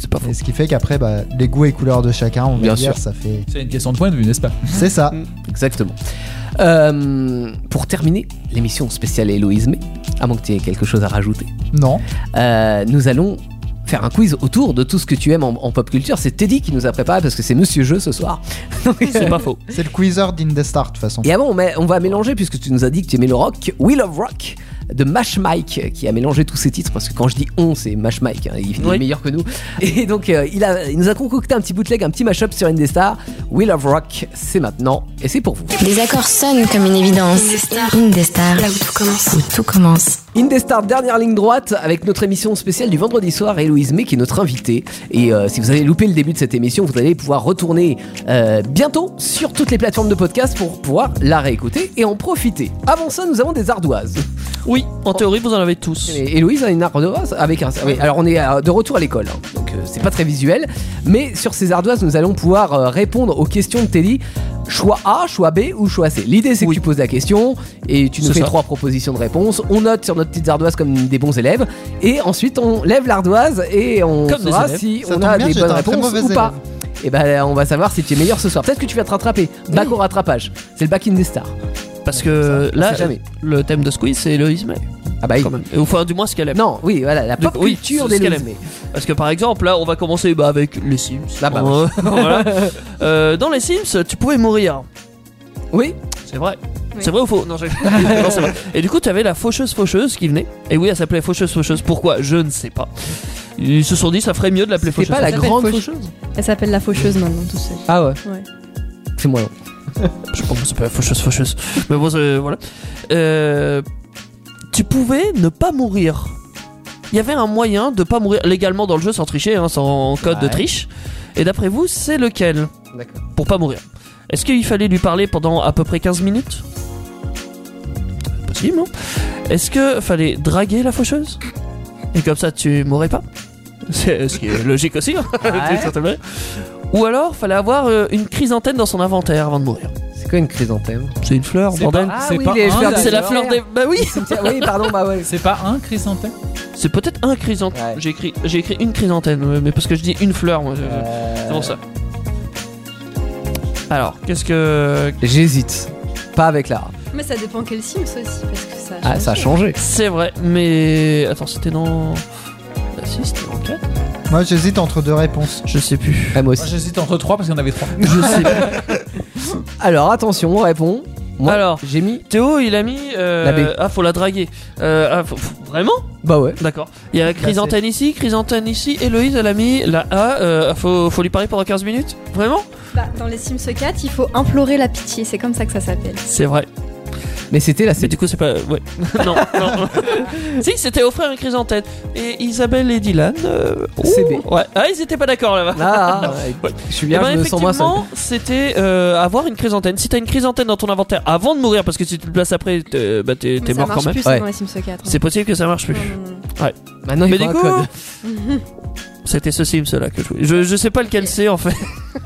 Speaker 6: C'est pas faux.
Speaker 4: Et ce qui fait qu'après, bah, les goûts et couleurs de chacun, on va
Speaker 3: Bien
Speaker 4: dire, ça fait.
Speaker 5: C'est une question de point de vue, n'est-ce pas
Speaker 4: C'est ça.
Speaker 3: Mm. Exactement. Euh, pour terminer l'émission spéciale Héloïse May, à moins que tu aies quelque chose à rajouter,
Speaker 4: Non.
Speaker 3: euh, nous allons faire un quiz autour de tout ce que tu aimes en, en pop culture. C'est Teddy qui nous a préparé parce que c'est Monsieur Jeu ce soir. Donc,
Speaker 6: C'est pas faux.
Speaker 4: C'est le quizzer d'Indestar, de toute façon.
Speaker 3: Et avant, on, met- on va mélanger, puisque tu nous as dit que tu aimais le rock, We Love Rock de Mash Mike, qui a mélangé tous ses titres, parce que quand je dis on, c'est Mash Mike, hein, il finit
Speaker 6: Oui.
Speaker 3: meilleur que nous. Et donc, euh, il, a, il nous a concocté un petit bootleg, un petit mashup sur Indestar. We Love Rock, c'est maintenant, et c'est pour vous.
Speaker 2: Les accords sonnent comme une évidence.
Speaker 7: Indestar.
Speaker 2: Indestar.
Speaker 7: Là où tout commence.
Speaker 2: Où tout commence.
Speaker 3: Indestar, dernière ligne droite, avec notre émission spéciale du vendredi soir, Héloïse May qui est notre invitée. Et euh, si vous avez loupé le début de cette émission, vous allez pouvoir retourner euh, bientôt sur toutes les plateformes de podcast pour pouvoir la réécouter et en profiter. Avant ça, nous avons des ardoises.
Speaker 6: Oui, en théorie, vous en avez tous.
Speaker 3: Et Héloïse a une ardoise avec un. oui, alors on est euh, de retour à l'école, hein, donc euh, c'est pas très visuel. Mais sur ces ardoises, nous allons pouvoir euh, répondre aux questions de Teddy. Choix A, choix B ou choix C. L'idée c'est
Speaker 6: Oui.
Speaker 3: que tu poses la question et tu nous
Speaker 6: C'est
Speaker 3: fais
Speaker 6: ça.
Speaker 3: trois propositions de réponse. On note sur notre petite ardoise comme des bons élèves et ensuite on lève l'ardoise et on
Speaker 6: Comme des
Speaker 3: saura
Speaker 6: élèves.
Speaker 3: si
Speaker 4: Ça
Speaker 3: on
Speaker 4: tombe
Speaker 3: a
Speaker 4: bien,
Speaker 3: des
Speaker 4: j'étais
Speaker 3: bonnes
Speaker 4: un très
Speaker 3: réponses
Speaker 4: mauvais
Speaker 3: ou pas.
Speaker 4: élève.
Speaker 3: Et ben on va savoir si tu es meilleur ce soir. Peut-être que tu vas te rattraper. Bac au rattrapage. C'est le back in des stars.
Speaker 6: Parce que
Speaker 3: On
Speaker 6: là,
Speaker 3: sait jamais.
Speaker 6: le thème de Squeeze, c'est Eloise May.
Speaker 3: Ah bah oui.
Speaker 6: Quand même. Et Enfin, du moins, ce qu'elle aime.
Speaker 3: Non, oui, voilà, la
Speaker 6: Donc,
Speaker 3: pop
Speaker 6: oui,
Speaker 3: culture
Speaker 6: c'est ce qu'elle
Speaker 3: d'Héloïse
Speaker 6: aime.
Speaker 3: May.
Speaker 6: Parce que par exemple, là, on va commencer bah, avec les Sims.
Speaker 3: Ah bah
Speaker 6: Hein, voilà. Euh, dans les Sims, tu pouvais mourir.
Speaker 3: Oui,
Speaker 6: C'est vrai.
Speaker 1: Oui.
Speaker 6: C'est vrai ou faux Non, je- Non, c'est vrai. Et du coup, tu avais la faucheuse faucheuse qui venait. Et oui, elle s'appelait faucheuse faucheuse. Pourquoi Je ne sais pas. Ils se sont dit, ça ferait mieux de l'appeler
Speaker 3: c'est pas
Speaker 6: faucheuse.
Speaker 3: la
Speaker 1: Ça s'appelle
Speaker 3: grande
Speaker 1: fauche-
Speaker 3: faucheuse.
Speaker 1: Elle s'appelle la faucheuse maintenant, tout seul.
Speaker 3: Ah ouais.
Speaker 1: Ouais.
Speaker 3: C'est moi.
Speaker 6: Je pense que c'est pas la faucheuse faucheuse. Mais bon, c'est- voilà. Euh, tu pouvais ne pas mourir. Il y avait un moyen de pas mourir légalement dans le jeu sans tricher, hein, sans code de
Speaker 3: Ouais.
Speaker 6: triche. Et d'après vous, c'est lequel
Speaker 3: D'accord.
Speaker 6: pour pas mourir. Est-ce qu'il fallait lui parler pendant à peu près 15 minutes Possible, non Est-ce que fallait draguer la faucheuse Et comme ça, tu mourrais pas C'est ce qui est logique aussi, hein, d'une certaine manière. Ou alors, fallait avoir euh, une chrysanthème dans son inventaire avant de mourir.
Speaker 3: C'est quoi une chrysanthème
Speaker 6: C'est une fleur,
Speaker 5: C'est
Speaker 6: bordel.
Speaker 5: pas-
Speaker 3: Ah
Speaker 5: C'est
Speaker 3: oui,
Speaker 5: pas
Speaker 3: les
Speaker 5: un,
Speaker 3: fleurs-
Speaker 5: d'ailleurs.
Speaker 6: C'est la fleur des. Bah oui
Speaker 3: Oui, pardon, bah ouais.
Speaker 5: C'est pas un chrysanthème
Speaker 6: C'est peut-être un chrysanthème.
Speaker 3: Ouais.
Speaker 6: J'ai écrit, j'ai écrit une chrysanthème, euh, mais parce que je dis une fleur, moi. je-
Speaker 3: Euh,
Speaker 6: C'est pour ça. Alors, qu'est-ce que.
Speaker 3: J'hésite. Pas avec Lara.
Speaker 1: Mais ça dépend quel Sims aussi, parce que ça.
Speaker 3: Ah, ça a changé.
Speaker 6: C'est vrai, mais. Attends, c'était dans. Ah, si, c'était dans 4
Speaker 4: Moi, j'hésite entre deux réponses.
Speaker 6: Je sais plus.
Speaker 3: Ah, moi
Speaker 5: Moi,
Speaker 3: aussi.
Speaker 5: J'hésite entre trois parce qu'il y en avait trois.
Speaker 6: Je sais plus.
Speaker 3: Alors, attention, on répond. Moi,
Speaker 6: Alors.
Speaker 3: j'ai mis.
Speaker 6: Théo, il a mis. euh,
Speaker 3: La baie.
Speaker 6: Ah, faut la draguer. Euh, ah, faut- faut- Vraiment
Speaker 3: Bah ouais.
Speaker 6: D'accord. Il y a Chrysanthème ici, Chrysanthème ici. Héloïse, elle a mis la A. euh, faut, faut lui parler pendant 15 minutes Vraiment
Speaker 1: Bah, dans les Sims 4, il faut implorer la pitié, c'est comme ça que ça s'appelle.
Speaker 6: C'est vrai.
Speaker 3: Mais c'était la
Speaker 6: Mais
Speaker 3: C.
Speaker 6: du coup, c'est pas. Ouais. non, non. si, c'était offrir un Chrysanthème. Et Isabelle et Dylan. euh, ouh,
Speaker 3: CB.
Speaker 6: Ouais. Ah, ils étaient pas d'accord là-bas.
Speaker 3: Ah, ouais. je suis bien,
Speaker 6: Eh ben,
Speaker 3: je me sens moins seul.
Speaker 6: effectivement, c'était euh, avoir une chrysanthème. Si t'as une chrysanthème dans ton inventaire avant de mourir, parce que si tu le places après, t'es bah, t'es-
Speaker 1: Mais
Speaker 6: t'es
Speaker 1: ça
Speaker 6: mort
Speaker 1: marche
Speaker 6: quand même.
Speaker 1: plus
Speaker 3: Ouais.
Speaker 1: dans les Sims 4. hein.
Speaker 6: C'est possible que ça marche plus.
Speaker 1: Non, non, non.
Speaker 3: Maintenant, il
Speaker 6: Mais
Speaker 3: faut
Speaker 6: du
Speaker 3: un
Speaker 6: coup,
Speaker 3: code.
Speaker 6: c'était ce sim, cela que je voulais. Je, je sais pas lequel c'est en fait.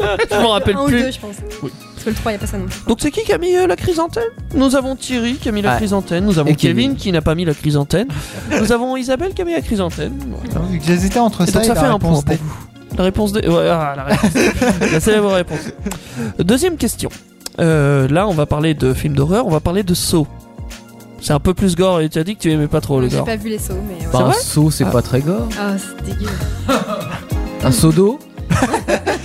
Speaker 6: je m'en rappelle
Speaker 1: Un ou
Speaker 6: plus.
Speaker 1: deux, je pense. Parce que le 3, il n'y a pas ça non plus.
Speaker 6: Donc c'est qui qui a mis euh, la chrysanthème Nous avons Thierry qui a mis la
Speaker 3: Ouais.
Speaker 6: chrysanthème, nous avons
Speaker 3: Et qui-
Speaker 6: Kevin qui n'a pas mis la chrysanthème, nous avons Isabelle qui a mis la chrysanthème.
Speaker 4: Non, vu que J'hésitais entre
Speaker 6: Et
Speaker 4: ça
Speaker 6: donc
Speaker 4: et
Speaker 6: ça
Speaker 4: la
Speaker 6: fait un point
Speaker 4: réponse
Speaker 6: pour
Speaker 4: D.
Speaker 6: vous. La réponse D. ouais, ah, la, réponse D. La célèbre réponse. Deuxième question. Euh, là, on va parler de films d'horreur, on va parler de Saw. C'est un peu plus gore et tu as dit que tu aimais pas trop le
Speaker 1: J'ai
Speaker 6: gore.
Speaker 1: pas vu les sauts, mais.
Speaker 3: Bah,
Speaker 1: Ouais.
Speaker 6: C'est
Speaker 3: un
Speaker 6: vrai
Speaker 3: seau, c'est
Speaker 6: Ah.
Speaker 3: pas très gore.
Speaker 1: Ah, c'est dégueu.
Speaker 3: Un seau d'eau.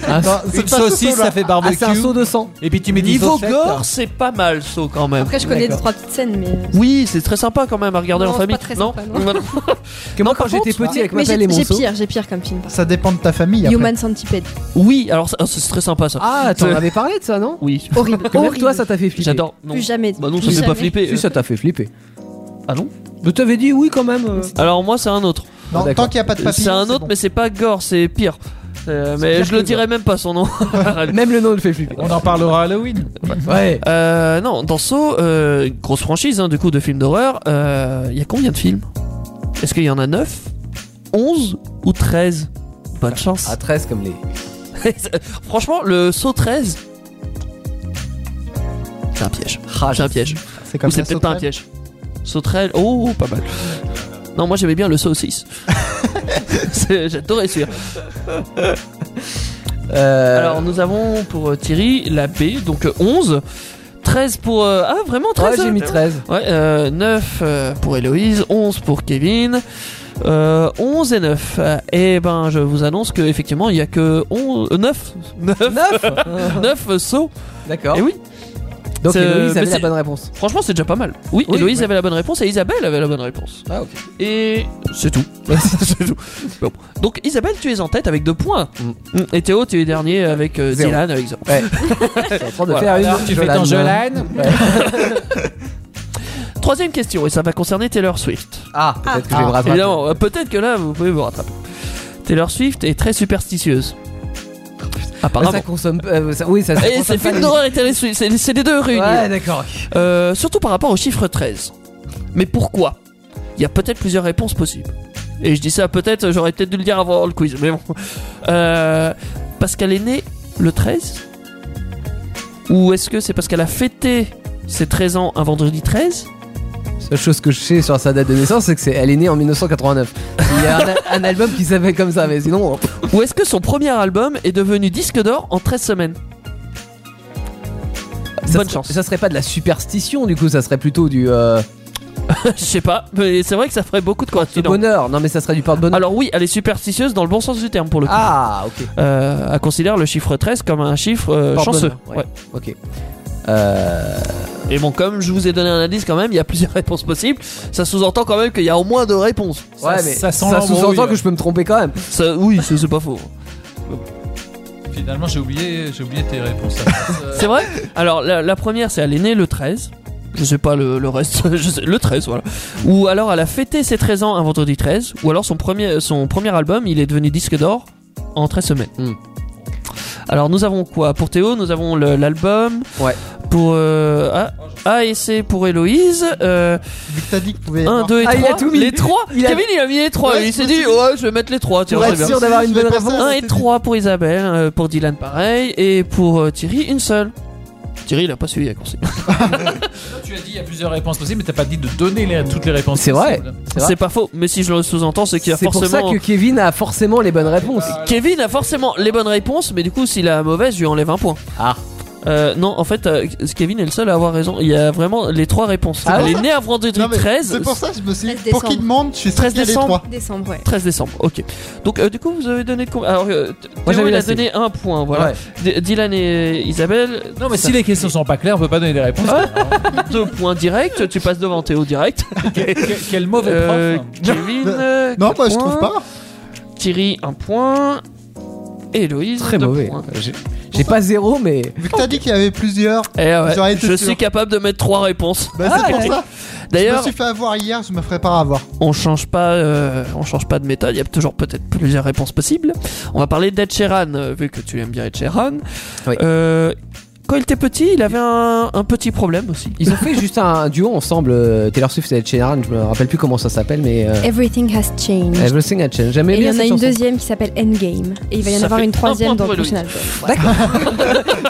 Speaker 3: Un-
Speaker 4: c'est
Speaker 5: Une
Speaker 4: pas
Speaker 5: saucisse,
Speaker 4: solo.
Speaker 5: ça fait
Speaker 3: Ah,
Speaker 5: barbecue.
Speaker 3: c'est un seau de sang.
Speaker 5: Et puis tu mets des
Speaker 6: Niveau
Speaker 5: saucettes.
Speaker 3: hein.
Speaker 6: gore, c'est pas mal Saw quand même.
Speaker 1: Après, je connais deux,
Speaker 5: D'accord.
Speaker 1: trois petites scènes, mais. euh,
Speaker 6: Oui, c'est très sympa quand même à regarder
Speaker 1: Non,
Speaker 6: en
Speaker 1: c'est
Speaker 6: famille.
Speaker 1: pas très
Speaker 6: non,
Speaker 1: sympa,
Speaker 3: Que moi, quand
Speaker 6: par
Speaker 3: j'étais
Speaker 6: contre,
Speaker 3: petit avec ma
Speaker 1: mais
Speaker 3: pelle et
Speaker 1: j'ai
Speaker 3: mon
Speaker 1: j'ai
Speaker 3: seau.
Speaker 1: pire, j'ai pire comme film. par
Speaker 4: Ça dépend de ta famille.
Speaker 1: contre.
Speaker 4: après.
Speaker 1: Human Centipede.
Speaker 6: Oui, alors ça- ah, c'est très sympa ça.
Speaker 3: Ah, t'en
Speaker 6: C'est-
Speaker 3: avais parlé de ça, non
Speaker 6: Oui,
Speaker 1: Horrible.
Speaker 3: Que même
Speaker 1: horrible.
Speaker 3: toi, ça t'a fait flipper.
Speaker 6: j'adore. Non.
Speaker 1: Plus jamais.
Speaker 6: Bah non, ça
Speaker 1: plus
Speaker 6: fait pas
Speaker 1: jamais.
Speaker 6: flipper.
Speaker 3: Si, ça t'a fait flipper.
Speaker 6: Ah non
Speaker 3: Mais t'avais dit oui quand même. euh.
Speaker 6: Alors moi c'est un autre.
Speaker 4: Non,
Speaker 3: Ah, d'accord.
Speaker 4: tant qu'il n'y a pas de papillon.
Speaker 6: Euh, C'est un autre,
Speaker 4: bon.
Speaker 6: mais c'est pas gore, c'est pire. Euh, mais
Speaker 3: pire
Speaker 6: je le
Speaker 3: que
Speaker 6: dirai même pas son nom.
Speaker 3: Même le nom le fait flipper.
Speaker 5: On en parlera à Halloween.
Speaker 3: Ouais.
Speaker 6: Euh, non, dans Saw, euh, grosse franchise hein, du coup de films d'horreur, il y a combien de films Est-ce qu'il y en a 9 11 ou 13 Bonne chance.
Speaker 3: À 13 comme les.
Speaker 6: Franchement, le Saw 13, c'est un piège.
Speaker 3: Ah,
Speaker 6: C'est un piège.
Speaker 4: C'est
Speaker 6: Ou
Speaker 4: comme
Speaker 6: c'est
Speaker 4: la
Speaker 6: peut-être pas un
Speaker 4: sauterelle.
Speaker 6: piège. Sauterelle, oh, pas mal. Non, moi j'aimais bien le Saw 6. C'est- J'adorais celui
Speaker 3: Euh,
Speaker 6: Alors nous avons pour euh, Thierry la B, donc euh, 11. 13 pour... euh, ah vraiment 13
Speaker 3: ouais, j'ai mis 13.
Speaker 6: Ouais, euh, 9 euh, pour Héloïse, 11 pour Kevin, euh, 11 et 9. Euh, et ben je vous annonce que effectivement il n'y a que euh, 11, 9, 9,
Speaker 3: 9
Speaker 6: 9 euh, sauts.
Speaker 3: D'accord.
Speaker 6: Et oui,
Speaker 3: Donc
Speaker 6: C'est-
Speaker 3: Héloïse
Speaker 6: mais
Speaker 3: avait la
Speaker 6: c'est-
Speaker 3: bonne réponse.
Speaker 6: franchement c'est déjà pas mal. Oui,
Speaker 3: Oui,
Speaker 6: Héloïse
Speaker 3: oui.
Speaker 6: avait la bonne réponse et Isabelle avait la bonne réponse.
Speaker 3: Ah, ok.
Speaker 6: Et c'est tout. c'est tout. Bon. Donc Isabelle tu es en tête avec 2 points. Mm. Et Théo tu es dernier avec euh,
Speaker 3: Zéro.
Speaker 6: Dylan avec 0.
Speaker 3: Ouais. Je suis en train de
Speaker 6: Voilà.
Speaker 3: faire une. hein.
Speaker 5: Alors, tu fais ton Jolane.
Speaker 6: Troisième question, et ça va concerner Taylor Swift.
Speaker 3: Ah, peut-être que je vais me rattraper.
Speaker 6: Évidemment, euh, peut-être que là, vous pouvez vous rattraper. Taylor Swift est très superstitieuse.
Speaker 3: Ouais,
Speaker 6: Apparemment.
Speaker 3: ça consomme. euh, ça- oui, ça se
Speaker 6: Et
Speaker 3: consomme
Speaker 6: c'est
Speaker 3: pas
Speaker 6: film
Speaker 3: les-
Speaker 6: d'horreur et Taylor Swift, c'est c'est les deux réunis.
Speaker 3: Ouais, d'accord.
Speaker 6: Euh, surtout par rapport au chiffre 13. Mais pourquoi Il y a peut-être plusieurs réponses possibles. Et je dis ça peut-être, j'aurais peut-être dû le dire avant le quiz, mais bon. Euh, parce qu'elle est née le 13 Ou est-ce que c'est parce qu'elle a fêté ses 13 ans un vendredi 13
Speaker 3: Seule chose que je sais sur sa date de naissance, c'est que c'est elle est née en 1989. Il y a un, un album qui s'appelle comme ça, mais sinon. hein.
Speaker 6: Ou est-ce que son premier album est devenu disque d'or en 13 semaines
Speaker 3: Ça
Speaker 6: Bonne
Speaker 3: serait-
Speaker 6: chance.
Speaker 3: Ça serait pas de la superstition, du coup, ça serait plutôt du, euh,
Speaker 6: Je sais pas, mais c'est vrai que ça ferait beaucoup de
Speaker 3: du
Speaker 6: coïncidences.
Speaker 3: bonheur. Non, mais ça serait du porte-bonheur.
Speaker 6: Alors oui, elle est superstitieuse dans le bon sens du terme pour le coup.
Speaker 3: Ah, ok.
Speaker 6: Euh, elle considère le chiffre 13 comme un chiffre euh, chanceux.
Speaker 3: Porte-bonheur,
Speaker 6: Ouais.
Speaker 3: Ok. Euh,
Speaker 6: Et bon, comme je vous ai donné un indice quand même, il y a plusieurs réponses possibles. Ça sous-entend quand même qu'il y a au moins deux réponses.
Speaker 5: Ça-
Speaker 3: ouais, mais ça,
Speaker 5: ça sent l'embrouille,
Speaker 3: sous-entend
Speaker 5: là.
Speaker 3: que je peux me tromper quand même.
Speaker 6: Ça, oui, c'est c'est pas faux.
Speaker 5: Finalement, j'ai oublié, j'ai oublié tes réponses. Euh,
Speaker 6: C'est vrai Alors, la, la première, c'est elle est née le 13. Je sais pas le, le reste, je sais, le 13, voilà. Ou alors elle a fêté ses 13 ans un vendredi 13. Ou alors son premier, son premier album, il est devenu disque d'or en 13 semaines.
Speaker 3: Hmm.
Speaker 6: Alors nous avons quoi Pour Théo, nous avons le- l'album.
Speaker 3: Ouais.
Speaker 6: Pour euh, ah, A et C pour Héloïse. Euh,
Speaker 4: Vu que t'as dit que tu pouvais.
Speaker 6: 1, 2 et
Speaker 3: Ah, il a
Speaker 6: 3.
Speaker 3: tout mis.
Speaker 6: Les 3
Speaker 3: Il a-
Speaker 6: Kevin, il a mis les 3.
Speaker 4: Ouais,
Speaker 6: il
Speaker 4: je
Speaker 6: s'est
Speaker 4: me
Speaker 6: dit,
Speaker 4: suis dit-
Speaker 6: ouais, je vais mettre les 3. Tiens,
Speaker 3: Pour
Speaker 6: c'est
Speaker 3: être
Speaker 6: bien.
Speaker 3: sûr d'avoir une bonne réponse.
Speaker 6: 1 et 3 pour Isabelle, euh, pour Dylan pareil, et pour euh, Thierry une seule. Thierry il a pas suivi la consigne.
Speaker 5: tu as dit il y a plusieurs réponses possibles, mais t'as pas dit de donner les- toutes les réponses.
Speaker 3: C'est vrai.
Speaker 5: possibles.
Speaker 3: C'est vrai.
Speaker 6: C'est pas faux, mais si je le sous-entends, c'est qu'il y a
Speaker 3: C'est pour ça
Speaker 6: forcément. Euh,
Speaker 3: que Kevin a forcément les bonnes réponses.
Speaker 6: Kevin a forcément les bonnes réponses, mais du coup, s'il a la mauvaise, je lui enlève un point.
Speaker 3: Ah.
Speaker 6: Euh, non, en fait, euh, Kevin est le seul à avoir raison. Il y a vraiment les trois réponses.
Speaker 4: Ah
Speaker 6: Elle
Speaker 4: bon
Speaker 6: est née à vendredi
Speaker 4: Non, mais
Speaker 6: 13.
Speaker 4: C'est pour ça que je me suis dit,
Speaker 1: 13
Speaker 4: pour qui
Speaker 1: décembre.
Speaker 4: demande, je suis
Speaker 6: 13
Speaker 4: 13 qu'il y a les
Speaker 6: décembre.
Speaker 4: trois.
Speaker 1: Décembre, ouais.
Speaker 6: 13 décembre, ok. Donc, euh, du coup, vous avez donné combien Alors, euh,
Speaker 3: Moi,
Speaker 6: Théo,
Speaker 3: j'avais
Speaker 6: il a
Speaker 3: la C.
Speaker 6: donné un point, voilà.
Speaker 3: Ouais.
Speaker 6: D- Dylan et Isabelle.
Speaker 5: Non, mais si les questions sont pas claires, on peut pas donner des réponses.
Speaker 6: Deux points directs, tu passes devant Théo direct.
Speaker 5: Que- que- Quel mauvais prof. hein.
Speaker 6: Euh,
Speaker 3: hein.
Speaker 6: Kevin. euh,
Speaker 4: Non,
Speaker 6: quatre
Speaker 4: moi je
Speaker 6: points.
Speaker 4: trouve pas.
Speaker 6: Thierry, un point. Et Héloïse,
Speaker 3: Très
Speaker 6: deux
Speaker 3: mauvais.
Speaker 6: points.
Speaker 3: J'ai- J'ai pas zéro, mais.
Speaker 4: Vu que t'as dit qu'il y avait plusieurs.
Speaker 6: Eh ouais,
Speaker 4: J'aurais été
Speaker 6: je
Speaker 4: sûr.
Speaker 6: suis capable de mettre trois réponses.
Speaker 4: Bah, c'est pour ça. Je me
Speaker 6: D'ailleurs,
Speaker 4: suis fait avoir hier, je me ferai pas avoir.
Speaker 6: on change pas, euh, on change pas de méthode. Il y a toujours peut-être plusieurs réponses possibles. On va parler d'Ed Sheeran, euh, vu que tu aimes bien Ed Sheeran.
Speaker 3: Oui.
Speaker 6: Euh, quand il était petit, il avait un, un petit problème aussi.
Speaker 3: Ils ont fait juste un duo ensemble, euh, Taylor Swift et Ed Sheeran, je me rappelle plus comment ça s'appelle, mais euh,
Speaker 1: Everything has changed.
Speaker 3: Everything a Changed. J'aimais
Speaker 1: Et il y
Speaker 3: bien
Speaker 1: en a
Speaker 3: cette
Speaker 1: une
Speaker 3: chanson.
Speaker 1: deuxième qui s'appelle Endgame. Et il va y en
Speaker 6: Ça
Speaker 1: avoir
Speaker 6: fait
Speaker 1: une
Speaker 6: un
Speaker 1: troisième
Speaker 6: point
Speaker 1: dans
Speaker 6: pour
Speaker 1: le prochain
Speaker 6: Héloïse.
Speaker 1: album.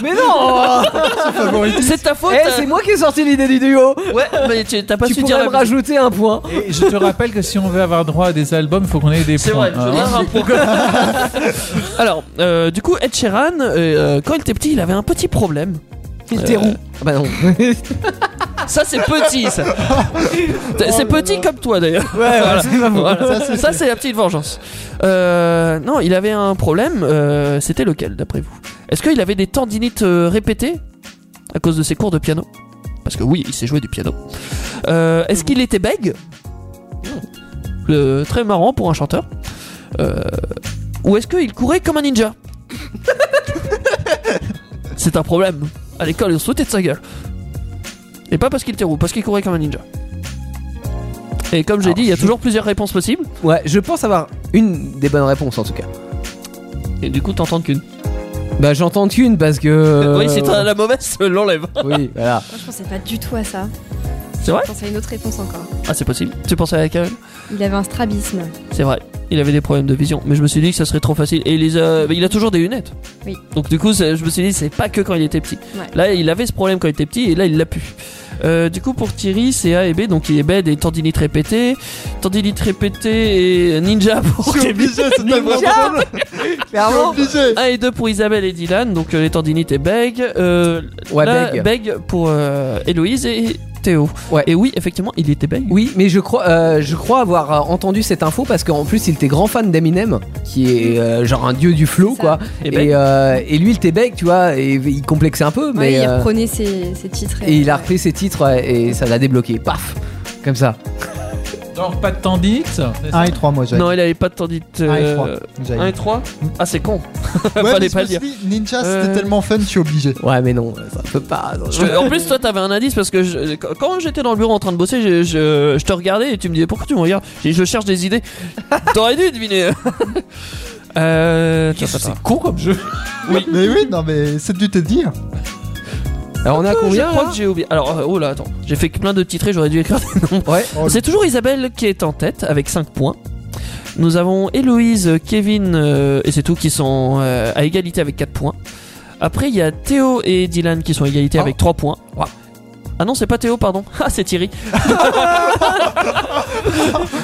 Speaker 3: Mais non
Speaker 6: C'est de ta faute.
Speaker 3: Eh, C'est moi qui ai sorti l'idée du duo
Speaker 6: Ouais, mais tu t'as pas
Speaker 3: Tu
Speaker 6: su
Speaker 3: pourrais
Speaker 6: dire
Speaker 3: me
Speaker 6: la
Speaker 3: rajouter un point
Speaker 5: Et je te rappelle que si on veut avoir droit à des albums, faut qu'on ait des
Speaker 6: C'est
Speaker 5: points.
Speaker 6: vrai, je
Speaker 5: hein.
Speaker 4: Ah.
Speaker 6: dois avoir un point. Alors, euh, du coup, Ed Sheeran, euh, quand il était petit, il avait un petit problème.
Speaker 3: Il était roux. Ah Bah non.
Speaker 6: Ça, c'est petit, ça. c'est petit comme toi, d'ailleurs. Voilà. Voilà. Ça, c'est la petite vengeance. Euh, non, il avait un problème. euh, C'était lequel, d'après vous Est-ce qu'il avait des tendinites euh, répétées à cause de ses cours de piano Parce que oui, il sait jouer du piano. Euh, Est-ce qu'il était bègue Euh, Très marrant pour un chanteur. Euh, ou est-ce qu'il courait comme un ninja C'est un problème. À l'école, ils ont sauté de sa gueule. Et pas parce qu'il était roux, parce qu'il courait comme un ninja. Et comme j'ai
Speaker 3: Alors,
Speaker 6: dit, il y a
Speaker 3: je-
Speaker 6: toujours plusieurs réponses possibles.
Speaker 3: Ouais, je pense avoir une des bonnes réponses en tout cas.
Speaker 6: Et du coup, t'entends qu'une.
Speaker 3: Bah j'entends qu'une parce que. euh,
Speaker 6: Oui, si t'as la mauvaise, l'enlève.
Speaker 3: Oui, voilà.
Speaker 1: Moi, je pensais pas du tout à ça.
Speaker 6: C'est vrai
Speaker 1: Je pensais à une autre réponse encore.
Speaker 6: Ah, c'est possible. Tu pensais à laquelle
Speaker 1: Il avait un strabisme.
Speaker 6: C'est vrai. Il avait des problèmes de vision, mais je me suis dit que ça serait trop facile. Et il, les a... mais il a toujours des lunettes.
Speaker 1: Oui.
Speaker 6: Donc du coup, c'est- je me suis dit, c'est pas que quand il était petit.
Speaker 1: Ouais.
Speaker 6: Là, il avait ce problème quand il était petit, et là, il l'a pu. Euh, du coup, pour Thierry, c'est A et B, donc il est bête et tendinite répétée. Tendinite répétée et ninja pour
Speaker 4: Je suis
Speaker 6: Kevin.
Speaker 4: obligé, c'était un vrai
Speaker 3: Ninja
Speaker 4: problème. Je suis
Speaker 3: Clairement.
Speaker 4: obligé.
Speaker 6: 1 et 2 pour Isabelle et Dylan, donc euh, les tendinites et bègue. Euh,
Speaker 3: Ouais,
Speaker 6: là,
Speaker 3: bègue.
Speaker 6: pour euh, Héloïse et Théo.
Speaker 3: Ouais.
Speaker 6: Et oui, effectivement, il était bègue.
Speaker 3: Oui, mais je crois, euh, je crois avoir euh, entendu cette info parce qu'en plus il était grand fan d'Eminem, qui
Speaker 5: Mhm.
Speaker 3: est euh, genre un dieu du flow
Speaker 1: C'est ça.
Speaker 3: quoi.
Speaker 6: Et
Speaker 3: Et, euh, et lui, le Québec, tu vois, et, il complexait un peu,
Speaker 1: Ouais,
Speaker 3: mais.
Speaker 1: il
Speaker 3: euh,
Speaker 1: reprenait ses, ses titres.
Speaker 3: et il a repris ses titres ouais, et ça l'a débloqué. Paf Comme ça.
Speaker 5: Donc pas de tendite. c'est ça
Speaker 4: 1 et 3, moi
Speaker 3: euh,
Speaker 4: j'avais.
Speaker 6: Non, il avait pas de euh, tendinite.
Speaker 3: Ah,
Speaker 4: Un
Speaker 6: 1
Speaker 4: et trois. J'avais.
Speaker 6: et 3 Ah, c'est con.
Speaker 4: Ouais,
Speaker 6: Fallait
Speaker 4: mais je
Speaker 6: pas
Speaker 4: me
Speaker 6: le
Speaker 4: suis dit, Ninja, c'était
Speaker 6: Euh.
Speaker 4: tellement fun, je suis obligé.
Speaker 3: Ouais, mais non, ça peut pas. non.
Speaker 6: Je te- en plus, toi, t'avais un indice parce que je- quand- quand j'étais dans le bureau en train de bosser, je, je- je te regardais et tu me disais pourquoi tu me regardes J'ai dit, Je cherche des idées. T'aurais dû deviner. euh, tiens, attends,
Speaker 5: C'est con comme jeu.
Speaker 4: Mais oui, non, mais c'est du te dire.
Speaker 3: Alors on a
Speaker 6: attends.
Speaker 3: combien
Speaker 6: Je crois
Speaker 3: là
Speaker 6: que j'ai oublié. Alors, euh, oh là, attends. J'ai fait que plein de titrés, j'aurais dû écrire des noms.
Speaker 3: Ouais.
Speaker 4: Oh,
Speaker 6: C'est toujours Isabelle qui est en tête avec 5 points. Nous avons Héloïse, Kevin euh, et c'est tout qui sont euh, à égalité avec 4 points. Après, il y a Théo et Dylan qui sont à égalité
Speaker 3: Oh.
Speaker 6: avec 3 points. Ah non, c'est pas Théo, pardon. Ah, c'est Thierry.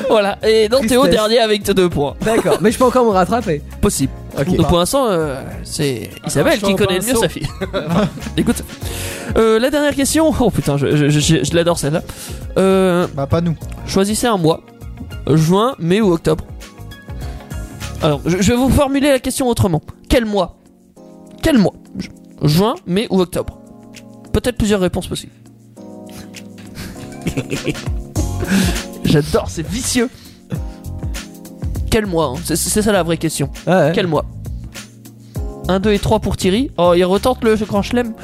Speaker 6: voilà. Et donc Théo
Speaker 3: Tristesse.
Speaker 6: dernier avec 2 points.
Speaker 3: D'accord, mais je peux encore me rattraper.
Speaker 6: Possible.
Speaker 3: Ok. Ah,
Speaker 6: Donc pour l'instant, euh, c'est Isabelle
Speaker 5: Attention
Speaker 6: qui
Speaker 5: au
Speaker 6: connaît le mieux
Speaker 5: pinceau.
Speaker 6: sa fille. Écoute. Euh, la dernière question. Oh putain, je, je- je- je- je l'adore celle-là. Euh,
Speaker 4: Bah, pas nous.
Speaker 6: Choisissez un mois. Euh, Juin, mai ou octobre. Alors, je, je vais vous formuler la question autrement. Quel mois Quel mois Ju- Juin, mai ou octobre Peut-être plusieurs réponses possibles. J'adore, c'est vicieux. Quel mois hein C'est c'est ça la vraie question.
Speaker 3: Ouais, ouais.
Speaker 6: Quel mois 1, 2 et 3 pour Thierry. Oh, il retente le grand chelem.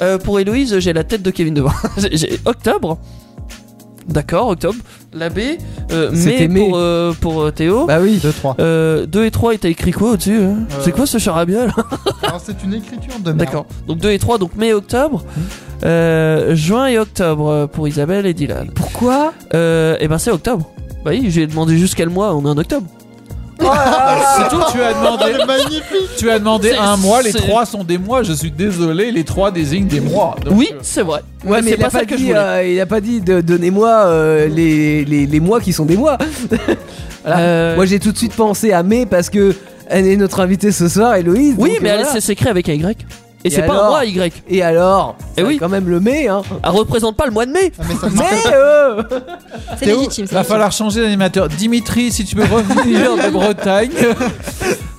Speaker 6: Euh, pour Héloïse, j'ai la tête de Kevin devant. J'ai- j'ai octobre. D'accord, octobre. La B. Euh,
Speaker 3: C'était
Speaker 6: mai,
Speaker 3: mai.
Speaker 6: pour, euh, pour euh, Théo.
Speaker 3: Bah oui.
Speaker 4: 2, 3.
Speaker 6: Euh, 2 et 3, et t'as écrit quoi au-dessus hein
Speaker 4: Euh.
Speaker 6: C'est quoi ce charabia là
Speaker 4: Alors, c'est une écriture de merde.
Speaker 6: D'accord. Donc 2 et 3, donc mai et octobre.
Speaker 3: Mmh.
Speaker 6: Euh, juin et octobre euh, pour Isabelle et Dylan.
Speaker 3: Pourquoi
Speaker 6: Euh, et ben c'est octobre. Bah oui, j'ai demandé jusqu'à le mois, on est en octobre.
Speaker 5: Ah, C'est tout. Tu as demandé.
Speaker 4: C'est magnifique.
Speaker 5: Tu as demandé
Speaker 6: C'est-
Speaker 5: un mois, les
Speaker 6: c'est-
Speaker 5: trois sont des mois, je suis désolé, les trois désignent des mois. Donc,
Speaker 6: oui,
Speaker 5: euh,
Speaker 6: c'est vrai.
Speaker 3: Ouais, mais, il,
Speaker 6: c'est
Speaker 3: a
Speaker 6: pas
Speaker 3: pas
Speaker 6: ça que je
Speaker 3: dit,
Speaker 6: voulais.
Speaker 3: euh, il a pas dit de donnez-moi euh, les, les, les mois qui sont des mois. Voilà.
Speaker 6: Euh,
Speaker 3: Moi j'ai tout de suite pensé à mai parce que elle est notre invitée ce soir, Héloïse.
Speaker 6: Oui,
Speaker 3: donc,
Speaker 6: mais elle
Speaker 3: voilà.
Speaker 6: c'est s'écrit avec un Y. euh, Et,
Speaker 3: Et
Speaker 6: c'est pas un
Speaker 3: alors
Speaker 6: mois Y.
Speaker 3: Et alors
Speaker 6: Eh
Speaker 3: ça
Speaker 6: oui.
Speaker 3: quand même le mai, hein.
Speaker 6: Elle représente pas le mois de mai.
Speaker 4: Ah, mais ça
Speaker 3: Mais
Speaker 4: marche.
Speaker 3: euh,
Speaker 1: C'est
Speaker 4: Théo,
Speaker 1: légitime. c'est
Speaker 5: Va
Speaker 1: légitime.
Speaker 5: falloir changer d'animateur. Dimitri, si tu peux revenir de Bretagne.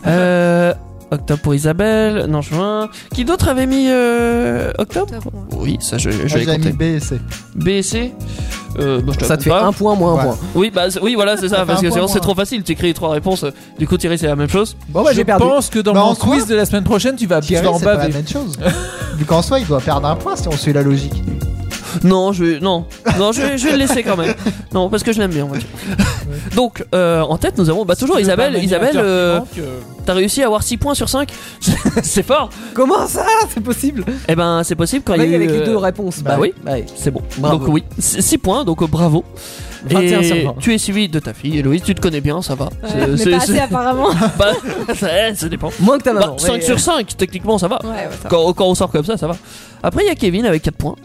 Speaker 6: Euh, octobre pour Isabelle. Non, juin. Qui d'autre avait mis euh, octobre
Speaker 1: Octobre, ouais.
Speaker 6: Oui, ça je, je
Speaker 4: Moi,
Speaker 6: l'ai
Speaker 4: j'ai mis
Speaker 6: compté.
Speaker 4: B et C.
Speaker 6: B et C. Euh, bon, je te
Speaker 3: Ça
Speaker 6: raconte
Speaker 3: te fait
Speaker 6: pas.
Speaker 3: un point moins un
Speaker 4: Ouais.
Speaker 3: point.
Speaker 6: Oui, bah, c'est- oui, voilà, c'est ça.
Speaker 4: fait
Speaker 6: parce
Speaker 4: un
Speaker 6: que
Speaker 4: point
Speaker 6: sinon,
Speaker 4: moins.
Speaker 6: c'est trop facile. Tu écris trois réponses. Du coup, Thierry, c'est la même chose.
Speaker 3: Bon bah
Speaker 5: je
Speaker 3: j'ai perdu.
Speaker 5: pense que dans
Speaker 4: Bah, en
Speaker 5: mon
Speaker 4: soi,
Speaker 5: quiz de la semaine prochaine, tu vas
Speaker 4: Thierry,
Speaker 5: en
Speaker 4: c'est pas la
Speaker 5: baver.
Speaker 4: même chose. Vu qu'en soi, il doit perdre un point si on suit la logique.
Speaker 6: Non, je vais, non, non, je vais, je vais le laisser quand même. Non, parce que je l'aime bien. on va dire. Donc, euh, en tête, nous avons bah, toujours Isabelle. Isabelle,
Speaker 4: hein.
Speaker 6: euh, t'as réussi à avoir 6 points sur 5 C'est fort.
Speaker 3: Comment ça C'est possible
Speaker 6: Eh ben, c'est possible quand il
Speaker 3: Mec,
Speaker 6: y a eu,
Speaker 3: avec les
Speaker 6: euh,
Speaker 3: deux réponses.
Speaker 6: bah oui.
Speaker 3: Bah
Speaker 6: C'est bon.
Speaker 3: Bravo.
Speaker 6: Donc oui, 6 points, donc euh, bravo.
Speaker 3: 21
Speaker 6: Et
Speaker 3: sur 20.
Speaker 6: Tu es suivi de ta fille, Héloïse, tu te connais bien, ça va. C'est-
Speaker 1: mais
Speaker 6: c'est-
Speaker 1: pas assez
Speaker 6: c'est-
Speaker 1: apparemment.
Speaker 6: bah, ça, ça dépend.
Speaker 3: Moins que ta maman.
Speaker 6: Bah, 5
Speaker 3: Ah mais, euh,
Speaker 6: sur 5, techniquement, ça va.
Speaker 1: Ouais, ouais, ça va.
Speaker 6: Quand, quand on sort comme ça, ça va. Après, il y a Kevin avec 4 points.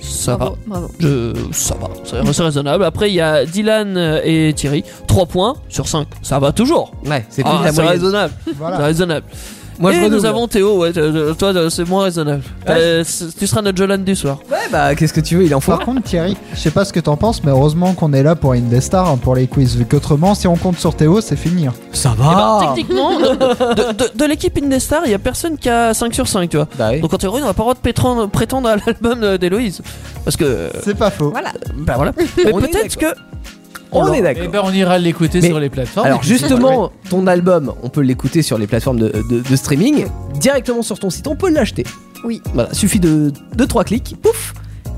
Speaker 6: Ça va.
Speaker 1: Bravo, bravo.
Speaker 6: Je... Ça va, c'est c'est raisonnable. Après, il y a Dylan euh, et Thierry. 3 points sur 5. Ça va toujours.
Speaker 3: euh, Ouais, c'est
Speaker 6: Ah,
Speaker 3: plus la
Speaker 6: c'est
Speaker 3: moyenne.
Speaker 6: raisonnable. C'est
Speaker 4: Voilà.
Speaker 6: raisonnable.
Speaker 3: Moi, je
Speaker 6: et Eh, nous
Speaker 3: redouble.
Speaker 6: avons Théo. Ouais, euh, toi, euh, c'est moins raisonnable. Euh, c'est- tu seras notre Jolan du soir.
Speaker 3: Ouais, bah qu'est-ce que tu veux, il en faut.
Speaker 6: Ah,
Speaker 4: Par contre, Thierry, je sais pas ce que t'en penses, mais heureusement qu'on est là pour Indestar, hein, pour les quiz, vu qu'autrement, si on compte sur Théo, c'est fini. hein.
Speaker 3: Ça
Speaker 6: Eh ben, techniquement, de, de- de- de l'équipe Indestar, il y a personne qui a 5 sur 5, tu vois.
Speaker 3: Bah oui.
Speaker 6: Donc en théorie, on n'a pas le droit de pétran- prétendre à l'album euh, d'Héloïse. Parce que. euh,
Speaker 4: C'est pas faux.
Speaker 1: Voilà.
Speaker 6: Bah voilà. Mais
Speaker 3: On est
Speaker 6: peut-être que.
Speaker 3: on
Speaker 6: l'a-
Speaker 3: est
Speaker 5: Eh
Speaker 3: d'accord.
Speaker 5: ben, on ira l'écouter
Speaker 3: Mais-
Speaker 5: sur les
Speaker 6: Ah
Speaker 5: plateformes.
Speaker 3: Alors justement, ton album, on peut l'écouter sur les plateformes de, de- de streaming, directement sur ton site, on peut l'acheter.
Speaker 1: Oui.
Speaker 3: Voilà, suffit de 2-3 clics, pouf,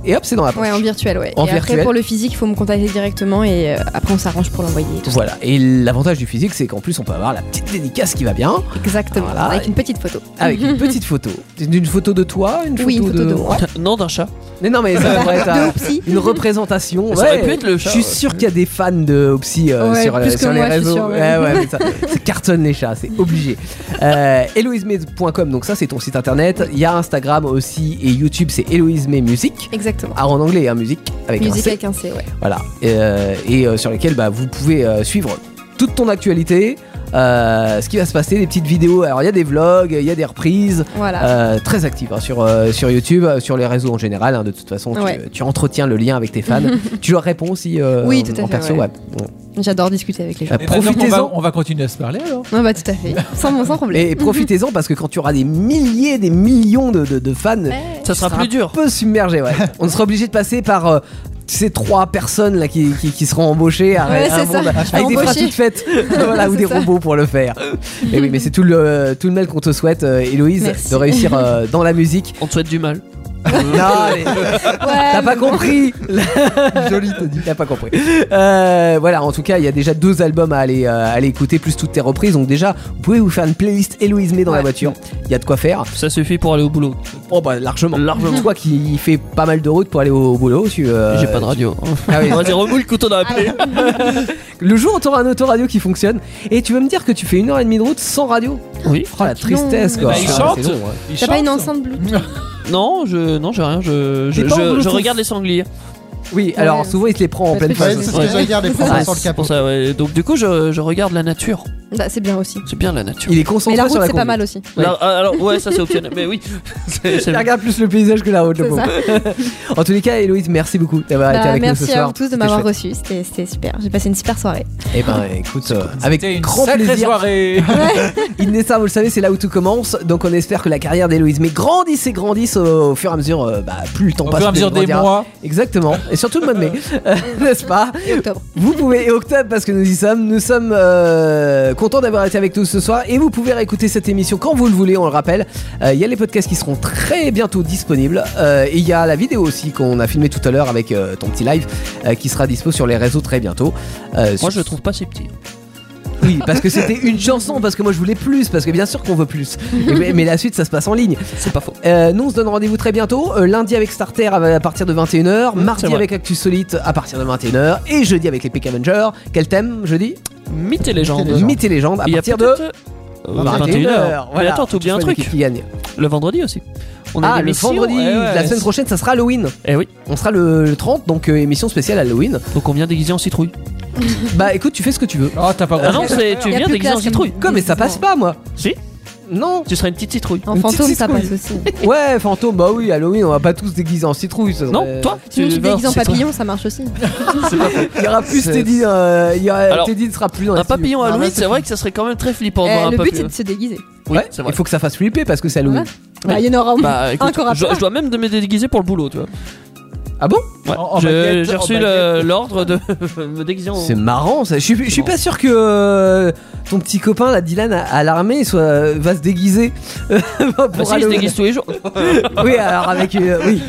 Speaker 3: et hop, c'est dans la poche.
Speaker 1: Ouais, en virtuel, ouais.
Speaker 3: En
Speaker 1: et
Speaker 3: virtuel.
Speaker 1: après, pour le physique, il faut me contacter directement et euh, après, on s'arrange pour l'envoyer. et tout ça.
Speaker 3: Voilà, et l'avantage du physique, c'est qu'en plus, on peut avoir la petite dédicace qui va bien,
Speaker 1: Exactement.
Speaker 3: Voilà.
Speaker 1: Avec une petite photo.
Speaker 3: avec une petite photo. Une photo de toi, une photo,
Speaker 1: Oui, une photo
Speaker 3: de...
Speaker 1: de moi.
Speaker 6: Non, d'un chat.
Speaker 3: Mais non, mais ça devrait être
Speaker 1: De
Speaker 3: euh,
Speaker 1: Opsy.
Speaker 3: une représentation.
Speaker 6: Ça
Speaker 3: ouais.
Speaker 6: aurait pu être le chat,
Speaker 3: Je suis
Speaker 6: ouais.
Speaker 3: sûr qu'il y a des fans de Opsy euh,
Speaker 1: Ouais,
Speaker 3: sur, euh,
Speaker 1: plus que
Speaker 3: sur les
Speaker 1: moi, je suis
Speaker 3: réseaux.
Speaker 1: sûre, ouais.
Speaker 3: ouais, mais ça, ça cartonne les chats, c'est obligé. Euh, HéloïseMay.com, donc ça c'est ton site internet. Il y a Instagram aussi et YouTube, c'est Héloïse May Music.
Speaker 1: Exactement.
Speaker 3: Ah, en anglais, hein, musique avec un
Speaker 1: Musique
Speaker 3: C.
Speaker 1: avec un C, ouais.
Speaker 3: Voilà. Euh, et euh, sur lesquels bah, vous pouvez euh, suivre toute ton actualité, euh, ce qui va se passer, des petites vidéos. Alors il y a des vlogs, il y a des reprises.
Speaker 1: Voilà.
Speaker 3: Euh, très active hein, sur, euh, sur YouTube, euh, sur les réseaux en général. hein, de toute façon, tu-
Speaker 1: Ouais.
Speaker 3: tu, entretiens le lien avec tes fans. tu leur réponds aussi euh,
Speaker 1: Oui, tout à
Speaker 3: en
Speaker 1: fait,
Speaker 3: perso.
Speaker 1: ouais.
Speaker 3: ouais. Bon.
Speaker 1: J'adore discuter avec les gens.
Speaker 3: Euh,
Speaker 5: Et maintenant qu'on va-
Speaker 3: Profitez-en.
Speaker 5: On va continuer à se parler alors.
Speaker 1: Ah bah, tout à fait. Sans, mon- sans problème.
Speaker 3: Et profitez-en parce que quand tu auras des milliers, des millions de, de- de fans,
Speaker 1: Ouais.
Speaker 6: Ça sera
Speaker 3: tu seras
Speaker 6: plus dur.
Speaker 3: Un peu submergé, ouais. On sera obligé de passer par. euh, ces trois personnes là qui, qui, qui seront embauchées à,
Speaker 1: Ouais,
Speaker 3: à-
Speaker 1: c'est
Speaker 3: à-
Speaker 1: ça.
Speaker 3: à-
Speaker 1: Je serai
Speaker 3: avec des phrases
Speaker 1: embauchée.
Speaker 3: toutes faites voilà, ou
Speaker 1: C'est
Speaker 3: des
Speaker 1: ça.
Speaker 3: robots pour le faire. Et oui, mais c'est tout le, tout le mal qu'on te souhaite, euh, Héloïse,
Speaker 1: Merci.
Speaker 3: de réussir euh, dans la musique.
Speaker 6: On te souhaite du mal.
Speaker 3: non, mais- T'as
Speaker 1: Ouais,
Speaker 3: pas compris Joli, t'as dit. T'as pas compris. Euh, voilà, en tout cas, il y a déjà deux albums à aller, euh, à aller écouter, plus toutes tes reprises. Donc déjà, vous pouvez vous faire une playlist Héloïse May dans la
Speaker 1: Ouais.
Speaker 3: voiture. Il y a de quoi faire.
Speaker 6: Ça suffit pour aller au boulot.
Speaker 3: Oh bah largement.
Speaker 6: Largement.
Speaker 3: Toi qui fais pas mal de route pour aller au boulot, tu... euh,
Speaker 6: J'ai pas de radio.
Speaker 3: Ah oui.
Speaker 6: On va dire remouille quand on a appelé.
Speaker 3: Le jour où t'auras un autoradio qui fonctionne, et tu veux me dire que tu fais une heure et demie de route sans radio
Speaker 6: Oui.
Speaker 3: Oh la tristesse quoi.
Speaker 5: Bah, il
Speaker 3: Ah,
Speaker 5: chante.
Speaker 3: c'est long, ouais.
Speaker 1: T'as pas une enceinte Bluetooth
Speaker 6: Non, je, non, j'ai rien. Je, je,
Speaker 3: T'es pas en
Speaker 6: je- je
Speaker 3: Bluetooth.
Speaker 6: regarde les sangliers.
Speaker 3: Oui, alors
Speaker 1: Ouais.
Speaker 3: souvent il te les prend en
Speaker 1: Parce
Speaker 3: pleine
Speaker 1: que-
Speaker 4: Ouais,
Speaker 3: phase.
Speaker 4: c'est ce que
Speaker 6: Ouais.
Speaker 4: j'allais dire, les
Speaker 3: Ah,
Speaker 4: Français sur le
Speaker 6: C'est
Speaker 4: capot.
Speaker 6: pour ça, ouais. Donc du coup, je, je regarde la nature.
Speaker 1: Bah, c'est bien aussi.
Speaker 6: C'est bien la nature.
Speaker 3: Il est concentré
Speaker 1: Mais la
Speaker 3: sur
Speaker 1: route,
Speaker 3: la
Speaker 1: c'est pas
Speaker 3: conduite.
Speaker 1: mal aussi.
Speaker 6: La- alors ouais, ça c'est optionnel. Mais oui. C'est- c'est-
Speaker 3: Il regarde plus le paysage que la route, le
Speaker 1: C'est
Speaker 3: pauvre.
Speaker 1: ça.
Speaker 3: En tous les cas, Héloïse, merci beaucoup d'avoir été
Speaker 1: Bah,
Speaker 3: avec nous
Speaker 1: merci
Speaker 3: ce soir.
Speaker 1: à vous tous de
Speaker 3: C'était
Speaker 1: m'avoir
Speaker 3: chouette.
Speaker 1: reçu. C'était c'était super. J'ai passé une super soirée.
Speaker 3: Eh ben, écoute, euh, avec
Speaker 5: C'était une
Speaker 3: grand
Speaker 5: sacrée
Speaker 3: plaisir.
Speaker 5: soirée.
Speaker 3: Inessa, vous le savez, c'est là où tout commence. Donc, on espère que la carrière d'Héloïse mais grandisse et grandisse au, au fur et à mesure. euh, bah, plus le temps
Speaker 5: Au
Speaker 3: passe,
Speaker 5: fur et à
Speaker 3: plus
Speaker 5: mesure
Speaker 3: elle
Speaker 5: des
Speaker 3: grandira.
Speaker 5: mois.
Speaker 3: Exactement. Et surtout le mois de mai, Euh, n'est-ce pas
Speaker 1: Octobre.
Speaker 3: Vous pouvez et octobre parce que nous y sommes. Nous sommes euh, contents d'avoir été avec nous ce soir et vous pouvez réécouter cette émission quand vous le voulez. On le rappelle, Euh, il y a les podcasts qui seront très bientôt disponibles Euh, et il y a la vidéo aussi qu'on a filmée tout à l'heure avec euh, ton petit live euh, qui sera dispo sur les réseaux très bientôt. Euh,
Speaker 6: Moi,
Speaker 3: sur-
Speaker 6: je le trouve pas si petit.
Speaker 3: oui, parce que c'était une chanson, parce que moi je voulais plus, parce que bien sûr qu'on veut plus. Mais, mais la suite, ça se passe en ligne.
Speaker 6: C'est pas faux.
Speaker 3: Euh, nous, on se donne rendez-vous très bientôt. euh, lundi avec Starter à à partir de 21h, mardi
Speaker 6: c'est vrai.
Speaker 3: avec Actu Solite à partir de 21h, et jeudi avec les Peck Avengers. Quel thème jeudi
Speaker 6: Mythe et légende.
Speaker 4: Mythe et légende.
Speaker 3: Mythe et légende à
Speaker 6: Il y a
Speaker 3: partir de
Speaker 6: peut-être, euh,
Speaker 3: 21h.
Speaker 6: Mais
Speaker 3: Voilà,
Speaker 6: attends, t'as oublié un
Speaker 3: Tu choisis
Speaker 6: truc.
Speaker 3: Qui gagne.
Speaker 6: Le vendredi aussi. On a
Speaker 3: Ah,
Speaker 6: une
Speaker 3: le
Speaker 6: émission,
Speaker 3: vendredi,
Speaker 6: ouais, ouais.
Speaker 3: la semaine prochaine, ça sera Halloween.
Speaker 6: Eh oui,
Speaker 3: On sera le, le 30, donc euh, émission spéciale Halloween.
Speaker 6: donc on vient déguiser en citrouille.
Speaker 3: bah écoute, tu fais ce que tu veux.
Speaker 5: Oh, t'as pas
Speaker 6: Ah non,
Speaker 5: compris.
Speaker 6: c'est tu
Speaker 1: Y a
Speaker 6: viens
Speaker 1: plus
Speaker 6: déguiser en
Speaker 1: classe comme-
Speaker 6: citrouille.
Speaker 3: Quoi, mais ça passe pas, moi
Speaker 6: Si.
Speaker 3: Non
Speaker 6: Tu seras une petite citrouille.
Speaker 1: En
Speaker 3: Une
Speaker 1: fantôme,
Speaker 3: petite
Speaker 1: ça
Speaker 3: citrouille.
Speaker 1: passe aussi.
Speaker 3: Ouais, fantôme, bah oui, Halloween, on va pas tous déguiser en citrouille. ça
Speaker 6: Non,
Speaker 3: serait-
Speaker 6: toi
Speaker 1: Sinon, tu te
Speaker 6: vas-
Speaker 1: déguises en
Speaker 6: c'est-
Speaker 1: papillon, ça marche aussi.
Speaker 3: Il y aura plus
Speaker 6: C'est-
Speaker 3: Teddy, euh, il y aura-
Speaker 6: Alors,
Speaker 3: Teddy ne sera plus dans la
Speaker 6: Un papillon
Speaker 3: studio.
Speaker 6: Halloween,
Speaker 3: Ah,
Speaker 6: c'est vrai que ça serait quand même très flippant. de
Speaker 1: Eh,
Speaker 6: voir un
Speaker 1: le but, c'est
Speaker 6: papillon.
Speaker 1: de se déguiser.
Speaker 3: ouais,
Speaker 6: Oui, c'est vrai.
Speaker 3: il faut que ça fasse flipper parce que c'est Halloween.
Speaker 1: Voilà. Bah, il y en aura.
Speaker 6: Bah écoute,
Speaker 1: Encore un
Speaker 6: je,
Speaker 1: peu.
Speaker 6: je dois même me déguiser pour le boulot, tu vois.
Speaker 3: Ah bon
Speaker 6: Ouais.
Speaker 5: En- en
Speaker 6: Je-
Speaker 5: baguette,
Speaker 6: J'ai
Speaker 5: en
Speaker 6: reçu le-
Speaker 5: baguette.
Speaker 6: l'ordre de me déguiser en.
Speaker 3: C'est marrant ça. Je suis, je suis pas sûr que euh, ton petit copain, la Dylan, à, à l'armée, soit euh, va se déguiser euh, pour
Speaker 6: Bah si,
Speaker 3: aller
Speaker 6: je
Speaker 3: au-
Speaker 6: déguise tous les jours.
Speaker 3: Oui, alors avec euh, oui.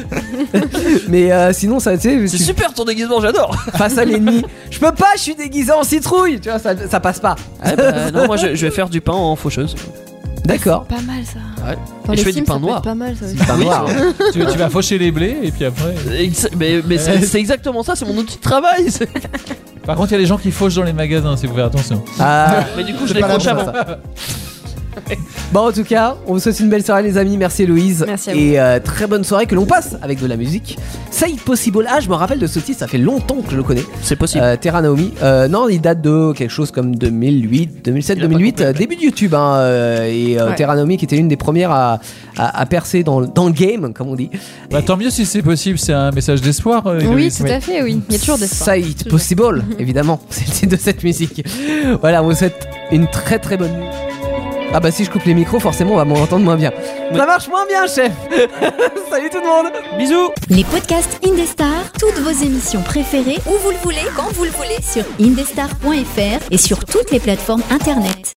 Speaker 3: Mais euh, sinon, ça, tu sais,
Speaker 6: C'est
Speaker 3: tu-
Speaker 6: super ton déguisement, j'adore.
Speaker 3: face à l'ennemi, je peux pas. Je suis déguisé en citrouille. Tu vois, ça, ça passe pas.
Speaker 6: Ah bah, non, moi je, je vais faire du pain en faucheuse.
Speaker 3: D'accord.
Speaker 1: Pas mal ça.
Speaker 6: Ouais.
Speaker 1: Dans
Speaker 6: Et
Speaker 1: les
Speaker 6: je fais du
Speaker 1: films,
Speaker 6: pain
Speaker 1: ça peut
Speaker 6: noir.
Speaker 1: être Pas mal ça. aussi.
Speaker 3: Pas
Speaker 6: Oui,
Speaker 3: noir.
Speaker 6: c'est vrai.
Speaker 5: tu, tu vas faucher les blés et puis après.
Speaker 6: Ex- Mais, mais c'est c'est exactement ça, c'est mon outil de travail. c'est-
Speaker 5: Par contre, il y a des gens qui fauchent dans les magasins si vous faites attention.
Speaker 3: Ah.
Speaker 6: Mais du coup, je
Speaker 4: C'est pas la
Speaker 6: décroche
Speaker 4: bonne,
Speaker 6: avant.
Speaker 3: Bon, en tout cas, on vous souhaite une belle soirée, les amis. Merci, Héloïse.
Speaker 1: Merci à vous.
Speaker 3: Et euh, très bonne soirée que l'on passe avec de la musique. Saïd Possible. Ah, je me rappelle de ce titre. Ça fait longtemps que je le connais.
Speaker 6: C'est possible.
Speaker 3: Euh, Terra Naomi. Euh, non, il date de quelque chose comme 2008, 2007,
Speaker 6: Il a pas
Speaker 3: 2008,
Speaker 6: compris,
Speaker 3: euh,
Speaker 6: ouais.
Speaker 3: début de YouTube. hein, euh, et euh,
Speaker 1: Ouais.
Speaker 3: Terra Naomi qui était une des premières à, à- à percer dans, le- dans le game, comme on dit.
Speaker 5: Bah, tant mieux si c'est possible, c'est un message d'espoir. euh,
Speaker 1: Oui,
Speaker 5: Héloïse.
Speaker 1: tout à fait, oui. Il y a toujours des
Speaker 3: Sight Possible, évidemment. C'est le titre de cette musique. Voilà, on vous souhaite une très très bonne nuit. Ah bah si je coupe les micros, forcément on va m'entendre moins bien. Ça marche moins bien, chef Salut tout le monde Bisous
Speaker 8: Les podcasts Indestar, toutes vos émissions préférées, où vous le voulez, quand vous le voulez, sur indestar.fr et sur toutes les plateformes internet.